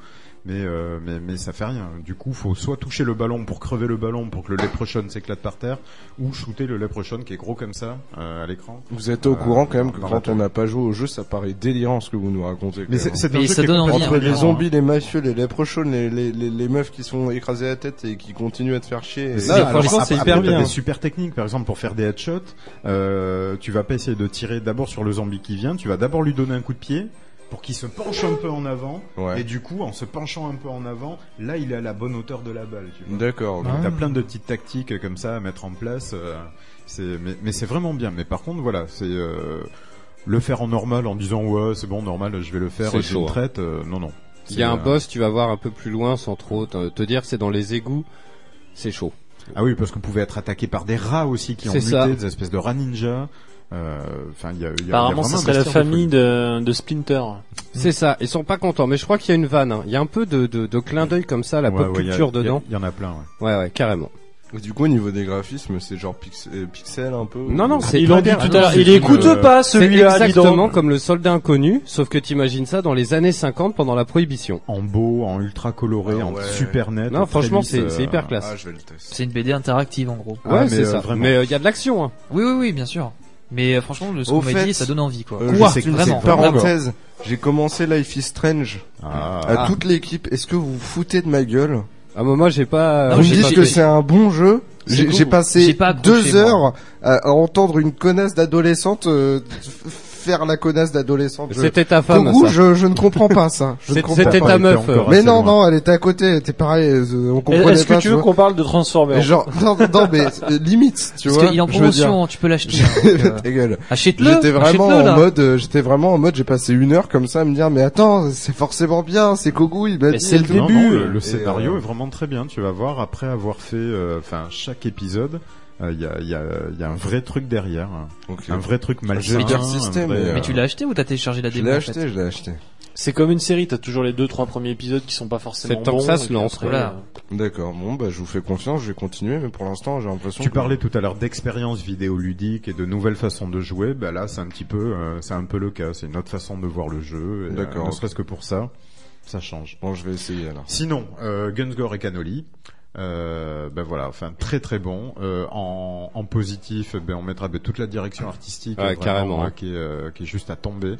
S3: mais, euh, mais mais ça fait rien du coup faut soit toucher le ballon pour crever le ballon pour que le leprechaun s'éclate par terre ou shooter le leprechaun qui est gros comme ça euh, à l'écran
S7: Vous êtes au
S3: Euh,
S7: courant quand même que
S3: dans
S7: quand on n'a pas joué au jeu, ça paraît délirant ce que vous nous racontez.
S3: Mais
S7: quand
S3: c'est-
S7: même.
S3: c'est un Mais jeu ça qui est donne envie,
S7: entre
S3: hein,
S7: les
S3: clairement,
S7: zombies, les mafieux, les leprechauns, les, les, les, les meufs qui sont écrasées à la tête et qui continuent à te faire chier.
S3: Mais
S7: Et-
S3: ça, alors, après, après, t'as des super techniques, par exemple, pour faire des headshots, euh, tu vas pas essayer de tirer d'abord sur le zombie qui vient, tu vas d'abord lui donner un coup de pied pour qu'il se penche un peu en avant,
S7: Ouais.
S3: et du coup, en se penchant un peu en avant, là, il est à la bonne hauteur de la balle. tu vois.
S7: D'accord.
S3: Donc,
S7: Ah.
S3: T'as plein de petites tactiques comme ça à mettre en place. euh, c'est, mais, mais c'est vraiment bien. Mais par contre, voilà, c'est euh, le faire en normal en disant ouais, c'est bon, normal, je vais le faire,
S4: C'est
S3: je le
S4: chaud, hein.
S3: traite. euh, non, non.
S4: Il y a
S3: C'est,
S4: un
S3: euh,
S4: boss, tu vas voir un peu plus loin sans trop te, te dire que c'est dans les égouts. C'est chaud.
S3: Ah oui, parce qu'on pouvait être attaqué par des rats aussi qui ont
S4: C'est
S3: muté,
S4: ça.
S3: des espèces de rats ninja. Euh, Enfin, il y a, il y a- il y a
S5: Apparemment,
S3: vraiment
S5: ça
S3: un
S5: serait la
S3: bestiaire de
S5: famille de, de Splinter.
S4: C'est ça. Ils sont pas contents, mais je crois qu'il y a une vanne. hein. Il y a un peu de, de, de clin d'œil comme ça, à la
S7: Ouais,
S4: pop
S7: ouais, il y a-
S4: culture
S7: il y a-
S4: dedans.
S3: Il y en a plein, ouais.
S4: Ouais, ouais, carrément.
S7: Du coup, au niveau des graphismes, c'est genre pix- euh, pixel un peu.
S4: Non, non, c'est
S7: Ils
S4: hyper
S7: l'ont dit
S4: bien.
S7: tout à l'heure,
S4: C'est
S7: il écoute
S4: une-
S7: pas,
S4: c'est
S7: celui-là, dis
S4: Exactement
S7: donc.
S4: comme le soldat inconnu, sauf que t'imagines ça dans les années 50 pendant la prohibition.
S3: En beau, en ultra coloré,
S4: Ah
S3: en
S4: ouais.
S3: super net.
S4: Non,
S3: très
S4: franchement,
S3: lisse,
S4: c'est
S3: euh,
S4: c'est hyper classe.
S7: Ah, je vais le tester.
S6: C'est une BD interactive en gros.
S4: Ouais, Ah, mais, c'est euh, ça. vraiment. Mais, euh, y a de l'action.
S6: Oui, oui, oui, bien sûr. Mais euh, franchement, le- ce
S7: Au
S6: qu'on m'a
S7: fait,
S6: dit, ça donne envie quoi.
S7: euh,
S6: Ouah,
S7: juste une
S6: vraiment.
S7: petite parenthèse. J'ai commencé Life is Strange.
S3: Ah.
S7: À toute l'équipe, est-ce que vous vous foutez de ma gueule
S4: Ah bah moi j'ai pas.
S7: vous
S4: j'ai
S7: me
S4: pas
S7: dites que
S4: fait.
S7: c'est un bon jeu.
S4: C'est
S7: J'ai
S4: cool.
S7: j'ai
S4: J'ai
S7: passé
S4: pas accroché,
S7: deux
S4: moi.
S7: heures à, à entendre une connasse d'adolescente euh, f- faire la connasse d'adolescente. Je-
S4: C'était ta femme,
S7: Du coup,
S4: ça.
S7: je, je ne comprends pas ça. Je ne
S4: C'est-
S7: comprends
S4: c'était
S7: pas.
S4: ta meuf. euh. Elle était encore
S7: Mais
S4: assez
S7: non,
S4: loin.
S7: non, elle était à côté. C'était pareil. euh, On comprenait
S5: Est-ce que
S7: pas,
S5: tu veux
S7: vois.
S5: qu'on parle de Transformers
S7: Mais genre, non, non, mais euh, limite, tu
S5: Parce
S7: vois.
S5: qu'il est en
S7: je veux dire.
S5: promotion, tu peux l'acheter,
S6: hein.
S7: Je-
S5: donc, euh,
S7: Ta gueule.
S5: achète-le,
S7: J'étais vraiment
S5: achète-le, là.
S7: en mode, euh, j'étais vraiment en mode, j'ai passé une heure comme ça à me dire, mais attends, c'est forcément bien, c'est Kogou, il m'a dit. et tout.
S3: Non, non, le, le
S7: Et,
S3: scénario
S7: euh,
S3: est vraiment très bien. Tu vas voir après avoir fait, euh, enfin, chaque épisode. Euh, Il y, a, il y a- il y a un vrai truc derrière, hein.
S7: Ok.
S3: un vrai truc malsain.
S7: J'ai
S3: un
S7: persisté,
S3: vrai- euh,
S7: mais,
S6: Mais tu l'as acheté ou t'as téléchargé la
S7: euh, Je
S6: démo
S7: l'ai
S6: en
S7: acheté,
S6: fait
S7: je l'ai acheté.
S5: C'est comme une série, t'as toujours les deux trois premiers épisodes qui sont pas forcément bons. et puis après, euh,
S7: D'accord, bon, bah, je vous fais confiance, je vais continuer, mais pour l'instant, j'ai l'impression
S3: Tu
S7: que-
S3: parlais tout à l'heure d'expérience vidéoludique et de nouvelles façons de jouer. Bah là, c'est un petit peu, euh, c'est un peu le cas. C'est une autre façon de voir le jeu. et, euh,
S7: D'accord,
S3: ne
S7: ok.
S3: serait-ce que pour ça, ça change.
S7: Bon, je vais essayer alors.
S3: Sinon, euh, Gunsgore et Canoli. Euh, ben voilà, enfin très très bon. Euh, en, en positif, ben on mettra ben, toute la direction artistique
S4: Ouais,
S3: vraiment,
S4: carrément,
S3: hein,
S4: hein.
S3: qui, est, euh, qui est juste à tomber.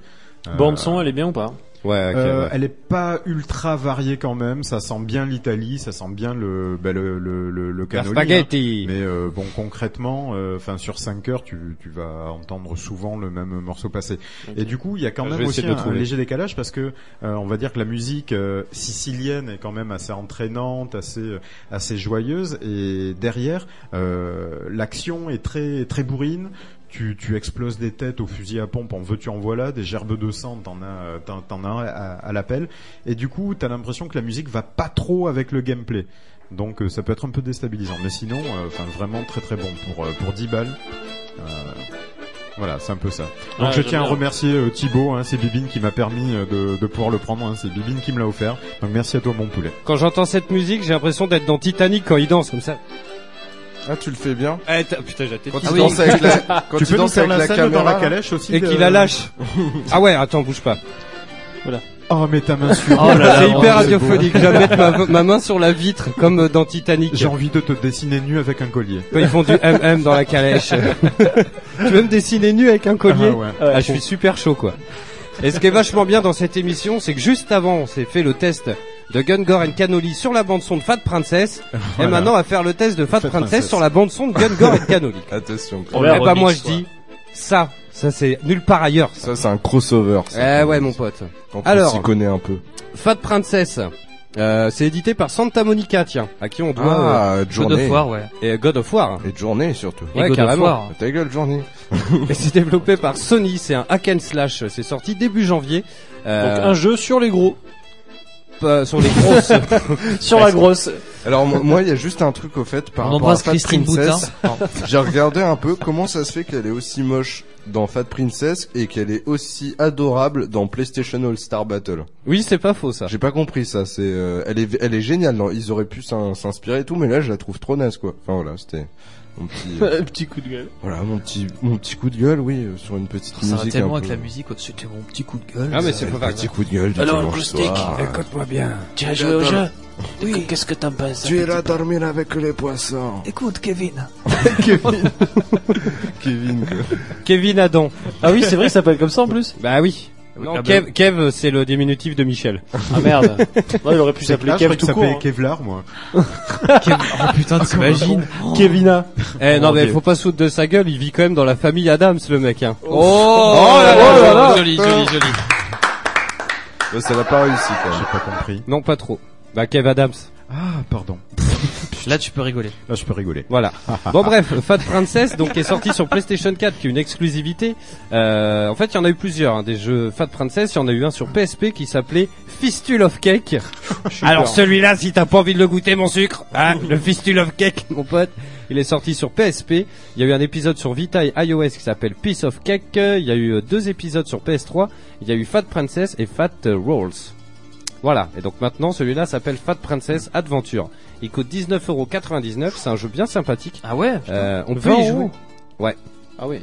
S3: Euh,
S5: Bande son, elle est bien ou pas
S4: Ouais,
S3: euh, elle est pas ultra variée quand même. Ça sent bien l'Italie, ça sent bien le bah, le le le, le cannoli,
S4: spaghetti.
S3: hein. Mais euh, bon, concrètement, euh, enfin sur 5 heures, tu tu vas entendre souvent le même morceau passer. Et du coup, il y a quand
S4: Je
S3: même
S4: vais
S3: aussi
S4: essayer de
S3: un,
S4: le
S3: un
S4: trouver.
S3: léger décalage parce que euh, on va dire que la musique euh, sicilienne est quand même assez entraînante, assez euh, assez joyeuse. Et derrière, euh, l'action est très très bourrine. Tu, tu exploses des têtes au fusil à pompe, en veux-tu en voilà, des gerbes de sang, t'en as, euh, t'en, t'en as à, à l'appel. Et du coup, t'as l'impression que la musique va pas trop avec le gameplay. Donc euh, ça peut être un peu déstabilisant. Mais sinon, euh, enfin vraiment très très bon pour euh, pour 10 balles. Euh, voilà, c'est un peu ça. Donc
S4: Ah,
S3: je
S4: j'aime
S3: tiens à
S4: bien.
S3: remercier euh, Thibaut, hein, c'est Bibine qui m'a permis euh, de, de pouvoir le prendre, hein, c'est Bibine qui me l'a offert. Donc merci à toi mon poulet.
S4: Quand j'entends cette musique, j'ai l'impression d'être dans Titanic quand il danse comme ça.
S7: Ah, tu le fais bien.
S4: Eh, t'as- putain, j'ai la
S7: Quand
S4: tête-
S7: tu danses avec la- quand
S4: Tu
S7: tu
S4: peux nous
S7: danses
S4: faire
S7: avec la
S4: scène dans
S7: caméra, là
S4: calèche aussi
S7: Et
S4: de-
S7: qu'il la lâche.
S4: ah ouais, attends, bouge pas. Voilà.
S3: Oh mais ta main sur.
S4: c'est hyper radiophonique. Je vais mettre ma, ma main sur la vitre comme euh, dans Titanic.
S3: J'ai envie de te dessiner nu avec un collier.
S4: Ils font du MM dans la calèche. tu veux me dessiner nu avec un collier
S3: Ah ouais.
S4: Ah, je suis super chaud quoi. Et ce qui est vachement bien dans cette émission, c'est que juste avant, on s'est fait le test de Gun Gore and Cannoli sur la bande son de Fat Princess. Et
S7: Voilà.
S4: maintenant, on va faire le test de Fat,
S7: Fat
S4: Princess,
S7: Princess.
S4: sur la bande son de Gun Gore and Cannoli.
S7: Attention.
S4: Eh ben, moi, je dis ça. Ça, c'est nulle part ailleurs.
S7: Ça, c'est un crossover. ça.
S4: Eh ouais, mon pote.
S7: Quand on
S4: Alors.
S7: s'y connaît un peu.
S4: Fat Princess. Euh, c'est édité par Santa Monica, tiens, à qui on doit
S7: Ah,
S4: euh,
S7: Journée. God of War, ouais.
S4: Et God of War.
S7: Et Journée surtout.
S4: Ouais, carrément.
S7: Ta gueule, Journée.
S4: Et c'est développé par Sony, c'est un hack and slash, c'est sorti début janvier. Euh,
S5: Donc un jeu sur les gros.
S4: Pas sur les grosses.
S5: Sur la grosse.
S7: Alors mo- moi, il y a juste un truc au fait par
S5: On
S7: rapport à
S5: embrasse
S7: Fat
S5: Christine
S7: Princess.
S5: Boutin. Pardon.
S7: J'ai regardé un peu comment ça se fait qu'elle est aussi moche dans Fat Princess et qu'elle est aussi adorable dans PlayStation All Star Battle.
S4: Oui, c'est pas faux ça.
S7: J'ai pas compris ça. C'est, euh, elle est, elle est géniale. Non, ils auraient pu s'in- s'inspirer et tout, mais là, je la trouve trop naze quoi. Enfin voilà, c'était mon petit. euh,
S5: Petit coup de gueule.
S7: Voilà mon petit mon petit coup de gueule oui euh, sur une petite
S6: Ça va
S7: musique
S6: tellement
S7: un
S6: avec
S7: peu-
S6: la musique, oh, c'était mon petit coup de gueule.
S7: Ah, mais
S6: ça.
S7: c'est pas
S4: Euh,
S7: grave. Petit coup de gueule du Alors, dimanche Acoustique, soir. écoute-moi bien.
S13: Tu as joué au
S7: J'adore.
S13: jeu Oui. Qu'est-ce que t'en penses
S7: Tu iras dormir avec les poissons.
S13: Écoute, Kevin.
S7: Kevin. Kevin.
S4: Kevin Adam.
S5: Ah oui, c'est vrai, il s'appelle comme ça en plus.
S4: Bah oui. Non,
S5: Ah
S4: Kev,
S5: ben.
S4: Kev, c'est le diminutif de Michel.
S5: Ah merde. Non, il aurait pu
S4: C'est
S5: s'appeler
S4: là, je
S5: Kev
S4: croyais
S5: tout
S4: que ça
S5: court.
S4: s'appelait
S5: hein.
S3: Kevlar moi.
S6: Oh putain, t'imagines
S5: Kevina.
S4: Eh non
S5: Mon
S4: mais
S5: Dieu.
S4: faut pas se foutre de sa gueule, il vit quand même dans la famille Adams le mec hein.
S6: Oh, là là,
S4: oh là là.
S6: joli, joli, joli.
S7: Ouais, ça l'a pas réussi quand même.
S3: J'ai pas compris.
S4: Non pas trop. Bah Kev Adams.
S3: Ah pardon.
S6: Là, tu peux rigoler.
S3: Là je peux rigoler.
S4: Voilà. Bon bref, Fat Princess donc est sorti sur PlayStation 4 qui est une exclusivité. Euh, en fait, il y en a eu plusieurs hein, des jeux Fat Princess, il y en a eu un sur PSP qui s'appelait Fistule of Cake. Alors
S14: peur.
S4: celui-là, si t'as pas envie de le goûter mon sucre, hein, le Fistule of Cake mon pote, il est sorti sur PSP. Il y a eu un épisode sur Vita et iOS qui s'appelle Piece of Cake, il y a eu euh, deux épisodes sur PS3, il y a eu Fat Princess et Fat euh, Rolls. Voilà, et donc maintenant celui-là s'appelle Fat Princess Adventure. Il coûte 19,99€, c'est un jeu bien sympathique. Euh,
S6: Ah ouais
S4: On
S5: 20
S4: peut y jouer.
S5: euros.
S4: Ouais.
S5: Ah oui.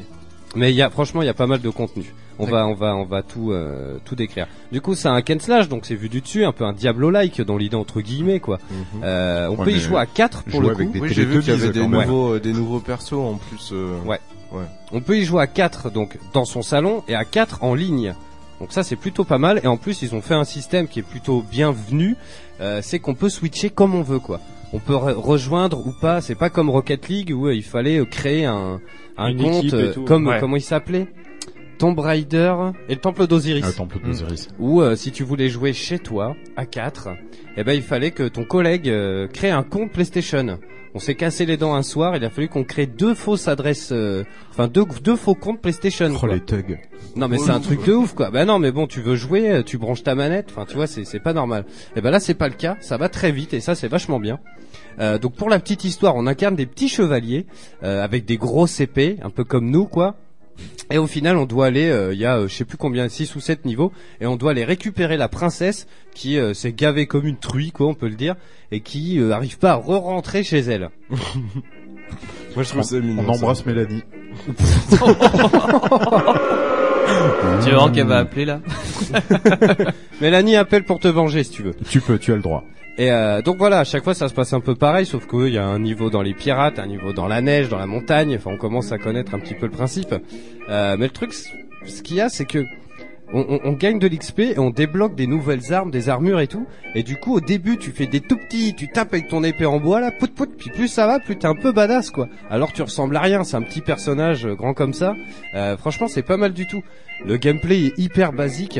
S4: Mais il y a, franchement, il y a pas mal de contenu. On va, on va, on va tout, euh, tout décrire. Du coup, c'est un Ken Slash, donc c'est vu du dessus, un peu un Diablo-like dans l'idée entre guillemets, quoi. Euh, on
S3: Ouais,
S4: peut y
S3: mais
S4: jouer à 4 pour
S3: jouer
S4: le coup.
S3: avec des
S7: Oui, j'ai vu qu'il y avait
S3: Télétobies,
S7: des
S3: quand même.
S7: nouveaux, euh, des nouveaux persos en plus. euh,
S4: Ouais.
S7: Ouais.
S4: On peut y jouer à 4 donc dans son salon et à 4 en ligne. Donc ça c'est plutôt pas mal et en plus ils ont fait un système qui est plutôt bienvenu, euh, c'est qu'on peut switcher comme on veut quoi. On peut re- rejoindre ou pas, c'est pas comme Rocket League où euh, il fallait euh, créer un, un
S5: Une
S4: compte
S5: équipe et
S4: euh,
S5: tout.
S4: comme
S5: Ouais.
S4: comment il s'appelait Tomb Raider et le Temple d'Osiris.
S3: Ah, le temple d'Osiris.
S4: Ou euh, si tu voulais jouer chez toi à 4, eh ben il fallait que ton collègue euh, crée un compte PlayStation. On s'est cassé les dents un soir, il a fallu qu'on crée deux fausses adresses, euh, enfin deux, deux faux comptes PlayStation.
S3: Oh,
S4: quoi. Non mais c'est un truc de ouf quoi. Bah non mais bon, tu veux jouer, euh, tu branches ta manette, enfin tu vois, c'est c'est pas normal. Et ben là c'est pas le cas, ça va très vite et ça c'est vachement bien. Euh, donc pour la petite histoire, on incarne des petits chevaliers euh, avec des grosses épées, un peu comme nous quoi. Et au final, on doit aller, euh, il y a euh, je sais plus combien, 6 ou 7 niveaux, et on doit aller récupérer la princesse qui euh, s'est gavée comme une truie, quoi, on peut le dire, et qui euh, arrive pas à re-rentrer chez elle. Moi je
S3: trouve ça mignon, On ça. embrasse Mélanie.
S6: Tu vas voir qu'elle va appeler, là.
S4: Mélanie appelle pour te venger si tu veux.
S3: Tu peux, tu as le droit.
S4: Et euh, donc voilà, à chaque fois ça se passe un peu pareil, sauf qu'il y a un niveau dans les pirates, un niveau dans la neige, dans la montagne, enfin on commence à connaître un petit peu le principe. Euh, mais le truc, c- ce qu'il y a, c'est que on, on- on gagne de l'XP et on débloque des nouvelles armes, des armures et tout. Et du coup, au début, tu fais des tout petits, tu tapes avec ton épée en bois là, pout pout, puis plus ça va, plus t'es un peu badass quoi. Alors tu ressembles à rien, c'est un petit personnage euh, grand comme ça. Euh, franchement, c'est pas mal du tout. Le gameplay est hyper basique.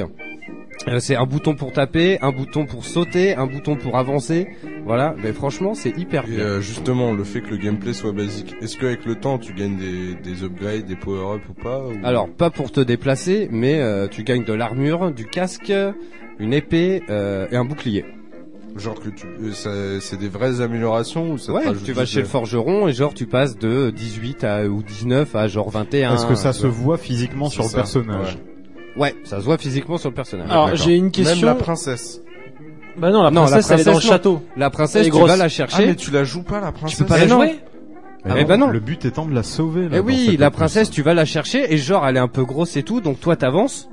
S4: Euh, c'est un bouton pour taper, un bouton pour sauter, un bouton pour avancer. Voilà, mais franchement, c'est hyper
S7: Et
S4: bien.
S7: euh, justement, le fait que le gameplay soit basique, est-ce qu'avec le temps tu gagnes des, des upgrades, des power-ups ou pas ou-
S4: Alors, pas pour te déplacer, mais euh, tu gagnes de l'armure, du casque, une épée euh, et un bouclier.
S7: Genre que tu, euh, ça- c'est des vraies améliorations ou ça te
S4: Ouais,
S7: rajoute
S4: tu vas
S7: juste
S4: chez
S7: de-
S4: le forgeron et genre tu passes de 18 à, ou 19 à genre 21.
S3: Est-ce que ça se
S4: Ah, Ouais.
S3: voit physiquement sur
S4: C'est
S3: le personnage
S4: ouais. Ouais, ça se voit physiquement sur le personnage.
S5: Alors, j'ai une question.
S7: la princesse.
S5: Bah non, la
S4: Non,
S5: princesse, elle est dans le
S4: non.
S5: château.
S4: La
S5: Elle est
S4: princesse, tu
S5: grosse.
S4: vas la chercher.
S7: Ah, mais tu la joues pas la princesse.
S4: pas la
S7: Eh non.
S4: jouer Eh ben non.
S3: Le but étant de la sauver.
S7: Ah,
S3: Là,
S4: Eh
S3: dans cette
S4: oui, la
S3: réponse.
S4: princesse, tu vas la chercher et genre elle est un peu grosse et tout, donc toi t'avances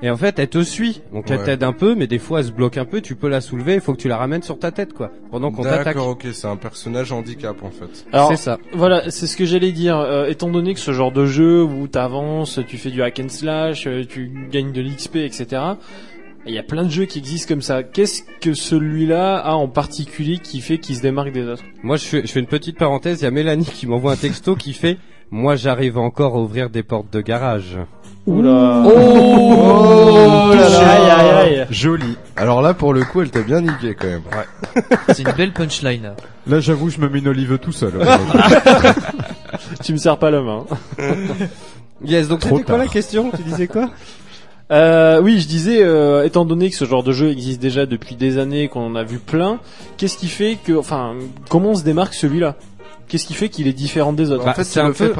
S4: et en fait elle te suit, donc elle
S7: Ouais.
S4: t'aide un peu, mais des fois elle se bloque un peu, tu peux la soulever, il faut que tu la ramènes sur ta tête quoi, pendant qu'on t'attaque.
S7: D'accord, ok, c'est un personnage handicap en fait.
S5: Alors,
S4: C'est ça.
S5: Voilà, c'est ce que j'allais dire. Euh, étant donné que ce genre de jeu où t'avances, tu fais du hack and slash, euh, tu gagnes de l'XP, etc. Il y a plein de jeux qui existent comme ça. Qu'est-ce que celui-là a en particulier qui fait qu'il se démarque des autres
S4: Moi je fais, je fais une petite parenthèse, il y a Mélanie qui m'envoie un texto qui fait moi j'arrive encore à ouvrir des portes de garage.
S5: Oula.
S7: Oh,
S5: là là. Aïe, aïe, aïe.
S3: Joli.
S7: Alors là, pour le coup, elle t'a bien niqué quand même.
S6: C'est une belle punchline.
S3: Là, j'avoue, je me mets une olive tout seul.
S5: tu me sers pas la main.
S4: yes, donc
S3: Trop c'était quoi tard. la
S4: question Tu disais quoi
S5: euh, Oui, je disais, euh, étant donné que ce genre de jeu existe déjà depuis des années, qu'on en a vu plein, qu'est-ce qui fait que, enfin, comment on se démarque celui-là Qu'est-ce qui fait qu'il est différent des autres
S4: Bah, c'est un peu-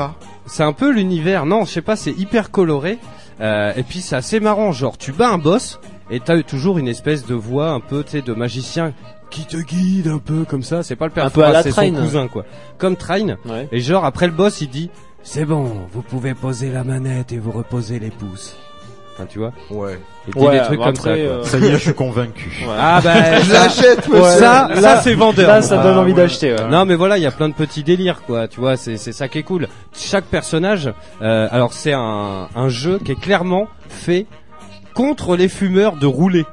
S4: C'est un peu l'univers, non, je sais pas, c'est hyper coloré. Euh, et puis c'est assez marrant, genre tu bats un boss et t'as eu toujours une espèce de voix un peu, tu sais, de magicien qui te guide un peu comme ça. C'est pas le père
S5: Un peu à
S4: Fouras,
S5: la
S4: c'est son
S5: Train.
S4: cousin quoi. Comme Train.
S5: Ouais.
S4: Et genre après le boss, il dit c'est bon, vous pouvez poser la manette et vous reposer les pouces. Enfin tu vois.
S7: Ouais.
S4: Et dit des trucs
S5: bon,
S4: comme
S5: après,
S4: ça. quoi.
S5: euh,
S3: Ça y est, je suis convaincu.
S5: ouais.
S4: Ah bah
S7: Je
S4: ça-
S7: l'achète, moi,
S4: ça,
S7: aussi.
S4: ça,
S5: Là-
S4: c'est vendeur.
S5: Là, ça
S4: Ah,
S5: donne envie
S4: ouais.
S5: d'acheter. ouais.
S4: Non mais voilà, il y a plein de petits délires quoi, tu vois, c'est c'est ça qui est cool. Chaque personnage, euh, alors c'est un, un jeu qui est clairement fait contre les fumeurs de rouler.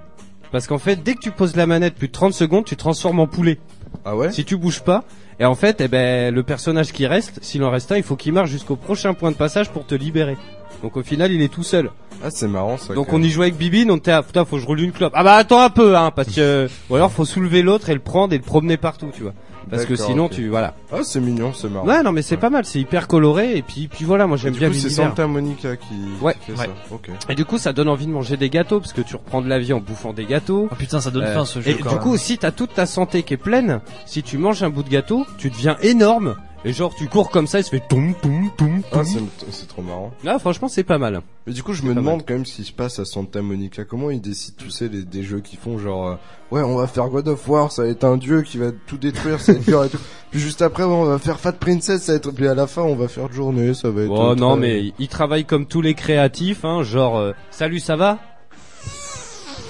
S4: Parce qu'en fait, dès que tu poses la manette plus de 30 secondes, tu te transformes en poulet.
S7: Ah ouais
S4: Si tu bouges pas, et en fait, eh ben, le personnage qui reste, s'il en reste un, il faut qu'il marche jusqu'au prochain point de passage pour te libérer. Donc au final, il est tout seul.
S7: Ah, c'est marrant ça.
S4: Donc
S7: quand
S4: on y jouait avec Bibine, on était à putain faut que je roule une clope. Ah bah attends un peu hein parce que ou alors faut soulever l'autre et le prendre et le promener partout tu vois. Parce que
S7: D'accord,
S4: sinon
S7: ok.
S4: tu voilà.
S7: Ah, c'est mignon, c'est marrant.
S4: Ouais non mais c'est pas mal, c'est hyper coloré et puis puis voilà moi j'aime
S7: du
S4: bien
S7: coup, c'est
S4: l'univers.
S7: Santa Monica qui
S4: Ouais,
S7: qui fait
S6: ouais.
S7: ça. Ok.
S4: Et du coup ça donne envie de manger des gâteaux parce que tu reprends de la vie en bouffant des gâteaux.
S6: Ah putain, ça donne
S4: Euh,
S6: faim ce jeu.
S4: et
S6: quand
S4: du
S6: même.
S4: coup si t'as toute ta santé qui est pleine, si tu manges un bout de gâteau, tu deviens énorme et genre tu cours comme ça il se fait toum toum toum.
S7: Ah,
S4: toum.
S7: c'est c'est trop marrant.
S4: Là franchement c'est pas mal.
S7: Mais du coup, je me
S4: pas
S7: demande quand même ce qui se passe à Santa Monica. Comment ils décident, tu sais, les, des jeux qui font genre, euh, ouais, on va faire God of War, ça va être un dieu qui va tout détruire, ça va être dur et tout. Puis juste après, ouais, on va faire Fat Princess, ça va être. Puis à la fin, on va faire Journée, ça va être.
S4: Oh
S7: autre-
S4: non mais ils- ils travaillent comme tous les créatifs hein genre euh, salut ça va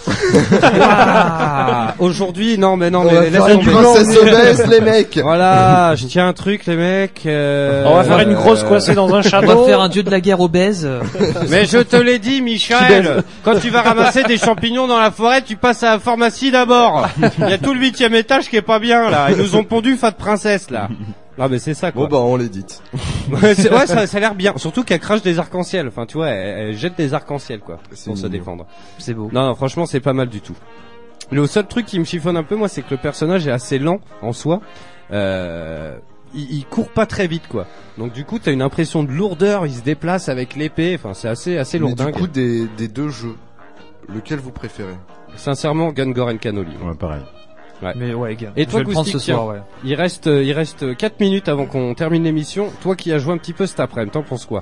S4: Ah, Aujourd'hui, non, mais non,
S7: On
S4: mais
S7: va
S4: laisse
S7: faire une
S4: tomber.
S7: princesse obèse, les mecs.
S4: Voilà, je tiens un truc, les mecs. euh,
S5: On va faire une grosse coincée dans un
S6: on
S5: château.
S6: va faire un dieu de la guerre obèse. Euh,
S4: Mais je te l'ai dit, Michel. quand tu vas ramasser des champignons dans la forêt, tu passes à la pharmacie d'abord. Il y a tout le huitième étage qui est pas bien là. Ils nous ont pondu fat princesse là. Non mais c'est ça
S7: Bon
S4: quoi.
S7: bah, on l'édite.
S4: ouais, c'est- ouais, ça, ça a l'air bien. Surtout qu'elle crache des arcs-en-ciel. Enfin, tu vois, elle, elle jette des arcs-en-ciel quoi
S7: C'est
S4: pour se
S7: mignon.
S4: défendre.
S6: C'est beau.
S4: Non, non, franchement, c'est pas mal du tout. Le seul truc qui me chiffonne un peu, moi, c'est que le personnage est assez lent en soi. Euh, il, il court pas très vite quoi. Donc du coup t'as une impression de lourdeur, il se déplace avec l'épée, enfin c'est assez assez
S7: Mais
S4: lourdingue.
S7: du coup, des, des deux jeux, lequel vous préférez
S4: Sincèrement, Gungor Canoli.
S3: Ouais, pareil.
S6: Mais ouais, gars,
S4: Et
S6: je
S4: toi,
S6: vais le prendre
S4: Koustik,
S6: ce soir,
S4: tiens,
S6: ouais.
S4: Il reste, euh, il reste 4 minutes avant qu'on termine l'émission. Toi qui as joué un petit peu cet après-midi, t'en penses quoi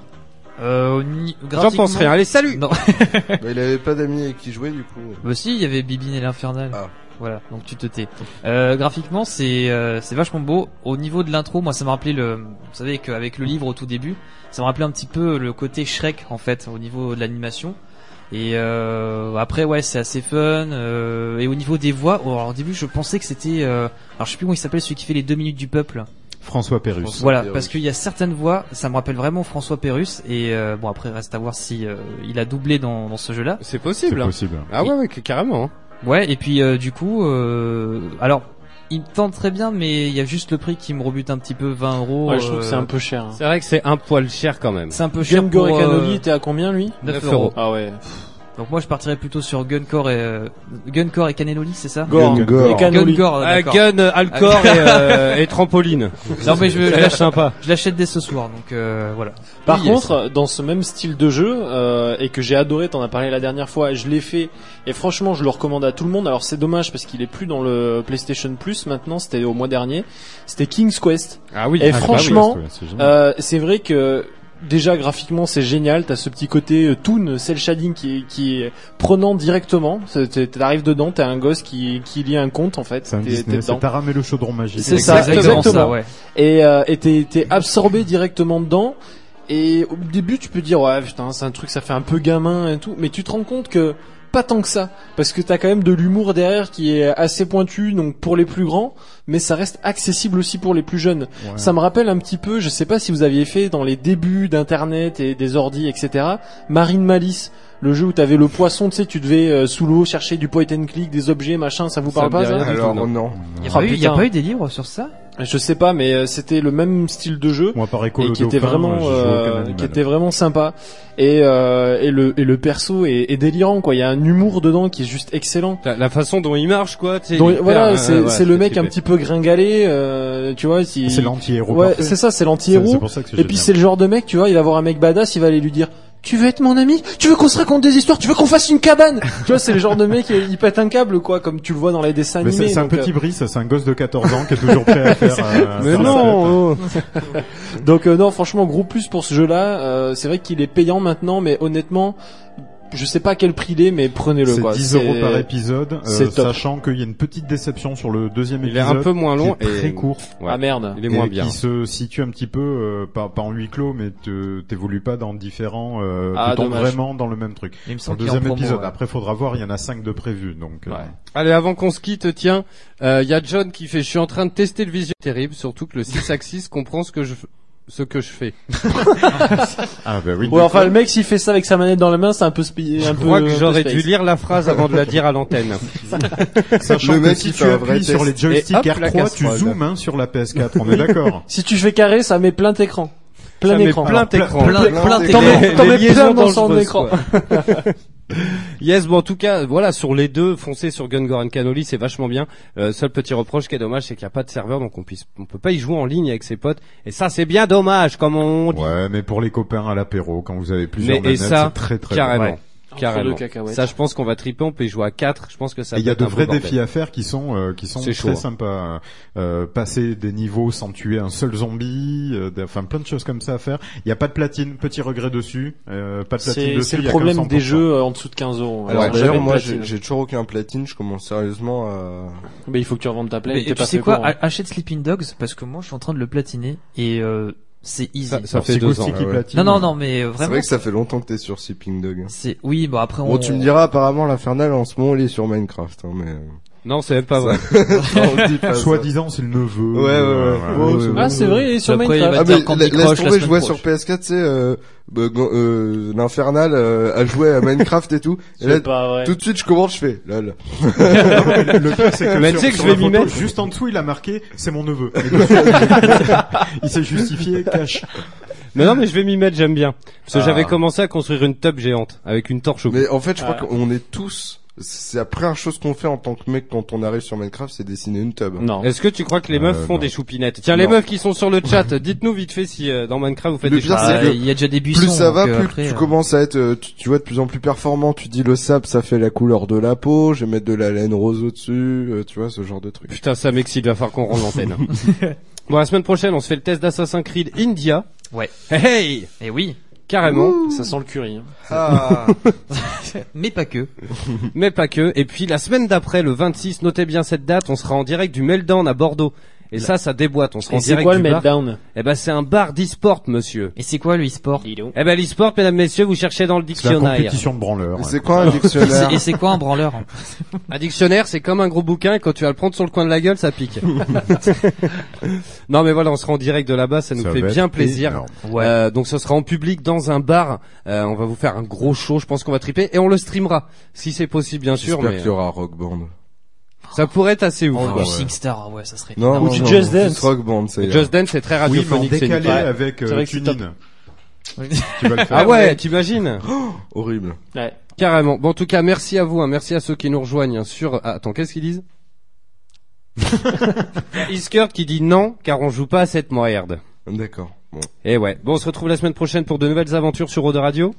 S6: Euh, ni-
S4: J'en pense
S6: graphiquement-
S4: rien. Allez, salut
S6: Non.
S7: Bah, il avait pas d'amis avec qui jouer du coup.
S6: Bah si, il y avait Bibine et l'Infernal. Voilà, donc tu te tais. Euh, graphiquement, c'est euh, c'est vachement beau. Au niveau de l'intro, moi, ça m'a rappelé le, vous savez qu'avec le livre au tout début, ça m'a rappelé un petit peu le côté Shrek en fait au niveau de l'animation. Et euh, après, ouais, c'est assez fun. euh, et au niveau des voix, oh, alors, au début, je pensais que c'était, euh, alors je sais plus comment il s'appelle celui qui fait les deux minutes du peuple.
S3: François Pérus.
S6: Voilà, parce qu'il y a certaines voix, ça me rappelle vraiment François Pérus. Et euh, bon, après, reste à voir si euh, il a doublé dans, dans ce jeu-là.
S4: C'est possible.
S3: C'est possible.
S4: Ah ouais, ouais, carrément.
S6: Ouais, et puis euh, du coup, euh, alors. Il me tente très bien, mais il y a juste le prix qui me rebute un petit peu, 20 euros.
S5: Ouais, je trouve que c'est
S6: euh,
S5: un peu cher, hein.
S4: C'est vrai que c'est un poil cher quand même.
S6: C'est un peu cher.
S5: Game Gore
S6: pour,
S5: et
S6: euh,
S5: Canoli, t'es à combien, lui
S6: 9
S5: 9
S6: euros.
S5: Ah ouais.
S6: Donc moi je partirais plutôt sur Guncore et euh, Guncore et Caneloli, c'est ça
S4: Gore. Guncore.
S6: et
S4: Cannelloni.
S6: Guncore,
S4: Ah,
S6: oh, d'accord.
S4: Gun, euh, Alcor et, euh, et Trampoline.
S6: Non mais je veux- je
S4: Elle est
S6: l'achète-
S4: sympa.
S6: Je l'achète dès ce soir, donc euh, voilà.
S5: Par
S6: Oui,
S5: contre, dans ce même style de jeu euh, et que j'ai adoré, t'en as parlé la dernière fois, je l'ai fait et franchement, je le recommande à tout le monde. Alors c'est dommage parce qu'il est plus dans le PlayStation Plus maintenant, c'était au mois dernier. C'était King's Quest.
S4: Ah oui,
S5: Et
S4: ah,
S5: franchement,
S4: bah oui, c'est génial.
S5: euh, c'est vrai que déjà graphiquement c'est génial. T'as ce petit côté euh, toon, cel shading qui est, qui est prenant directement. C'est- t'es- T'arrives dedans, t'es un gosse qui qui lit un conte en fait.
S3: C'est un
S5: T'es-
S3: Disney,
S5: t'es
S3: c'est
S5: dedans.
S3: Taram et le chaudron magique.
S5: C'est ça, exactement, Et euh, et t'es t'es absorbé directement dedans. Et au début, tu peux dire ouais putain c'est un truc ça fait un peu gamin et tout, mais tu te rends compte que pas tant que ça, parce que t'as quand même de l'humour derrière qui est assez pointu, donc pour les plus grands, mais ça reste accessible aussi pour les plus jeunes.
S3: Ouais.
S5: Ça me rappelle un petit peu, je sais pas si vous aviez fait dans les débuts d'internet et des ordi, etc. Marine Malice, le jeu où t'avais le poisson, tu sais, tu devais euh, sous l'eau chercher du point and click, des objets, machin, ça vous parle
S6: Ça me
S5: pas
S6: dit rien
S5: ça
S6: du Alors, tout, non. non. Y a pas eu- y a pas eu des livres sur ça
S5: je sais pas, mais euh, c'était le même style de jeu
S3: Moi, par école
S5: et
S3: au
S5: qui était
S3: dauphin,
S5: vraiment,
S3: moi, j'ai joué
S5: euh,
S3: aucun animal.
S5: qui était vraiment sympa. Et, euh, et le et le perso est, est délirant quoi. Il y a un humour dedans qui est juste excellent.
S4: La, la façon dont il marche, quoi. tu sais,
S5: Donc,
S4: il perd,
S5: voilà,
S4: euh,
S5: c'est
S4: ouais,
S5: c'est le
S4: je
S5: mec
S4: fais
S5: un
S4: flipper.
S5: petit peu gringalé, euh, tu vois. si-
S3: Ah, C'est l'anti-héros
S5: Ouais,
S3: parfait.
S5: c'est ça, c'est
S3: C'est- c'est
S5: l'anti-héros.
S3: pour ça que c'est
S5: Et puis
S3: génial.
S5: c'est le genre de mec, tu vois, il va voir un mec badass, il va aller lui dire. Tu veux être mon ami Tu veux qu'on se raconte des histoires Tu veux qu'on fasse une cabane Tu vois, c'est le genre de mec, il il pète un câble, quoi, comme tu le vois dans les dessins
S3: Mais
S5: animés.
S3: c'est c'est un
S5: donc, euh,
S3: petit bris, c'est un gosse de 14 ans qui est toujours prêt à faire. euh,
S5: mais
S3: faire la
S5: non. oh. Donc euh, non, franchement, gros plus pour ce jeu-là. Euh, c'est vrai qu'il est payant maintenant, mais honnêtement, je sais pas à quel prix il est, mais prenez-le.
S3: C'est
S5: quoi.
S3: 10 euros par épisode, euh,
S5: c'est top.
S3: sachant qu'il y a une petite déception sur le deuxième
S5: Il est
S3: épisode.
S5: un peu moins long
S3: qui est
S5: et-
S3: très court.
S5: Ouais. Ah, merde. Il est
S3: Et
S5: moins bien.
S3: Qui se situe un petit peu euh, pas, pas en huis clos, mais te- t'évolues pas dans différents. Euh,
S4: Ah,
S3: tu tombes
S4: dommage.
S3: vraiment dans le même truc.
S4: Il me
S3: Sur
S4: semble
S3: le
S4: qu'il est en
S3: deuxième
S4: promo,
S3: épisode.
S4: ouais.
S3: Après, faudra voir. Il y en a 5 de prévus, donc. euh,
S4: Allez, avant qu'on se quitte, tiens, euh, il y a John qui fait, je suis en train de tester le vision terrible, surtout que le 6 axis comprend ce que je, ce que je fais.
S3: Ah bah oui.
S5: Ouais, enfin, le mec, s'il fait ça avec sa manette dans la main, c'est un peu spi- un
S4: Je
S5: peu.
S4: crois que
S5: un peu
S4: j'aurais
S5: space.
S4: dû lire la phrase avant de la dire à l'antenne.
S3: Sachant que si tu appuies sur les joysticks R3, tu zoomes hein, sur la PS4. On est d'accord.
S5: Si tu fais carré, ça met plein d'écran. Plein
S3: Ça met
S5: d'écran.
S3: plein d'écran. Plein-
S5: T'en
S3: plein
S5: mets
S3: d'écran.
S5: t'en
S3: Les
S5: mets plein
S3: liaisons
S5: d'ensemble
S3: dangereuses,
S5: d'écran.
S4: Yes, bon en tout cas, voilà sur les deux, foncez sur Gungoran Canoli, c'est vachement bien. Euh, seul petit reproche qui est dommage, c'est qu'il n'y a pas de serveur, donc on puisse, on peut pas y jouer en ligne avec ses potes. Et ça, c'est bien dommage, comme on dit.
S3: Ouais, mais pour les copains à l'apéro, quand vous avez plusieurs
S4: Mais et
S3: manettes,
S4: ça,
S3: c'est très très
S4: carrément,
S3: bon.
S4: carrément.
S5: deux cacahuètes.
S4: Ça, je pense qu'on va triper, on peut y jouer à 4 Je pense que ça.
S3: Et il y a
S4: peut
S3: de
S4: être un
S3: vrais
S4: beau bordel.
S3: défis à faire qui sont euh, qui sont
S4: C'est
S3: très
S4: chaud, hein.
S3: sympas. Euh, passer des niveaux sans tuer un seul zombie, euh, des- enfin plein de choses comme ça à faire. Il n'y a pas de platine, petit regret dessus. euh, pas de platine
S5: C'est
S3: dessus.
S5: c'est
S3: il y
S5: le
S3: a
S5: problème
S3: qu'un
S5: des
S3: 100%.
S5: jeux euh, en dessous de 15 euros.
S3: Alors,
S5: Jamais
S3: d'ailleurs,
S5: de
S3: moi,
S5: platine.
S7: J'ai j'ai toujours aucun platine, je commence sérieusement à...
S5: Mais il faut que tu revendes ta
S6: Mais
S5: play. t'es
S6: tu
S5: pas
S6: sais
S5: fait
S6: quoi,
S5: pour, hein.
S6: ach- achète Sleeping Dogs parce que moi je suis en train de le platiner et euh, c'est easy.
S7: Ça- ça
S6: Alors,
S7: fait
S6: c'est
S7: deux
S6: Kosti
S7: ans,
S6: qui
S7: ouais.
S6: platine. Non non non mais euh,
S7: C'est
S6: vraiment.
S7: vrai que ça fait longtemps que t'es sur Sipping Dog. hein.
S6: C'est oui, bon après on.
S7: Bon, tu me diras apparemment l'infernal en ce moment il est sur Minecraft, hein, mais.
S4: Non, c'est même pas vrai.
S3: Soi-disant, c'est le neveu.
S7: Ouais, ouais, ouais.
S3: Ouais,
S7: Ouais,
S3: ouais,
S5: Ah,
S7: ouais.
S3: ouais.
S7: Ah, mais la- laisse tomber, je vois sur PS4, tu sais, euh, bah, go- euh, l'infernal euh, a joué à Minecraft et tout. Et
S5: C'est
S7: là,
S5: pas vrai.
S7: tout de suite, je commence, je fais lol.
S3: Le pire, c'est que,
S7: Mais
S3: sur,
S7: tu sais que
S3: sur
S7: je vais
S3: la
S7: m'y
S3: photo,
S7: mettre.
S3: Juste en dessous, il a marqué, c'est mon neveu. Et dessus, il s'est justifié, cash.
S4: Mais non, mais je vais m'y mettre, j'aime bien. Parce que
S7: Ah.
S4: j'avais commencé à construire une tub géante avec une torche au bout.
S7: Mais en fait, je crois qu'on est tous c'est la première chose qu'on fait en tant que mec quand on arrive sur Minecraft, c'est dessiner une tub.
S5: Hein.
S4: Non. Est-ce que tu crois que les meufs font des choupinettes Tiens, les
S7: Non.
S4: meufs qui sont sur le chat, dites-nous vite fait si euh, dans Minecraft vous faites
S7: Le
S4: des
S7: pire,
S6: Bah,
S4: choupinettes.
S7: c'est que Plus ça
S6: euh,
S7: va, plus tu commences à être, euh, tu, tu vois, de plus en plus performant. Tu dis le sable, ça fait la couleur de la peau. Je vais mettre de la laine rose au-dessus. euh, tu vois, ce genre de truc.
S4: Putain, ça m'excite, va falloir qu'on rende l'antenne. bon, la semaine prochaine, on se fait le test d'Assassin's Creed India.
S6: Ouais.
S4: Hey, hey
S6: Et Eh oui.
S4: Carrément.
S5: Ça sent le curry. hein.
S6: Ah. Mais pas que.
S4: Mais pas que. Et puis la semaine d'après, le 26, notez bien cette date, on sera en direct du Meltdown à Bordeaux. Et ça, ça déboîte. On sera
S5: Et
S4: en
S5: c'est
S4: direct
S5: quoi
S4: du
S5: le
S4: bar.
S5: Meltdown
S4: Eh ben, c'est un bar d'e-sport, monsieur.
S6: Et c'est quoi le e-sport
S4: Eh ben, l'e-sport, mesdames, messieurs, vous cherchez dans le dictionnaire.
S3: compétition de branleurs.
S7: C'est quoi un dictionnaire
S6: Et c'est quoi un branleur
S4: Un dictionnaire, c'est comme un gros bouquin, et quand tu vas le prendre sur le coin de la gueule, ça pique. non, mais voilà, on sera en direct de là-bas, ça nous
S3: Ça
S4: fait
S3: va être
S4: bien plaisir.
S3: énorme.
S4: Euh, donc, ce sera en public dans un bar. Euh, on va vous faire un gros show, je pense qu'on va triper, et on le streamera, si c'est possible, bien sûr.
S7: J'espère
S4: mais-
S7: qu'il y aura Rock Band.
S4: Ça pourrait être assez ouf.
S6: Oh,
S4: quoi.
S6: du Sing Star, ouais, ça serait.
S7: Ah, Non,
S6: énorme.
S7: non, non, Just Dance. juste Rock Band, ça
S4: Le
S7: ira.
S4: Just Dance, c'est très
S7: Oui, mais en
S4: radiophonique. c'est
S3: décalé
S4: une-
S3: avec, euh,
S4: C'est vrai que c'est
S3: TuneIn.
S4: top.
S6: Oui.
S3: Tu vas le faire.
S4: Ah ouais, t'imagines
S7: Horrible.
S5: Ouais.
S4: Carrément. Bon, en tout cas, merci à vous. hein. Merci à ceux qui nous rejoignent hein, sur... ah, attends, qu'est-ce qu'ils disent Il y a Iskert qui dit non, car on joue pas à cette merde.
S7: D'accord. Bon.
S4: Et Eh ouais. Bon, on se retrouve la semaine prochaine pour de nouvelles aventures sur Eau de Radio.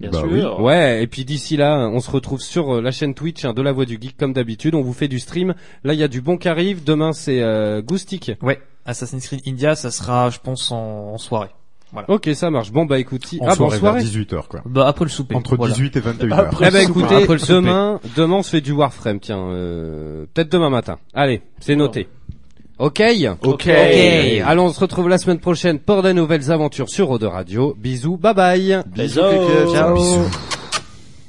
S5: Bien Bah sûr. oui.
S4: Ouais, et puis d'ici là, on se retrouve sur euh, la chaîne Twitch hein, de La Voix du Geek, comme d'habitude. On vous fait du stream. Là, il y a du bon qui arrive. Demain, c'est euh, Goustic.
S6: Ouais, Assassin's Creed India, ça sera, je pense, en, en soirée. Voilà.
S4: Ok, ça marche. Bon, bah écoute, si-
S3: En
S4: ah,
S3: soirée,
S4: bon, soirée.
S3: vers 18h, quoi.
S6: Bah, après le souper.
S3: Entre
S6: voilà.
S3: 18 et 21 h
S4: Eh ben écoutez, demain, demain on se fait du Warframe, tiens, euh, peut-être demain matin. Allez, c'est noté. Ok,
S5: Ok.
S4: Allons, on se retrouve la semaine prochaine pour de nouvelles aventures sur Eau de Radio. Bisous, bye bye.
S5: Bisous, Bisous. KKF.
S7: Ah
S4: Ciao.
S5: Bisous.